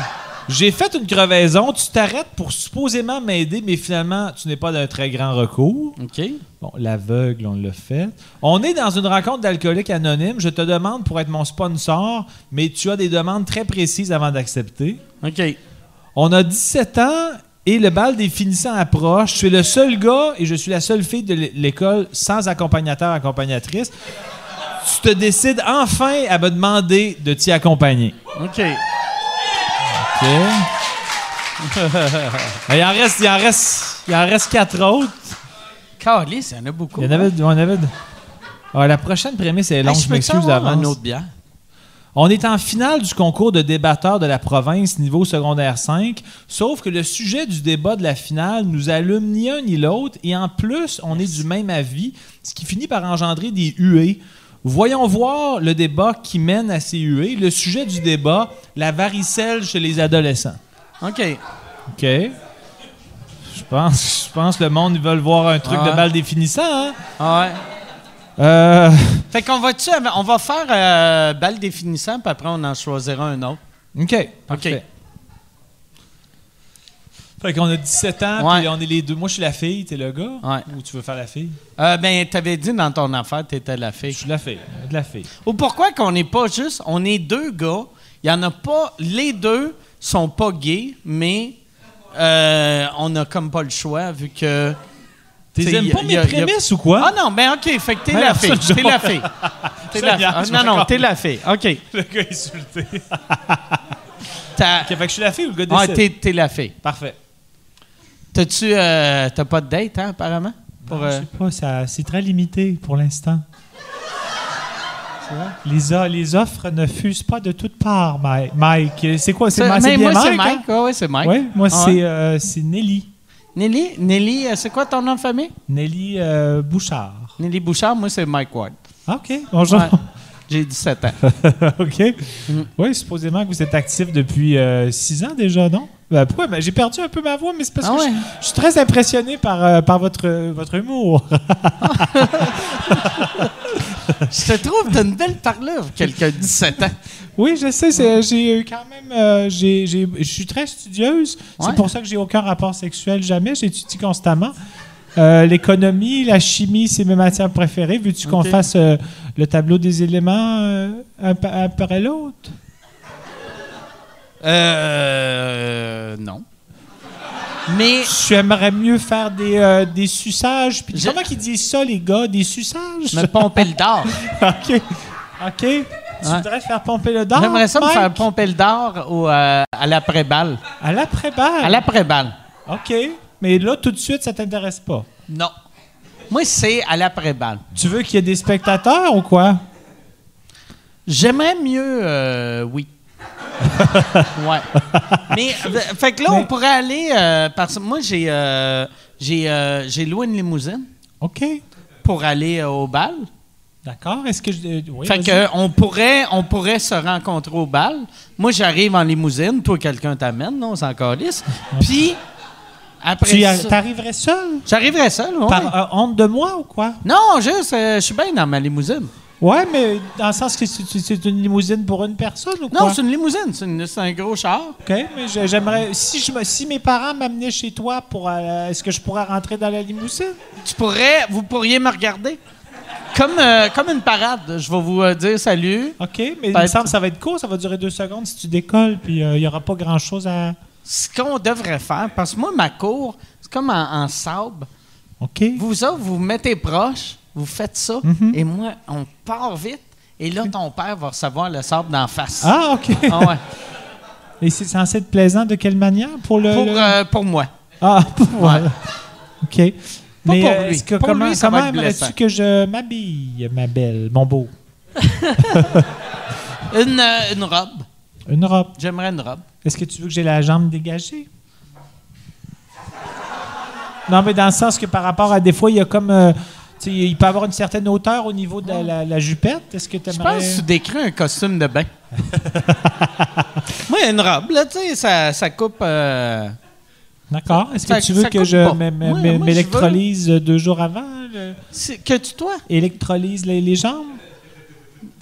[SPEAKER 3] J'ai fait une crevaison, tu t'arrêtes pour supposément m'aider, mais finalement, tu n'es pas d'un très grand recours.
[SPEAKER 4] OK.
[SPEAKER 3] Bon, l'aveugle, on l'a fait. On est dans une rencontre d'alcooliques anonymes. Je te demande pour être mon sponsor, mais tu as des demandes très précises avant d'accepter.
[SPEAKER 4] OK.
[SPEAKER 3] On a 17 ans et le bal des finissants approche. Je suis le seul gars et je suis la seule fille de l'é- l'école sans accompagnateur, accompagnatrice. Tu te décides enfin à me demander de t'y accompagner.
[SPEAKER 4] OK.
[SPEAKER 3] OK. il, en reste, il, en reste, il en reste quatre autres.
[SPEAKER 4] Calice, il y en a beaucoup. hein?
[SPEAKER 3] Il y en avait, deux, il y en avait deux. Ah, la prochaine prémisse est
[SPEAKER 4] Hey,
[SPEAKER 3] longue,
[SPEAKER 4] je
[SPEAKER 3] je
[SPEAKER 4] peux-tu
[SPEAKER 3] m'excuse
[SPEAKER 4] avoir
[SPEAKER 3] d'avance.
[SPEAKER 4] un autre bière.
[SPEAKER 3] On est en finale du concours de débatteurs de la province niveau secondaire 5, sauf que le sujet du débat de la finale nous allume ni un ni l'autre, et en plus, on est du même avis, ce qui finit par engendrer des huées. Voyons voir le débat qui mène à ces huées. Le sujet du débat, la varicelle chez les adolescents.
[SPEAKER 4] OK.
[SPEAKER 3] OK. Je pense, je pense que le monde, ils veulent voir un truc
[SPEAKER 4] Ah.
[SPEAKER 3] de mal définissant, hein?
[SPEAKER 4] Ah ouais.
[SPEAKER 3] Euh,
[SPEAKER 4] Fait qu'on va-tu... av- On va faire euh, balle définissant, puis après, on en choisira un autre.
[SPEAKER 3] OK. Parfait. Fait qu'on a 17 ans,
[SPEAKER 4] Ouais.
[SPEAKER 3] puis on est les deux. Moi, je suis la fille, t'es le gars.
[SPEAKER 4] Ouais.
[SPEAKER 3] Ou tu veux faire la fille?
[SPEAKER 4] Euh, ben, t'avais dit dans ton affaire, t'étais la
[SPEAKER 3] Je
[SPEAKER 4] fille.
[SPEAKER 3] suis la fille. De la fille.
[SPEAKER 4] Ou pourquoi qu'on n'est pas juste... On est deux gars. Il y en a pas... Les deux sont pas gays, mais euh, on n'a comme pas le choix, vu que...
[SPEAKER 3] T'es
[SPEAKER 4] T'sais,
[SPEAKER 3] aimes
[SPEAKER 4] y a-
[SPEAKER 3] pas
[SPEAKER 4] y
[SPEAKER 3] mes
[SPEAKER 4] a- y a-
[SPEAKER 3] prémices ou quoi?
[SPEAKER 4] Ah non, ben OK, fait que t'es
[SPEAKER 3] Ben,
[SPEAKER 4] la
[SPEAKER 3] ça,
[SPEAKER 4] fille.
[SPEAKER 3] je-
[SPEAKER 4] T'es la fille. T'es
[SPEAKER 3] Ça
[SPEAKER 4] la
[SPEAKER 3] vient,
[SPEAKER 4] ah,
[SPEAKER 3] je
[SPEAKER 4] Non, non,
[SPEAKER 3] m'accorde.
[SPEAKER 4] t'es la fille. OK.
[SPEAKER 3] Le gars insulté. OK,
[SPEAKER 4] T'as-
[SPEAKER 3] fait que je suis la fille ou le gars
[SPEAKER 4] Ah,
[SPEAKER 3] décide?
[SPEAKER 4] t'es t'es la fille.
[SPEAKER 3] Parfait.
[SPEAKER 4] T'as-tu... euh, T'as pas de date, hein, apparemment? Pour, euh,
[SPEAKER 3] pas, c'est très limité pour l'instant. Les, les offres ne fusent pas de toutes parts, Mike. C'est quoi?
[SPEAKER 4] Ça, mais moi, c'est Mike. Ouais, ouais, c'est Mike.
[SPEAKER 3] Oui, moi,
[SPEAKER 4] Ah ouais.
[SPEAKER 3] c'est euh, c'est Nelly.
[SPEAKER 4] Nelly, Nelly, euh, c'est quoi ton nom de famille?
[SPEAKER 3] Nelly euh, Bouchard.
[SPEAKER 4] Nelly Bouchard, moi, c'est Mike Ward.
[SPEAKER 3] Ah, OK, bonjour.
[SPEAKER 4] Ouais. J'ai 17 ans.
[SPEAKER 3] OK.
[SPEAKER 4] Mm.
[SPEAKER 3] Oui, supposément que vous êtes actif depuis euh, six ans déjà, non? Ben, pourquoi? Ben, J'ai perdu un peu ma voix, mais c'est parce
[SPEAKER 4] Ah
[SPEAKER 3] que
[SPEAKER 4] ouais.
[SPEAKER 3] je, je suis très impressionné par, euh, par votre, euh, votre humour.
[SPEAKER 4] Je te trouve, t'as une belle parlure, quelqu'un de 17 ans.
[SPEAKER 3] oui, je sais, c'est- j'ai eu quand même... euh, j'ai- j'ai- je suis très studieuse.
[SPEAKER 4] Ouais.
[SPEAKER 3] C'est pour ça que j'ai aucun rapport sexuel jamais. J'étudie constamment. Euh, L'économie, la chimie, c'est mes matières préférées. Veux-tu qu'on
[SPEAKER 4] OK.
[SPEAKER 3] fasse euh, le tableau des éléments euh, un, pa- un après l'autre?
[SPEAKER 4] Euh. Non. Mais.
[SPEAKER 3] J'aimerais mieux faire des, euh, des suçages. Puis
[SPEAKER 4] Je-
[SPEAKER 3] comment qu'ils disent ça, les gars, des suçages?
[SPEAKER 4] Me pomper le dard.
[SPEAKER 3] OK. OK. Tu voudrais faire pomper le dard?
[SPEAKER 4] J'aimerais ça me
[SPEAKER 3] Mike?
[SPEAKER 4] faire pomper le dard au, euh, à l'après-balle.
[SPEAKER 3] À l'après-balle?
[SPEAKER 4] À l'après-balle.
[SPEAKER 3] OK. Mais là, tout de suite, ça t'intéresse pas.
[SPEAKER 4] Non. Moi, c'est à l'après-balle.
[SPEAKER 3] Tu veux qu'il y ait des spectateurs ou quoi?
[SPEAKER 4] J'aimerais mieux, euh, oui. ouais. Mais, euh, fait que là, on pourrait aller. euh, parce que moi, j'ai euh, j'ai euh, j'ai loué une limousine
[SPEAKER 3] OK.
[SPEAKER 4] pour aller euh, au bal.
[SPEAKER 3] D'accord. Est-ce que je... euh, oui,
[SPEAKER 4] fait
[SPEAKER 3] vas-y.
[SPEAKER 4] que, euh, on, pourrait, on pourrait se rencontrer au bal. Moi, j'arrive en limousine. Toi, quelqu'un t'amène. Non, on s'en calisse. Puis,
[SPEAKER 3] Tu
[SPEAKER 4] après.
[SPEAKER 3] y arri-
[SPEAKER 4] ça-
[SPEAKER 3] t'arriverais seul?
[SPEAKER 4] J'arriverai seul, ouais.
[SPEAKER 3] Par euh, honte de moi ou quoi?
[SPEAKER 4] Non, juste, euh, je suis bien dans ma limousine.
[SPEAKER 3] Ouais, mais dans le sens que c'est- c'est c'est une limousine pour une personne ou
[SPEAKER 4] Non,
[SPEAKER 3] quoi?
[SPEAKER 4] c'est une limousine. C'est une- c'est un gros char.
[SPEAKER 3] OK, mais je- j'aimerais. Si, je, me- si mes parents m'amenaient chez toi, pour, euh, est-ce que je pourrais rentrer dans la limousine?
[SPEAKER 4] tu pourrais, vous pourriez me regarder. Comme, euh, comme une parade, je vais vous euh, dire salut.
[SPEAKER 3] OK, mais il
[SPEAKER 4] Peut-être.
[SPEAKER 3] me semble que ça va être court, ça va durer deux secondes si tu décolles, puis euh, il y n'y aura pas grand-chose à.
[SPEAKER 4] Ce qu'on devrait faire, parce que moi, ma cour, c'est comme en, en sable.
[SPEAKER 3] OK.
[SPEAKER 4] Vous autres, vous vous mettez proche, vous faites ça, et moi, on part vite, et là, ton père va recevoir le sable d'en face.
[SPEAKER 3] Ah, OK.
[SPEAKER 4] Ah ouais.
[SPEAKER 3] Et c'est censé être plaisant de quelle manière? Pour le.
[SPEAKER 4] pour,
[SPEAKER 3] le-
[SPEAKER 4] euh, pour moi.
[SPEAKER 3] Ah, pour. voilà. OK. mais
[SPEAKER 4] pour
[SPEAKER 3] euh,
[SPEAKER 4] lui.
[SPEAKER 3] est-ce que
[SPEAKER 4] Pour
[SPEAKER 3] comment,
[SPEAKER 4] lui, ça va
[SPEAKER 3] comment
[SPEAKER 4] être
[SPEAKER 3] aimerais-tu
[SPEAKER 4] blessant.
[SPEAKER 3] que je m'habille, ma belle, mon beau?
[SPEAKER 4] Une, euh, une robe.
[SPEAKER 3] Une robe.
[SPEAKER 4] J'aimerais une robe.
[SPEAKER 3] Est-ce que tu veux que j'ai la jambe dégagée? Non, mais dans le sens que par rapport à des fois, il y a comme. euh, tu sais, il peut avoir une certaine hauteur au niveau de la, la- la jupette. Est-ce que tu
[SPEAKER 4] Je pense que tu décris un costume de bain. moi, une robe, là, tu sais, ça, ça coupe... euh,
[SPEAKER 3] D'accord. Est-ce
[SPEAKER 4] Ça-
[SPEAKER 3] que tu veux
[SPEAKER 4] ça
[SPEAKER 3] que
[SPEAKER 4] coupe
[SPEAKER 3] je
[SPEAKER 4] pas.
[SPEAKER 3] m-
[SPEAKER 4] Moi-
[SPEAKER 3] m-
[SPEAKER 4] moi, je
[SPEAKER 3] m'électrolyse deux jours avant? le-
[SPEAKER 4] c'est- que tu, toi?
[SPEAKER 3] électrolyse les, les jambes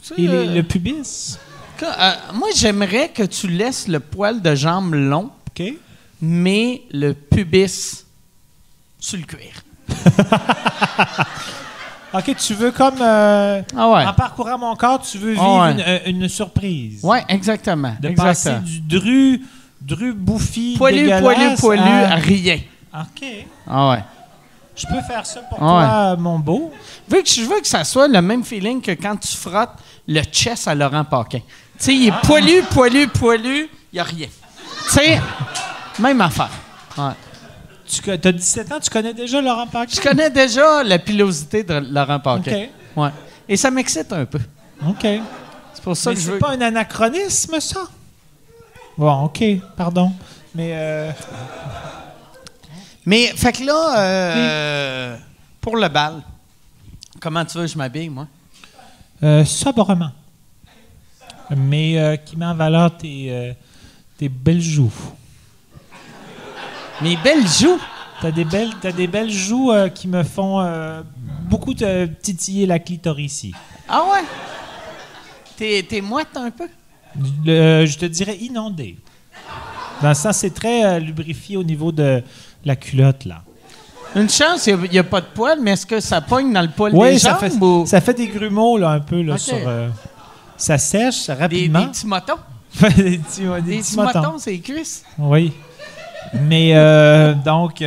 [SPEAKER 4] tu sais,
[SPEAKER 3] et les-
[SPEAKER 4] euh,
[SPEAKER 3] le pubis?
[SPEAKER 4] Que- euh, moi, j'aimerais que tu laisses le poil de jambe long,
[SPEAKER 3] OK.
[SPEAKER 4] mais le pubis sur le cuir.
[SPEAKER 3] OK, tu veux comme... euh,
[SPEAKER 4] Ah ouais.
[SPEAKER 3] En parcourant mon corps, tu veux vivre
[SPEAKER 4] Ah
[SPEAKER 3] une, euh, une surprise.
[SPEAKER 4] Ouais, exactement.
[SPEAKER 3] De passer
[SPEAKER 4] exactement.
[SPEAKER 3] du dru, dru bouffi,
[SPEAKER 4] Poilu, poilu,
[SPEAKER 3] dégueulasse
[SPEAKER 4] poilu,
[SPEAKER 3] à-
[SPEAKER 4] rien.
[SPEAKER 3] OK.
[SPEAKER 4] hein. Ah ouais.
[SPEAKER 3] Je peux faire ça pour
[SPEAKER 4] Ah
[SPEAKER 3] toi, mon beau.
[SPEAKER 4] Veux que, je veux que ça soit le même feeling que quand tu frottes le chest à Laurent Paquin. Tu sais, il est poilu, poilu, poilu, il n'y a rien. Tu sais, même affaire. Ouais.
[SPEAKER 3] Tu as 17 ans, tu connais déjà Laurent Paquin?
[SPEAKER 4] Je connais déjà la pilosité de Laurent Paquin.
[SPEAKER 3] OK.
[SPEAKER 4] Ouais. Et ça m'excite un peu.
[SPEAKER 3] OK.
[SPEAKER 4] C'est pour ça
[SPEAKER 3] Mais
[SPEAKER 4] que je
[SPEAKER 3] c'est
[SPEAKER 4] veux.
[SPEAKER 3] pas un anachronisme, ça? Bon, OK, pardon. Mais euh,
[SPEAKER 4] Mais, fait que là, euh, pour le bal, comment tu veux que je m'habille, moi?
[SPEAKER 3] euh, sobrement. Mais euh, qui met en valeur tes, euh, tes belles joues.
[SPEAKER 4] Mes belles joues!
[SPEAKER 3] T'as des belles, t'as des belles joues euh, qui me font euh, beaucoup te titiller la clitoricie.
[SPEAKER 4] Ah ouais? T'es, t'es moite un peu?
[SPEAKER 3] Le- euh, je te dirais inondée. Dans le sens, c'est très euh, lubrifié au niveau de la culotte, là.
[SPEAKER 4] Une chance, il n'y a, pas de poils, mais est-ce que ça pogne dans le poil
[SPEAKER 3] Oui,
[SPEAKER 4] des
[SPEAKER 3] ça
[SPEAKER 4] jambes
[SPEAKER 3] fait,
[SPEAKER 4] ou
[SPEAKER 3] ça fait des grumeaux, là, un peu, là,
[SPEAKER 4] Ok.
[SPEAKER 3] sur... euh, ça sèche ça,
[SPEAKER 4] des,
[SPEAKER 3] rapidement.
[SPEAKER 4] des petits motons?
[SPEAKER 3] Des petits, des petits
[SPEAKER 4] Des, petits motons, c'est les cuisses?
[SPEAKER 3] Oui. Mais, euh, donc...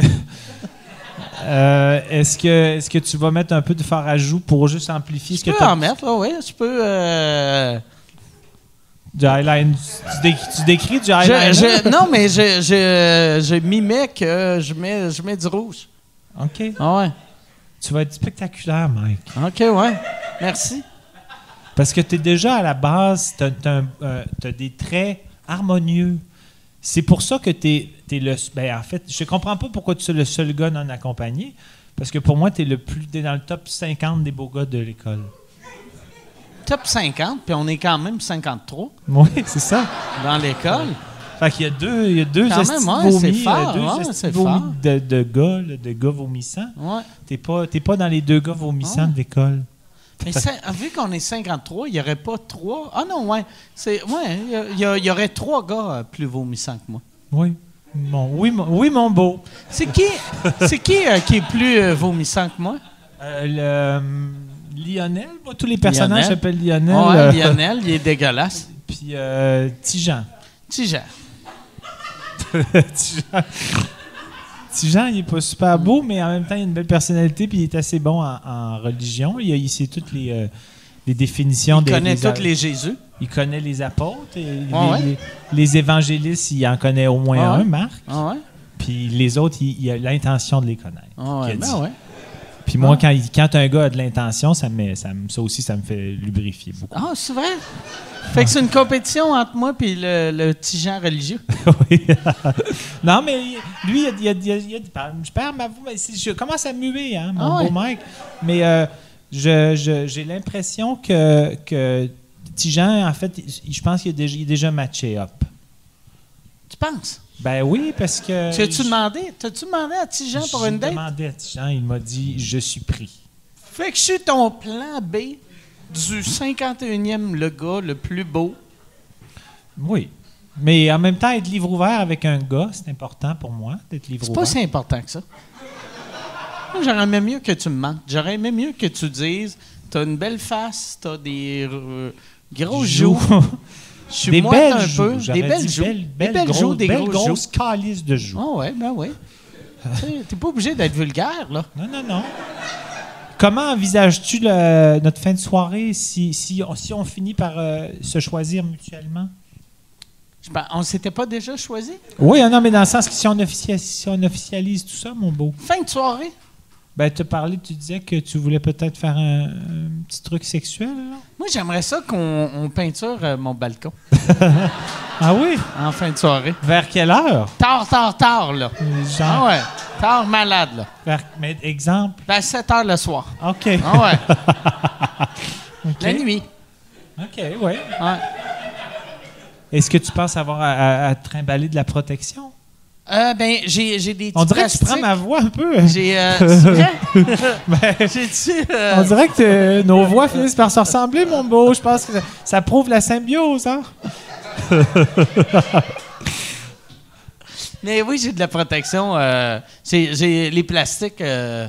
[SPEAKER 3] euh, est-ce que, est-ce que tu vas mettre un peu de fard à joue pour juste amplifier ce que
[SPEAKER 4] Je peux
[SPEAKER 3] tu
[SPEAKER 4] en mettre, oui. Je peux... euh,
[SPEAKER 3] Du eyeliner. Tu, dé- tu décris du
[SPEAKER 4] je-
[SPEAKER 3] eyeliner?
[SPEAKER 4] je- non, mais je, je, je mimais que je mets, je mets du rouge.
[SPEAKER 3] OK.
[SPEAKER 4] Ah ouais?
[SPEAKER 3] Tu vas être spectaculaire, Mike.
[SPEAKER 4] OK, ouais. Merci.
[SPEAKER 3] Parce que tu es déjà à la base, tu as, euh, des traits harmonieux. C'est pour ça que tu es, le. Ben, en fait, je comprends pas pourquoi tu es le seul gars non accompagné. Parce que pour moi, tu es le plus. t'es dans le top 50 des beaux gars de l'école.
[SPEAKER 4] Top 50, puis on est quand même 53
[SPEAKER 3] Oui, c'est ça.
[SPEAKER 4] dans l'école.
[SPEAKER 3] Fait qu'il y a deux, il y a deux
[SPEAKER 4] Quand
[SPEAKER 3] hosties
[SPEAKER 4] même,
[SPEAKER 3] de
[SPEAKER 4] ouais, c'est
[SPEAKER 3] vomis,
[SPEAKER 4] fort,
[SPEAKER 3] euh, deux
[SPEAKER 4] ouais,
[SPEAKER 3] hosties de
[SPEAKER 4] c'est
[SPEAKER 3] vomis
[SPEAKER 4] fort.
[SPEAKER 3] de, de gars, là, de gars vomissants.
[SPEAKER 4] Ouais.
[SPEAKER 3] T'es pas, t'es pas dans les deux gars vomissants
[SPEAKER 4] Ouais.
[SPEAKER 3] de l'école.
[SPEAKER 4] Mais
[SPEAKER 3] Fait-
[SPEAKER 4] ça- vu qu'on est 53, il n'y aurait pas trois. Ah non, ouais. C'est, ouais, il y a- il y, a- il y aurait trois gars euh, plus vomissants que moi.
[SPEAKER 3] Oui. Bon, oui, mon, oui, mon beau.
[SPEAKER 4] C'est qui, c'est qui euh, qui est plus euh, vomissant que moi?
[SPEAKER 3] Euh, le, euh, Lionel, moi, tous les personnages
[SPEAKER 4] Lionel.
[SPEAKER 3] s'appellent Lionel.
[SPEAKER 4] Ah Ouais,
[SPEAKER 3] euh,
[SPEAKER 4] Lionel, il est dégueulasse.
[SPEAKER 3] Puis euh, Tijan.
[SPEAKER 4] Tijan.
[SPEAKER 3] Tijan. Tijan, il est pas super beau, mais en même temps, il a une belle personnalité, puis il est assez bon en, en religion. Il, a- il sait toutes les, euh, les définitions
[SPEAKER 4] Il
[SPEAKER 3] des.
[SPEAKER 4] connaît
[SPEAKER 3] des-
[SPEAKER 4] tous les Jésus.
[SPEAKER 3] Il connaît les apôtres, et les,
[SPEAKER 4] Ouais, ouais.
[SPEAKER 3] les- les évangélistes, il en connaît au moins
[SPEAKER 4] Ouais,
[SPEAKER 3] un,
[SPEAKER 4] ouais.
[SPEAKER 3] Marc.
[SPEAKER 4] Ah ouais?
[SPEAKER 3] Puis les autres, il, il a l'intention de les connaître.
[SPEAKER 4] Ah
[SPEAKER 3] qu'il
[SPEAKER 4] ouais,
[SPEAKER 3] a
[SPEAKER 4] ben
[SPEAKER 3] dit.
[SPEAKER 4] ouais.
[SPEAKER 3] Puis
[SPEAKER 4] Ah.
[SPEAKER 3] moi, quand, il- quand un gars a de l'intention, ça, me met- ça, me- ça aussi, ça me fait lubrifier beaucoup.
[SPEAKER 4] Ah, c'est vrai? Fait que c'est une compétition entre moi et le, le Tijan religieux.
[SPEAKER 3] Oui. non, mais lui, il a, il a- il a- il a dit, pardon, je perds ma voix, mais c'est- je commence à muer, hein, mon
[SPEAKER 4] Ah ouais.
[SPEAKER 3] beau Mike. Mais euh, je- je- j'ai l'impression que, que Tijan, en fait, il- je pense qu'il est déjà, il est déjà matché up.
[SPEAKER 4] Tu penses?
[SPEAKER 3] Ben oui, parce que...
[SPEAKER 4] Tu as-tu
[SPEAKER 3] je-
[SPEAKER 4] demandé? T'as-tu demandé à Tijan pour
[SPEAKER 3] j'ai
[SPEAKER 4] une date?
[SPEAKER 3] demandé à Tijan, il m'a dit, je suis pris.
[SPEAKER 4] Fait que je suis ton plan B du 51e le gars le plus beau.
[SPEAKER 3] Oui. Mais en même temps, être livre ouvert avec un gars, c'est important pour moi, d'être livre
[SPEAKER 4] C'est
[SPEAKER 3] ouvert.
[SPEAKER 4] pas si important que ça. Moi, J'aurais aimé mieux que tu me manques. J'aurais aimé mieux que tu dises t'as une belle face, t'as des euh, gros joues. Je suis
[SPEAKER 3] des
[SPEAKER 4] moite
[SPEAKER 3] belles
[SPEAKER 4] un
[SPEAKER 3] joues.
[SPEAKER 4] peu.
[SPEAKER 3] j'aurais
[SPEAKER 4] Des belles
[SPEAKER 3] dit
[SPEAKER 4] joues.
[SPEAKER 3] Belles, belles,
[SPEAKER 4] des belles
[SPEAKER 3] grosses,
[SPEAKER 4] joues, des
[SPEAKER 3] belles
[SPEAKER 4] grosses
[SPEAKER 3] grosses
[SPEAKER 4] joues.
[SPEAKER 3] calices de joues.
[SPEAKER 4] Ah ouais, ben oui. T'sais, T'es pas obligé d'être vulgaire, là.
[SPEAKER 3] Non, non, non. Comment envisages-tu le- notre fin de soirée si, si, on, si on finit par euh, se choisir mutuellement?
[SPEAKER 4] Je pense- on s'était pas déjà choisi?
[SPEAKER 3] Oui, hein, non, mais dans le sens que si on, officia- si on officialise tout ça, mon beau,
[SPEAKER 4] Fin de soirée.
[SPEAKER 3] ben, tu parlais, tu disais que tu voulais peut-être faire un, un petit truc sexuel, là?
[SPEAKER 4] Moi, j'aimerais ça qu'on on peinture euh, mon balcon
[SPEAKER 3] Ah oui?
[SPEAKER 4] en fin de soirée.
[SPEAKER 3] Vers quelle heure?
[SPEAKER 4] Tard, tard, tard, là.
[SPEAKER 3] Euh,
[SPEAKER 4] Ah
[SPEAKER 3] Genre,
[SPEAKER 4] ouais. Tard malade, là.
[SPEAKER 3] vers- mais exemple,
[SPEAKER 4] Vers 7 heures le soir.
[SPEAKER 3] OK.
[SPEAKER 4] Ah ouais.
[SPEAKER 3] OK.
[SPEAKER 4] La nuit.
[SPEAKER 3] OK, ouais.
[SPEAKER 4] Ouais.
[SPEAKER 3] Est-ce que tu penses avoir à, à- à trimballer de la protection?
[SPEAKER 4] Euh, ben, j'ai, j'ai des
[SPEAKER 3] On
[SPEAKER 4] petits
[SPEAKER 3] dirait que tu prends
[SPEAKER 4] plastiques.
[SPEAKER 3] ma voix un peu.
[SPEAKER 4] J'ai. euh, c'est vrai?
[SPEAKER 3] Ben,
[SPEAKER 4] J'ai-tu.
[SPEAKER 3] On
[SPEAKER 4] euh,
[SPEAKER 3] dirait que euh, nos voix finissent par se ressembler, mon beau. Je pense que ça, ça prouve la symbiose, hein?
[SPEAKER 4] Mais oui, j'ai de la protection. euh, j'ai, j'ai les plastiques euh,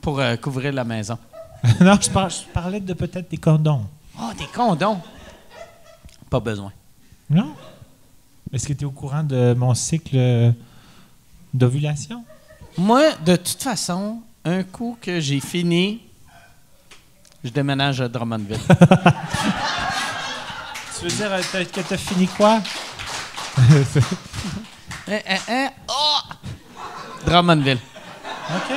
[SPEAKER 4] pour euh, couvrir la maison.
[SPEAKER 3] non, je, par- je parlais de peut-être des condoms.
[SPEAKER 4] Oh, des condoms. Pas besoin.
[SPEAKER 3] Non? Est-ce que tu es au courant de mon cycle euh, d'ovulation?
[SPEAKER 4] Moi, de toute façon, un coup que j'ai fini, je déménage à Drummondville.
[SPEAKER 3] Tu veux dire euh, t'as- que tu as fini quoi?
[SPEAKER 4] Hein, hein, hein? Oh! Drummondville.
[SPEAKER 3] OK.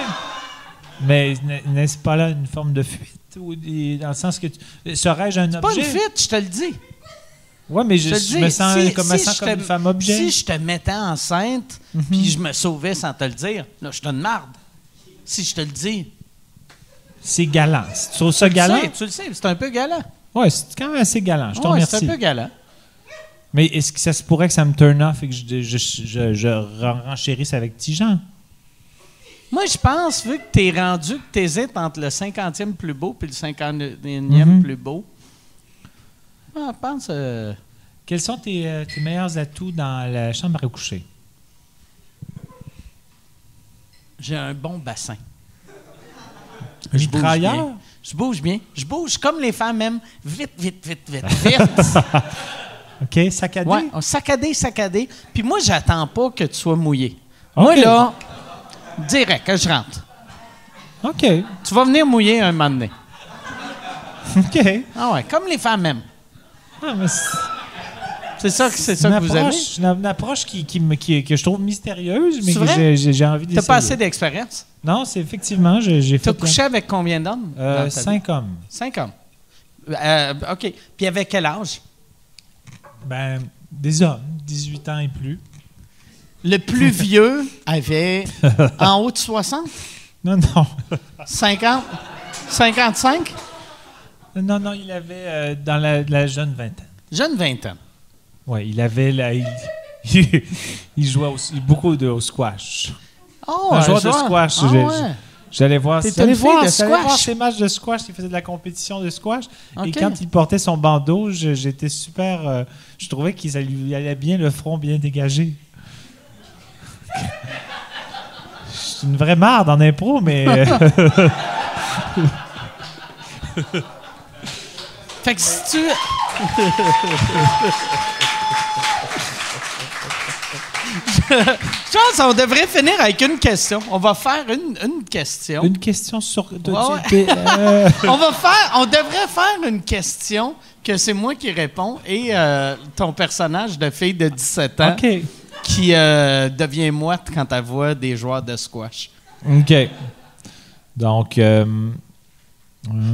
[SPEAKER 3] Mais n- n'est-ce pas là une forme de fuite? tu sais, ou des- dans le sens que tu- serais-je un
[SPEAKER 4] Pas une
[SPEAKER 3] objet
[SPEAKER 4] fuite, je te le dis.
[SPEAKER 3] Ouais, mais je,
[SPEAKER 4] te le
[SPEAKER 3] je
[SPEAKER 4] dis,
[SPEAKER 3] me sens
[SPEAKER 4] si-
[SPEAKER 3] comme, me
[SPEAKER 4] si
[SPEAKER 3] sens
[SPEAKER 4] je
[SPEAKER 3] comme
[SPEAKER 4] te-
[SPEAKER 3] une femme objet. Mhm.
[SPEAKER 4] Si je te mettais enceinte, puis je me sauvais sans te le dire, là, je te une marde. Si je te le dis.
[SPEAKER 3] C'est galant. Tu trouves ça
[SPEAKER 4] Tu le
[SPEAKER 3] galant
[SPEAKER 4] sais, Tu le sais, c'est un peu galant.
[SPEAKER 3] Ouais, c'est quand même assez galant. Je te
[SPEAKER 4] Ouais,
[SPEAKER 3] remercie.
[SPEAKER 4] C'est un peu galant.
[SPEAKER 3] Mais est-ce que ça se pourrait que ça me turn off et que je, je, je, je renchérisse avec Tijan?
[SPEAKER 4] Moi, je pense, vu que t'es rendu, que t'hésites entre le 50e plus beau puis le 51e
[SPEAKER 3] Mhm.
[SPEAKER 4] plus beau, ah, je pense... euh,
[SPEAKER 3] Quels sont tes, euh, tes meilleurs atouts dans la chambre à coucher?
[SPEAKER 4] J'ai un bon bassin.
[SPEAKER 3] Un
[SPEAKER 4] Je bouge
[SPEAKER 3] mitrailleur?
[SPEAKER 4] bien. Je bouge bien. Je bouge comme les femmes même. Vite, vite, vite, vite, vite.
[SPEAKER 3] OK, saccadé?
[SPEAKER 4] ouais, on saccadé, saccadé. Puis moi, j'attends pas que tu sois mouillé.
[SPEAKER 3] OK.
[SPEAKER 4] Moi, là, direct, que je rentre.
[SPEAKER 3] OK.
[SPEAKER 4] Tu vas venir mouiller un moment donné.
[SPEAKER 3] OK.
[SPEAKER 4] Ah ouais, comme les femmes même.
[SPEAKER 3] Ah, mais c'est
[SPEAKER 4] C'est ça, que- c'est
[SPEAKER 3] une,
[SPEAKER 4] ça que vous avez.
[SPEAKER 3] approche- une une approche qui, qui me- qui- que je trouve mystérieuse, mais
[SPEAKER 4] C'est
[SPEAKER 3] que
[SPEAKER 4] vrai?
[SPEAKER 3] j'ai- j'ai j'ai envie d'essayer.
[SPEAKER 4] T'as pas assez d'expérience?
[SPEAKER 3] Non, c'est effectivement, j'ai j'ai fait...
[SPEAKER 4] T'as
[SPEAKER 3] plein-
[SPEAKER 4] couché avec combien d'hommes?
[SPEAKER 3] Euh,
[SPEAKER 4] dans ta vie?
[SPEAKER 3] cinq hommes.
[SPEAKER 4] Cinq hommes. Euh, OK. Puis avec quel âge?
[SPEAKER 3] Ben, des hommes, 18 ans et plus.
[SPEAKER 4] Le plus vieux avait en haut de 60,
[SPEAKER 3] Non, non.
[SPEAKER 4] 50, 55,
[SPEAKER 3] Non, non, il avait euh, dans la, la jeune vingtaine.
[SPEAKER 4] jeune vingtaine.
[SPEAKER 3] Oui, il avait... La, il, il jouait au- beaucoup de, au squash.
[SPEAKER 4] Oh,
[SPEAKER 3] Un joueur de squash,
[SPEAKER 4] Ah
[SPEAKER 3] j'ai-
[SPEAKER 4] ouais.
[SPEAKER 3] J'allais voir,
[SPEAKER 4] T'es
[SPEAKER 3] j'allais
[SPEAKER 4] une fille
[SPEAKER 3] voir,
[SPEAKER 4] de
[SPEAKER 3] j'allais voir
[SPEAKER 4] squash.
[SPEAKER 3] ses matchs de squash, il faisait de la compétition de squash. Et
[SPEAKER 4] Ok.
[SPEAKER 3] quand il portait son bandeau, je- j'étais super. euh, je trouvais qu'il ça lui allait bien le front bien dégagé. C'est une vraie marde en impro, mais. euh,
[SPEAKER 4] Fait que si tu... Je pense qu'on devrait finir avec une question. On va faire une, une question.
[SPEAKER 3] une question sur. de-
[SPEAKER 4] Ouais, ouais.
[SPEAKER 3] tu- euh,
[SPEAKER 4] On va faire, on devrait faire une question que c'est moi qui réponds et euh, ton personnage de fille de 17 ans
[SPEAKER 3] ok.
[SPEAKER 4] qui euh, devient moite quand elle voit des joueurs de squash.
[SPEAKER 3] Ok. Donc. euh,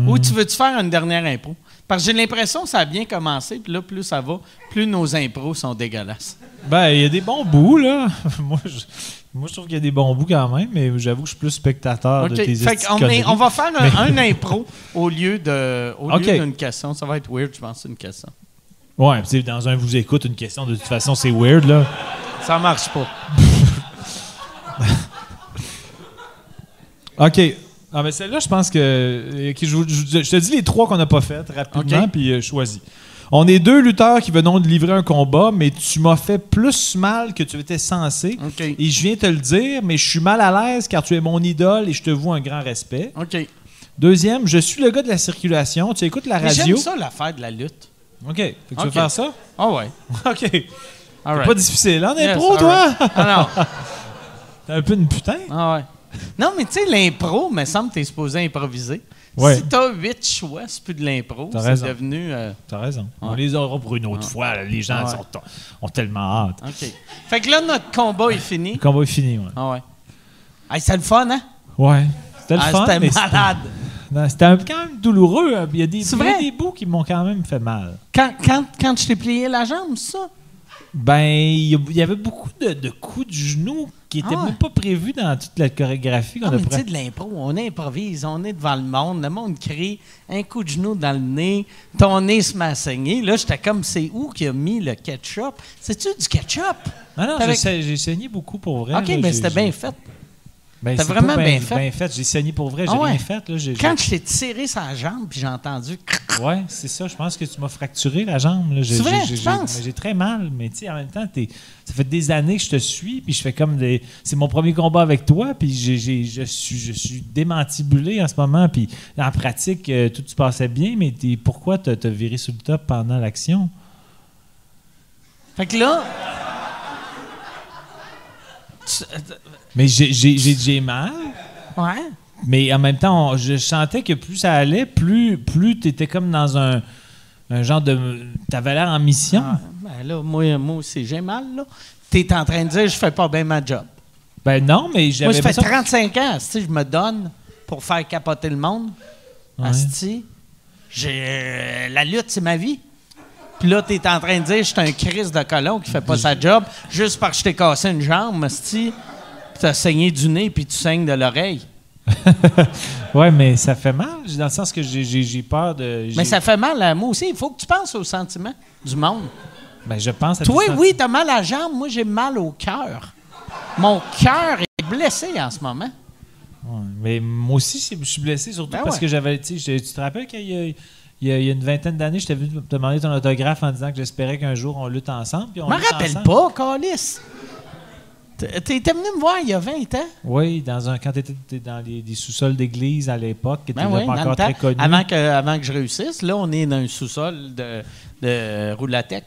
[SPEAKER 4] Ou tu veux-tu faire une dernière impro? Parce que j'ai l'impression que ça a bien commencé, puis là, plus ça va, plus nos impros sont dégueulasses.
[SPEAKER 3] Ben, il y a des bons bouts, là. moi, je, moi, je trouve qu'il y a des bons bouts quand même, mais j'avoue que je suis plus spectateur
[SPEAKER 4] OK.
[SPEAKER 3] de tes
[SPEAKER 4] Fait
[SPEAKER 3] esti
[SPEAKER 4] qu'on
[SPEAKER 3] de
[SPEAKER 4] est- on
[SPEAKER 3] conneries.
[SPEAKER 4] va faire un, un impro au lieu de- au
[SPEAKER 3] OK.
[SPEAKER 4] lieu d'une question. Ça va être weird, je pense, une question.
[SPEAKER 3] Ouais, pis t'sais, dans un vous écoute, une question, de toute façon, c'est weird, là.
[SPEAKER 4] Ça marche pas.
[SPEAKER 3] OK. Ah, mais celle-là, je pense que. euh, qui- je, vous- je vous- je te dis les trois qu'on n'a pas faites rapidement,
[SPEAKER 4] OK.
[SPEAKER 3] puis euh, choisis. On est deux lutteurs qui venons de livrer un combat, mais tu m'as fait plus mal que tu étais censé.
[SPEAKER 4] OK.
[SPEAKER 3] Et je viens te le dire, mais je suis mal à l'aise car tu es mon idole et je te voue un grand respect.
[SPEAKER 4] OK. Mais
[SPEAKER 3] Deuxième, je suis le gars de la circulation. Tu écoutes la radio.
[SPEAKER 4] J'aime ça, l'affaire de la lutte.
[SPEAKER 3] OK. Fait que tu veux
[SPEAKER 4] OK.
[SPEAKER 3] faire ça?
[SPEAKER 4] Ah ouais.
[SPEAKER 3] OK.
[SPEAKER 4] All
[SPEAKER 3] Pas
[SPEAKER 4] right.
[SPEAKER 3] difficile. En
[SPEAKER 4] Yes,
[SPEAKER 3] impro,
[SPEAKER 4] all
[SPEAKER 3] toi?
[SPEAKER 4] right. Ah non.
[SPEAKER 3] T'es un peu une putain.
[SPEAKER 4] Ah ouais. Non, mais tu sais, l'impro, me semble que t'es supposé improviser.
[SPEAKER 3] Ouais.
[SPEAKER 4] Si t'as huit choix, c'est plus de l'impro.
[SPEAKER 3] T'as
[SPEAKER 4] C'est
[SPEAKER 3] raison.
[SPEAKER 4] devenu. euh,
[SPEAKER 3] T'as raison. On
[SPEAKER 4] Ouais.
[SPEAKER 3] les aura pour une autre fois. là. Les gens
[SPEAKER 4] Ouais.
[SPEAKER 3] sont- ont tellement hâte.
[SPEAKER 4] OK. Fait que là, notre combat est fini.
[SPEAKER 3] Le combat est fini, ouais.
[SPEAKER 4] Ah ouais. Hey, c'est le fun, hein?
[SPEAKER 3] Ouais. C'était le
[SPEAKER 4] Ah,
[SPEAKER 3] fun,
[SPEAKER 4] c'était
[SPEAKER 3] mais
[SPEAKER 4] malade.
[SPEAKER 3] c'était- non, c'était un- quand même douloureux. hein. Il y a des,
[SPEAKER 4] C'est
[SPEAKER 3] il y a
[SPEAKER 4] vrai?
[SPEAKER 3] des bouts qui m'ont quand même fait mal.
[SPEAKER 4] Quand, quand, quand je t'ai plié la jambe, ça?
[SPEAKER 3] Ben, il y a- il y avait beaucoup de, de coups du genou qui
[SPEAKER 4] Ah
[SPEAKER 3] n'étaient
[SPEAKER 4] ouais.
[SPEAKER 3] même pas prévus dans toute la chorégraphie qu'on
[SPEAKER 4] Non,
[SPEAKER 3] a
[SPEAKER 4] mais tu sais,
[SPEAKER 3] prise.
[SPEAKER 4] de l'impro, on improvise, on est devant le monde, le monde crie, un coup de genou dans le nez, ton nez se met à saigner. Là, j'étais comme, c'est où qui a mis le ketchup? C'est-tu du ketchup?
[SPEAKER 3] Ah, Non, non,
[SPEAKER 4] T'avais-
[SPEAKER 3] j'ai sa- j'ai saigné beaucoup pour vrai.
[SPEAKER 4] OK,
[SPEAKER 3] là.
[SPEAKER 4] mais
[SPEAKER 3] J'ai-
[SPEAKER 4] c'était
[SPEAKER 3] j'ai-
[SPEAKER 4] bien fait.
[SPEAKER 3] Ben,
[SPEAKER 4] T'as
[SPEAKER 3] c'est
[SPEAKER 4] vraiment
[SPEAKER 3] pas
[SPEAKER 4] bien fait.
[SPEAKER 3] J'ai saigné pour vrai. J'ai
[SPEAKER 4] Ah ouais.
[SPEAKER 3] rien fait. Là. J'ai- j'ai-
[SPEAKER 4] Quand je t'ai tiré sa jambe, puis j'ai entendu...
[SPEAKER 3] Ouais, c'est ça. Je pense que tu m'as fracturé la jambe. là. J'ai-
[SPEAKER 4] C'est vrai,
[SPEAKER 3] j'ai- j'ai-
[SPEAKER 4] tu penses?
[SPEAKER 3] mais J'ai très mal, mais tu sais, en même temps, t'es- ça fait des années que je te suis, puis je fais comme des. C'est mon premier combat avec toi, puis j'ai- j'ai- je suis, je suis démantibulé en ce moment, puis en pratique, euh, tout se passait bien, mais t'es- pourquoi t'as t'as viré sur le top pendant l'action?
[SPEAKER 4] Fait que là... Tu-
[SPEAKER 3] Mais j'ai- j'ai j'ai- j'ai mal.
[SPEAKER 4] Ouais.
[SPEAKER 3] Mais en même temps, on- je sentais que plus ça allait, plus, plus tu étais comme dans un, un genre de. T'avais l'air en mission.
[SPEAKER 4] Ah, ben là, moi, moi aussi, j'ai mal, là. T'es en train de dire, je fais pas bien ma job.
[SPEAKER 3] Ben non, mais j'avais
[SPEAKER 4] Moi, ça fait
[SPEAKER 3] l'impression-
[SPEAKER 4] 35 ans, si je me donne pour faire capoter le monde. Asti, j'ai- euh, la lutte, c'est ma vie. Puis là, t'es en train de dire, je suis un Christ de colon qui fait pas sa job juste parce que je t'ai cassé une jambe, Asti. Puis t'as saigné du nez, puis tu saignes de l'oreille.
[SPEAKER 3] ouais, mais ça fait mal, dans le sens que j'ai- j'ai j'ai peur de. j'ai-
[SPEAKER 4] Mais ça fait mal à moi aussi. Il faut que tu penses aux sentiments du monde.
[SPEAKER 3] Ben, je pense à
[SPEAKER 4] Toi,
[SPEAKER 3] tes
[SPEAKER 4] oui, t'as mal à la jambe. Moi, j'ai mal au cœur. Mon cœur est blessé en ce moment.
[SPEAKER 3] Ouais, mais moi aussi, c'est- je suis blessé, surtout
[SPEAKER 4] Ben
[SPEAKER 3] parce
[SPEAKER 4] ouais.
[SPEAKER 3] que j'avais. Tu sais, je- tu te rappelles qu'il y a. il y a- il y a une vingtaine d'années, je t'ai vu te demander ton autographe en disant que j'espérais qu'un jour on lutte ensemble. puis on
[SPEAKER 4] Je m'en
[SPEAKER 3] lutte
[SPEAKER 4] rappelle
[SPEAKER 3] ensemble.
[SPEAKER 4] pas, Calis. T'es t'es venu me voir il y a 20 ans.
[SPEAKER 3] Oui, dans un, quand tu étais, dans les, les sous-sols d'église à l'époque, qui
[SPEAKER 4] Ben
[SPEAKER 3] n'étaient
[SPEAKER 4] oui,
[SPEAKER 3] pas
[SPEAKER 4] dans
[SPEAKER 3] encore
[SPEAKER 4] le temps,
[SPEAKER 3] très connu.
[SPEAKER 4] Avant que, avant que je réussisse, là, on est dans un sous-sol de, de Roulatec.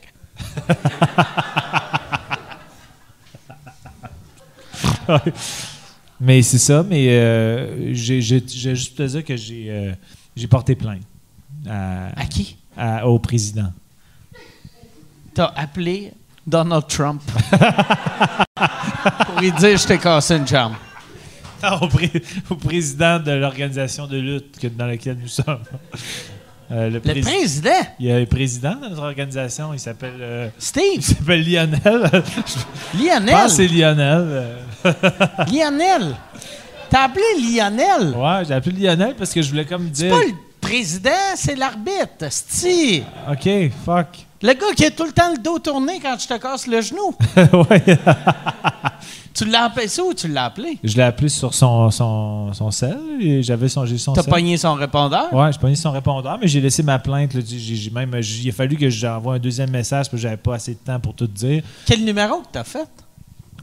[SPEAKER 3] Mais c'est ça, mais euh, j'ai j'ai- j'ai juste te dire que j'ai euh, j'ai porté plainte à-
[SPEAKER 4] À qui?
[SPEAKER 3] à- au président.
[SPEAKER 4] T'as appelé Donald Trump. Pour lui dire je t'ai cassé une jambe.
[SPEAKER 3] Non, au, pré- au président de l'organisation de lutte que- dans laquelle nous sommes. Euh, le
[SPEAKER 4] Le
[SPEAKER 3] prési-
[SPEAKER 4] président,
[SPEAKER 3] Il y a un président de notre organisation, il s'appelle euh, il
[SPEAKER 4] Steve,
[SPEAKER 3] s'appelle Lionel. Je pense que c'est
[SPEAKER 4] Lionel,
[SPEAKER 3] Lionel. Euh,
[SPEAKER 4] Lionel. T'as appelé Lionel.
[SPEAKER 3] Ouais, j'ai appelé Lionel parce que je voulais comme
[SPEAKER 4] C'est
[SPEAKER 3] dire.
[SPEAKER 4] pas le président, c'est l'arbitre, Steve.
[SPEAKER 3] Ok, fuck.
[SPEAKER 4] Le gars qui a tout le temps le dos tourné quand je te casse le genou.
[SPEAKER 3] ouais.
[SPEAKER 4] tu l'as appelé ça ou tu l'as appelé?
[SPEAKER 3] Je l'ai appelé sur son, son, son cell et j'avais son, j'ai son
[SPEAKER 4] T'as
[SPEAKER 3] cell.
[SPEAKER 4] pogné son répondeur?
[SPEAKER 3] Ouais, j'ai pogné son répondeur, mais j'ai laissé ma plainte. là, j'ai- j'ai même, j'ai- il a fallu que j'envoie un deuxième message parce que j'avais pas assez de temps pour tout dire.
[SPEAKER 4] Quel numéro que t'as fait?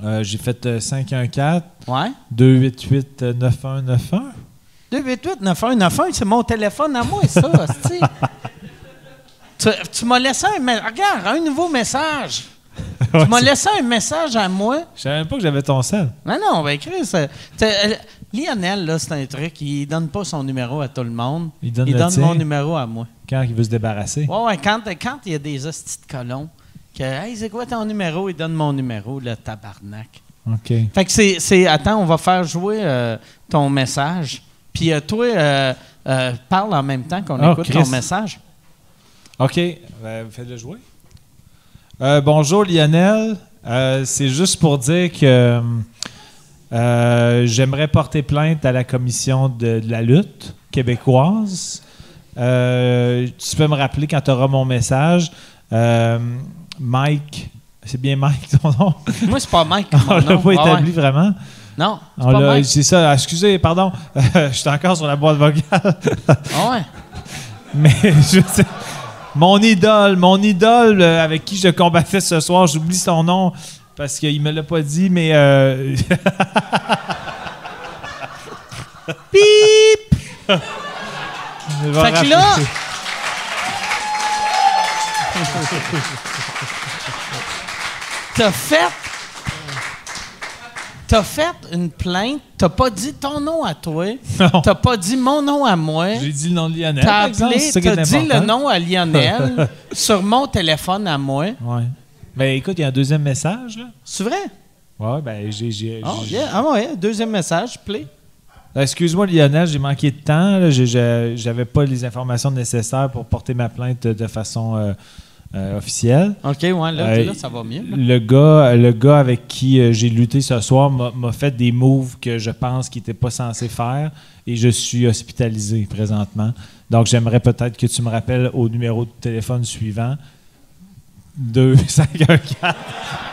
[SPEAKER 3] Euh, j'ai fait euh, 514.
[SPEAKER 4] Ouais.
[SPEAKER 3] 288-9191.
[SPEAKER 4] 288-9191, c'est mon téléphone à moi, ça, hostie. Tu, tu m'as laissé un message. Regarde, un nouveau message.
[SPEAKER 3] Ouais,
[SPEAKER 4] tu m'as
[SPEAKER 3] c'est-
[SPEAKER 4] laissé un message à moi.
[SPEAKER 3] Je savais même pas que j'avais ton sel.
[SPEAKER 4] Non, non, ben Chris, euh, t'es- euh, Lionel, là, c'est un truc, il donne pas son numéro à tout le monde.
[SPEAKER 3] Il donne
[SPEAKER 4] il
[SPEAKER 3] le
[SPEAKER 4] donne
[SPEAKER 3] tien.
[SPEAKER 4] mon numéro à moi.
[SPEAKER 3] Quand il veut se débarrasser.
[SPEAKER 4] Ouais, ouais, quand quand il y a des hosties de colons, que, hey, c'est quoi ton numéro? Il donne mon numéro, le tabarnak.
[SPEAKER 3] OK.
[SPEAKER 4] Fait que c'est, c'est- attends, on va faire jouer euh, ton message. Puis euh, toi, euh, euh, parle en même temps qu'on
[SPEAKER 3] Oh,
[SPEAKER 4] écoute
[SPEAKER 3] Christ.
[SPEAKER 4] ton message.
[SPEAKER 3] OK. Ben, Faites-le jouer. Euh, bonjour, Lionel. Euh, C'est juste pour dire que euh, j'aimerais porter plainte à la commission de, de la lutte québécoise. Euh, tu peux me rappeler quand tu auras mon message. Euh, Mike, c'est bien Mike ton nom?
[SPEAKER 4] Moi, c'est pas Mike.
[SPEAKER 3] On
[SPEAKER 4] mon
[SPEAKER 3] l'a
[SPEAKER 4] nom.
[SPEAKER 3] pas
[SPEAKER 4] Ah ouais.
[SPEAKER 3] établi vraiment.
[SPEAKER 4] Non, c'est
[SPEAKER 3] On
[SPEAKER 4] pas
[SPEAKER 3] l'a-
[SPEAKER 4] Mike.
[SPEAKER 3] Ah, C'est ça, excusez, pardon, je suis encore sur la boîte vocale,
[SPEAKER 4] Ah ouais.
[SPEAKER 3] mais je sais- mon idole, mon idole euh, avec qui je combattais ce soir, j'oublie son nom parce qu'il me l'a pas dit, mais euh,
[SPEAKER 4] Pip!
[SPEAKER 3] il va
[SPEAKER 4] Fait que
[SPEAKER 3] rappeler.
[SPEAKER 4] là- T'as fait. T'as fait une plainte. T'as pas dit ton nom à toi.
[SPEAKER 3] Non.
[SPEAKER 4] T'as pas dit mon nom à moi.
[SPEAKER 3] j'ai dit le nom de Lionel.
[SPEAKER 4] T'as
[SPEAKER 3] par exemple,
[SPEAKER 4] appelé,
[SPEAKER 3] c'est ça qui est
[SPEAKER 4] t'as dit le
[SPEAKER 3] important.
[SPEAKER 4] nom à Lionel sur mon téléphone à moi.
[SPEAKER 3] Ouais. Ben écoute, il y a un deuxième message là.
[SPEAKER 4] C'est vrai?
[SPEAKER 3] Ouais, ben j'ai- j'ai.
[SPEAKER 4] Oh,
[SPEAKER 3] j'ai-
[SPEAKER 4] yeah. Ah ouais, deuxième message, play.
[SPEAKER 3] Excuse-moi, Lionel, j'ai manqué de temps. là. J'ai- j'ai- J'avais pas les informations nécessaires pour porter ma plainte de façon euh, euh, officielle.
[SPEAKER 4] OK, ouais, là,
[SPEAKER 3] Euh,
[SPEAKER 4] là, ça va mieux. là.
[SPEAKER 3] Le gars, le gars avec qui euh, j'ai lutté ce soir m'a m'a fait des moves que je pense qu'il n'était pas censé faire et je suis hospitalisé présentement. Donc, j'aimerais peut-être que tu me rappelles au numéro de téléphone suivant 2514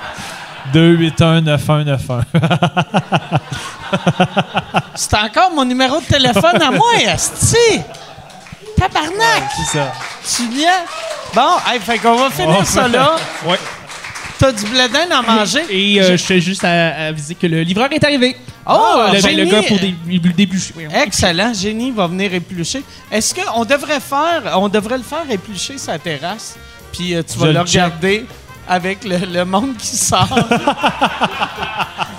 [SPEAKER 3] 281 9191.
[SPEAKER 4] C'est encore mon numéro de téléphone à moi, esti! Tabarnak!
[SPEAKER 3] C'est ça.
[SPEAKER 4] Tu viens? Bon, hey, fait qu'on va finir ça là.
[SPEAKER 3] Ouais.
[SPEAKER 4] T'as du blé d'Inde à manger?
[SPEAKER 5] Et euh, je fais juste à, aviser que le livreur est arrivé.
[SPEAKER 4] Oh,
[SPEAKER 5] le, ben,
[SPEAKER 4] génie!
[SPEAKER 5] le gars pour des, début.
[SPEAKER 4] Excellent, Génie va venir éplucher. Est-ce qu'on devrait faire, on devrait le faire éplucher sa terrasse, puis euh, tu vas
[SPEAKER 3] Je
[SPEAKER 4] le
[SPEAKER 3] le check.
[SPEAKER 4] regarder avec le, le monde qui sort.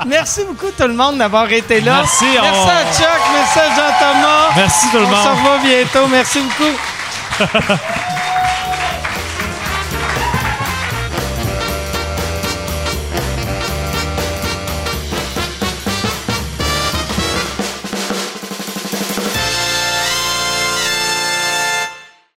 [SPEAKER 4] merci beaucoup tout le monde d'avoir été là.
[SPEAKER 3] Merci,
[SPEAKER 4] Merci
[SPEAKER 3] on-
[SPEAKER 4] à Chuck, merci à Jean-Thomas.
[SPEAKER 3] Merci tout le
[SPEAKER 4] On se
[SPEAKER 3] monde.
[SPEAKER 4] revoit bientôt, merci beaucoup.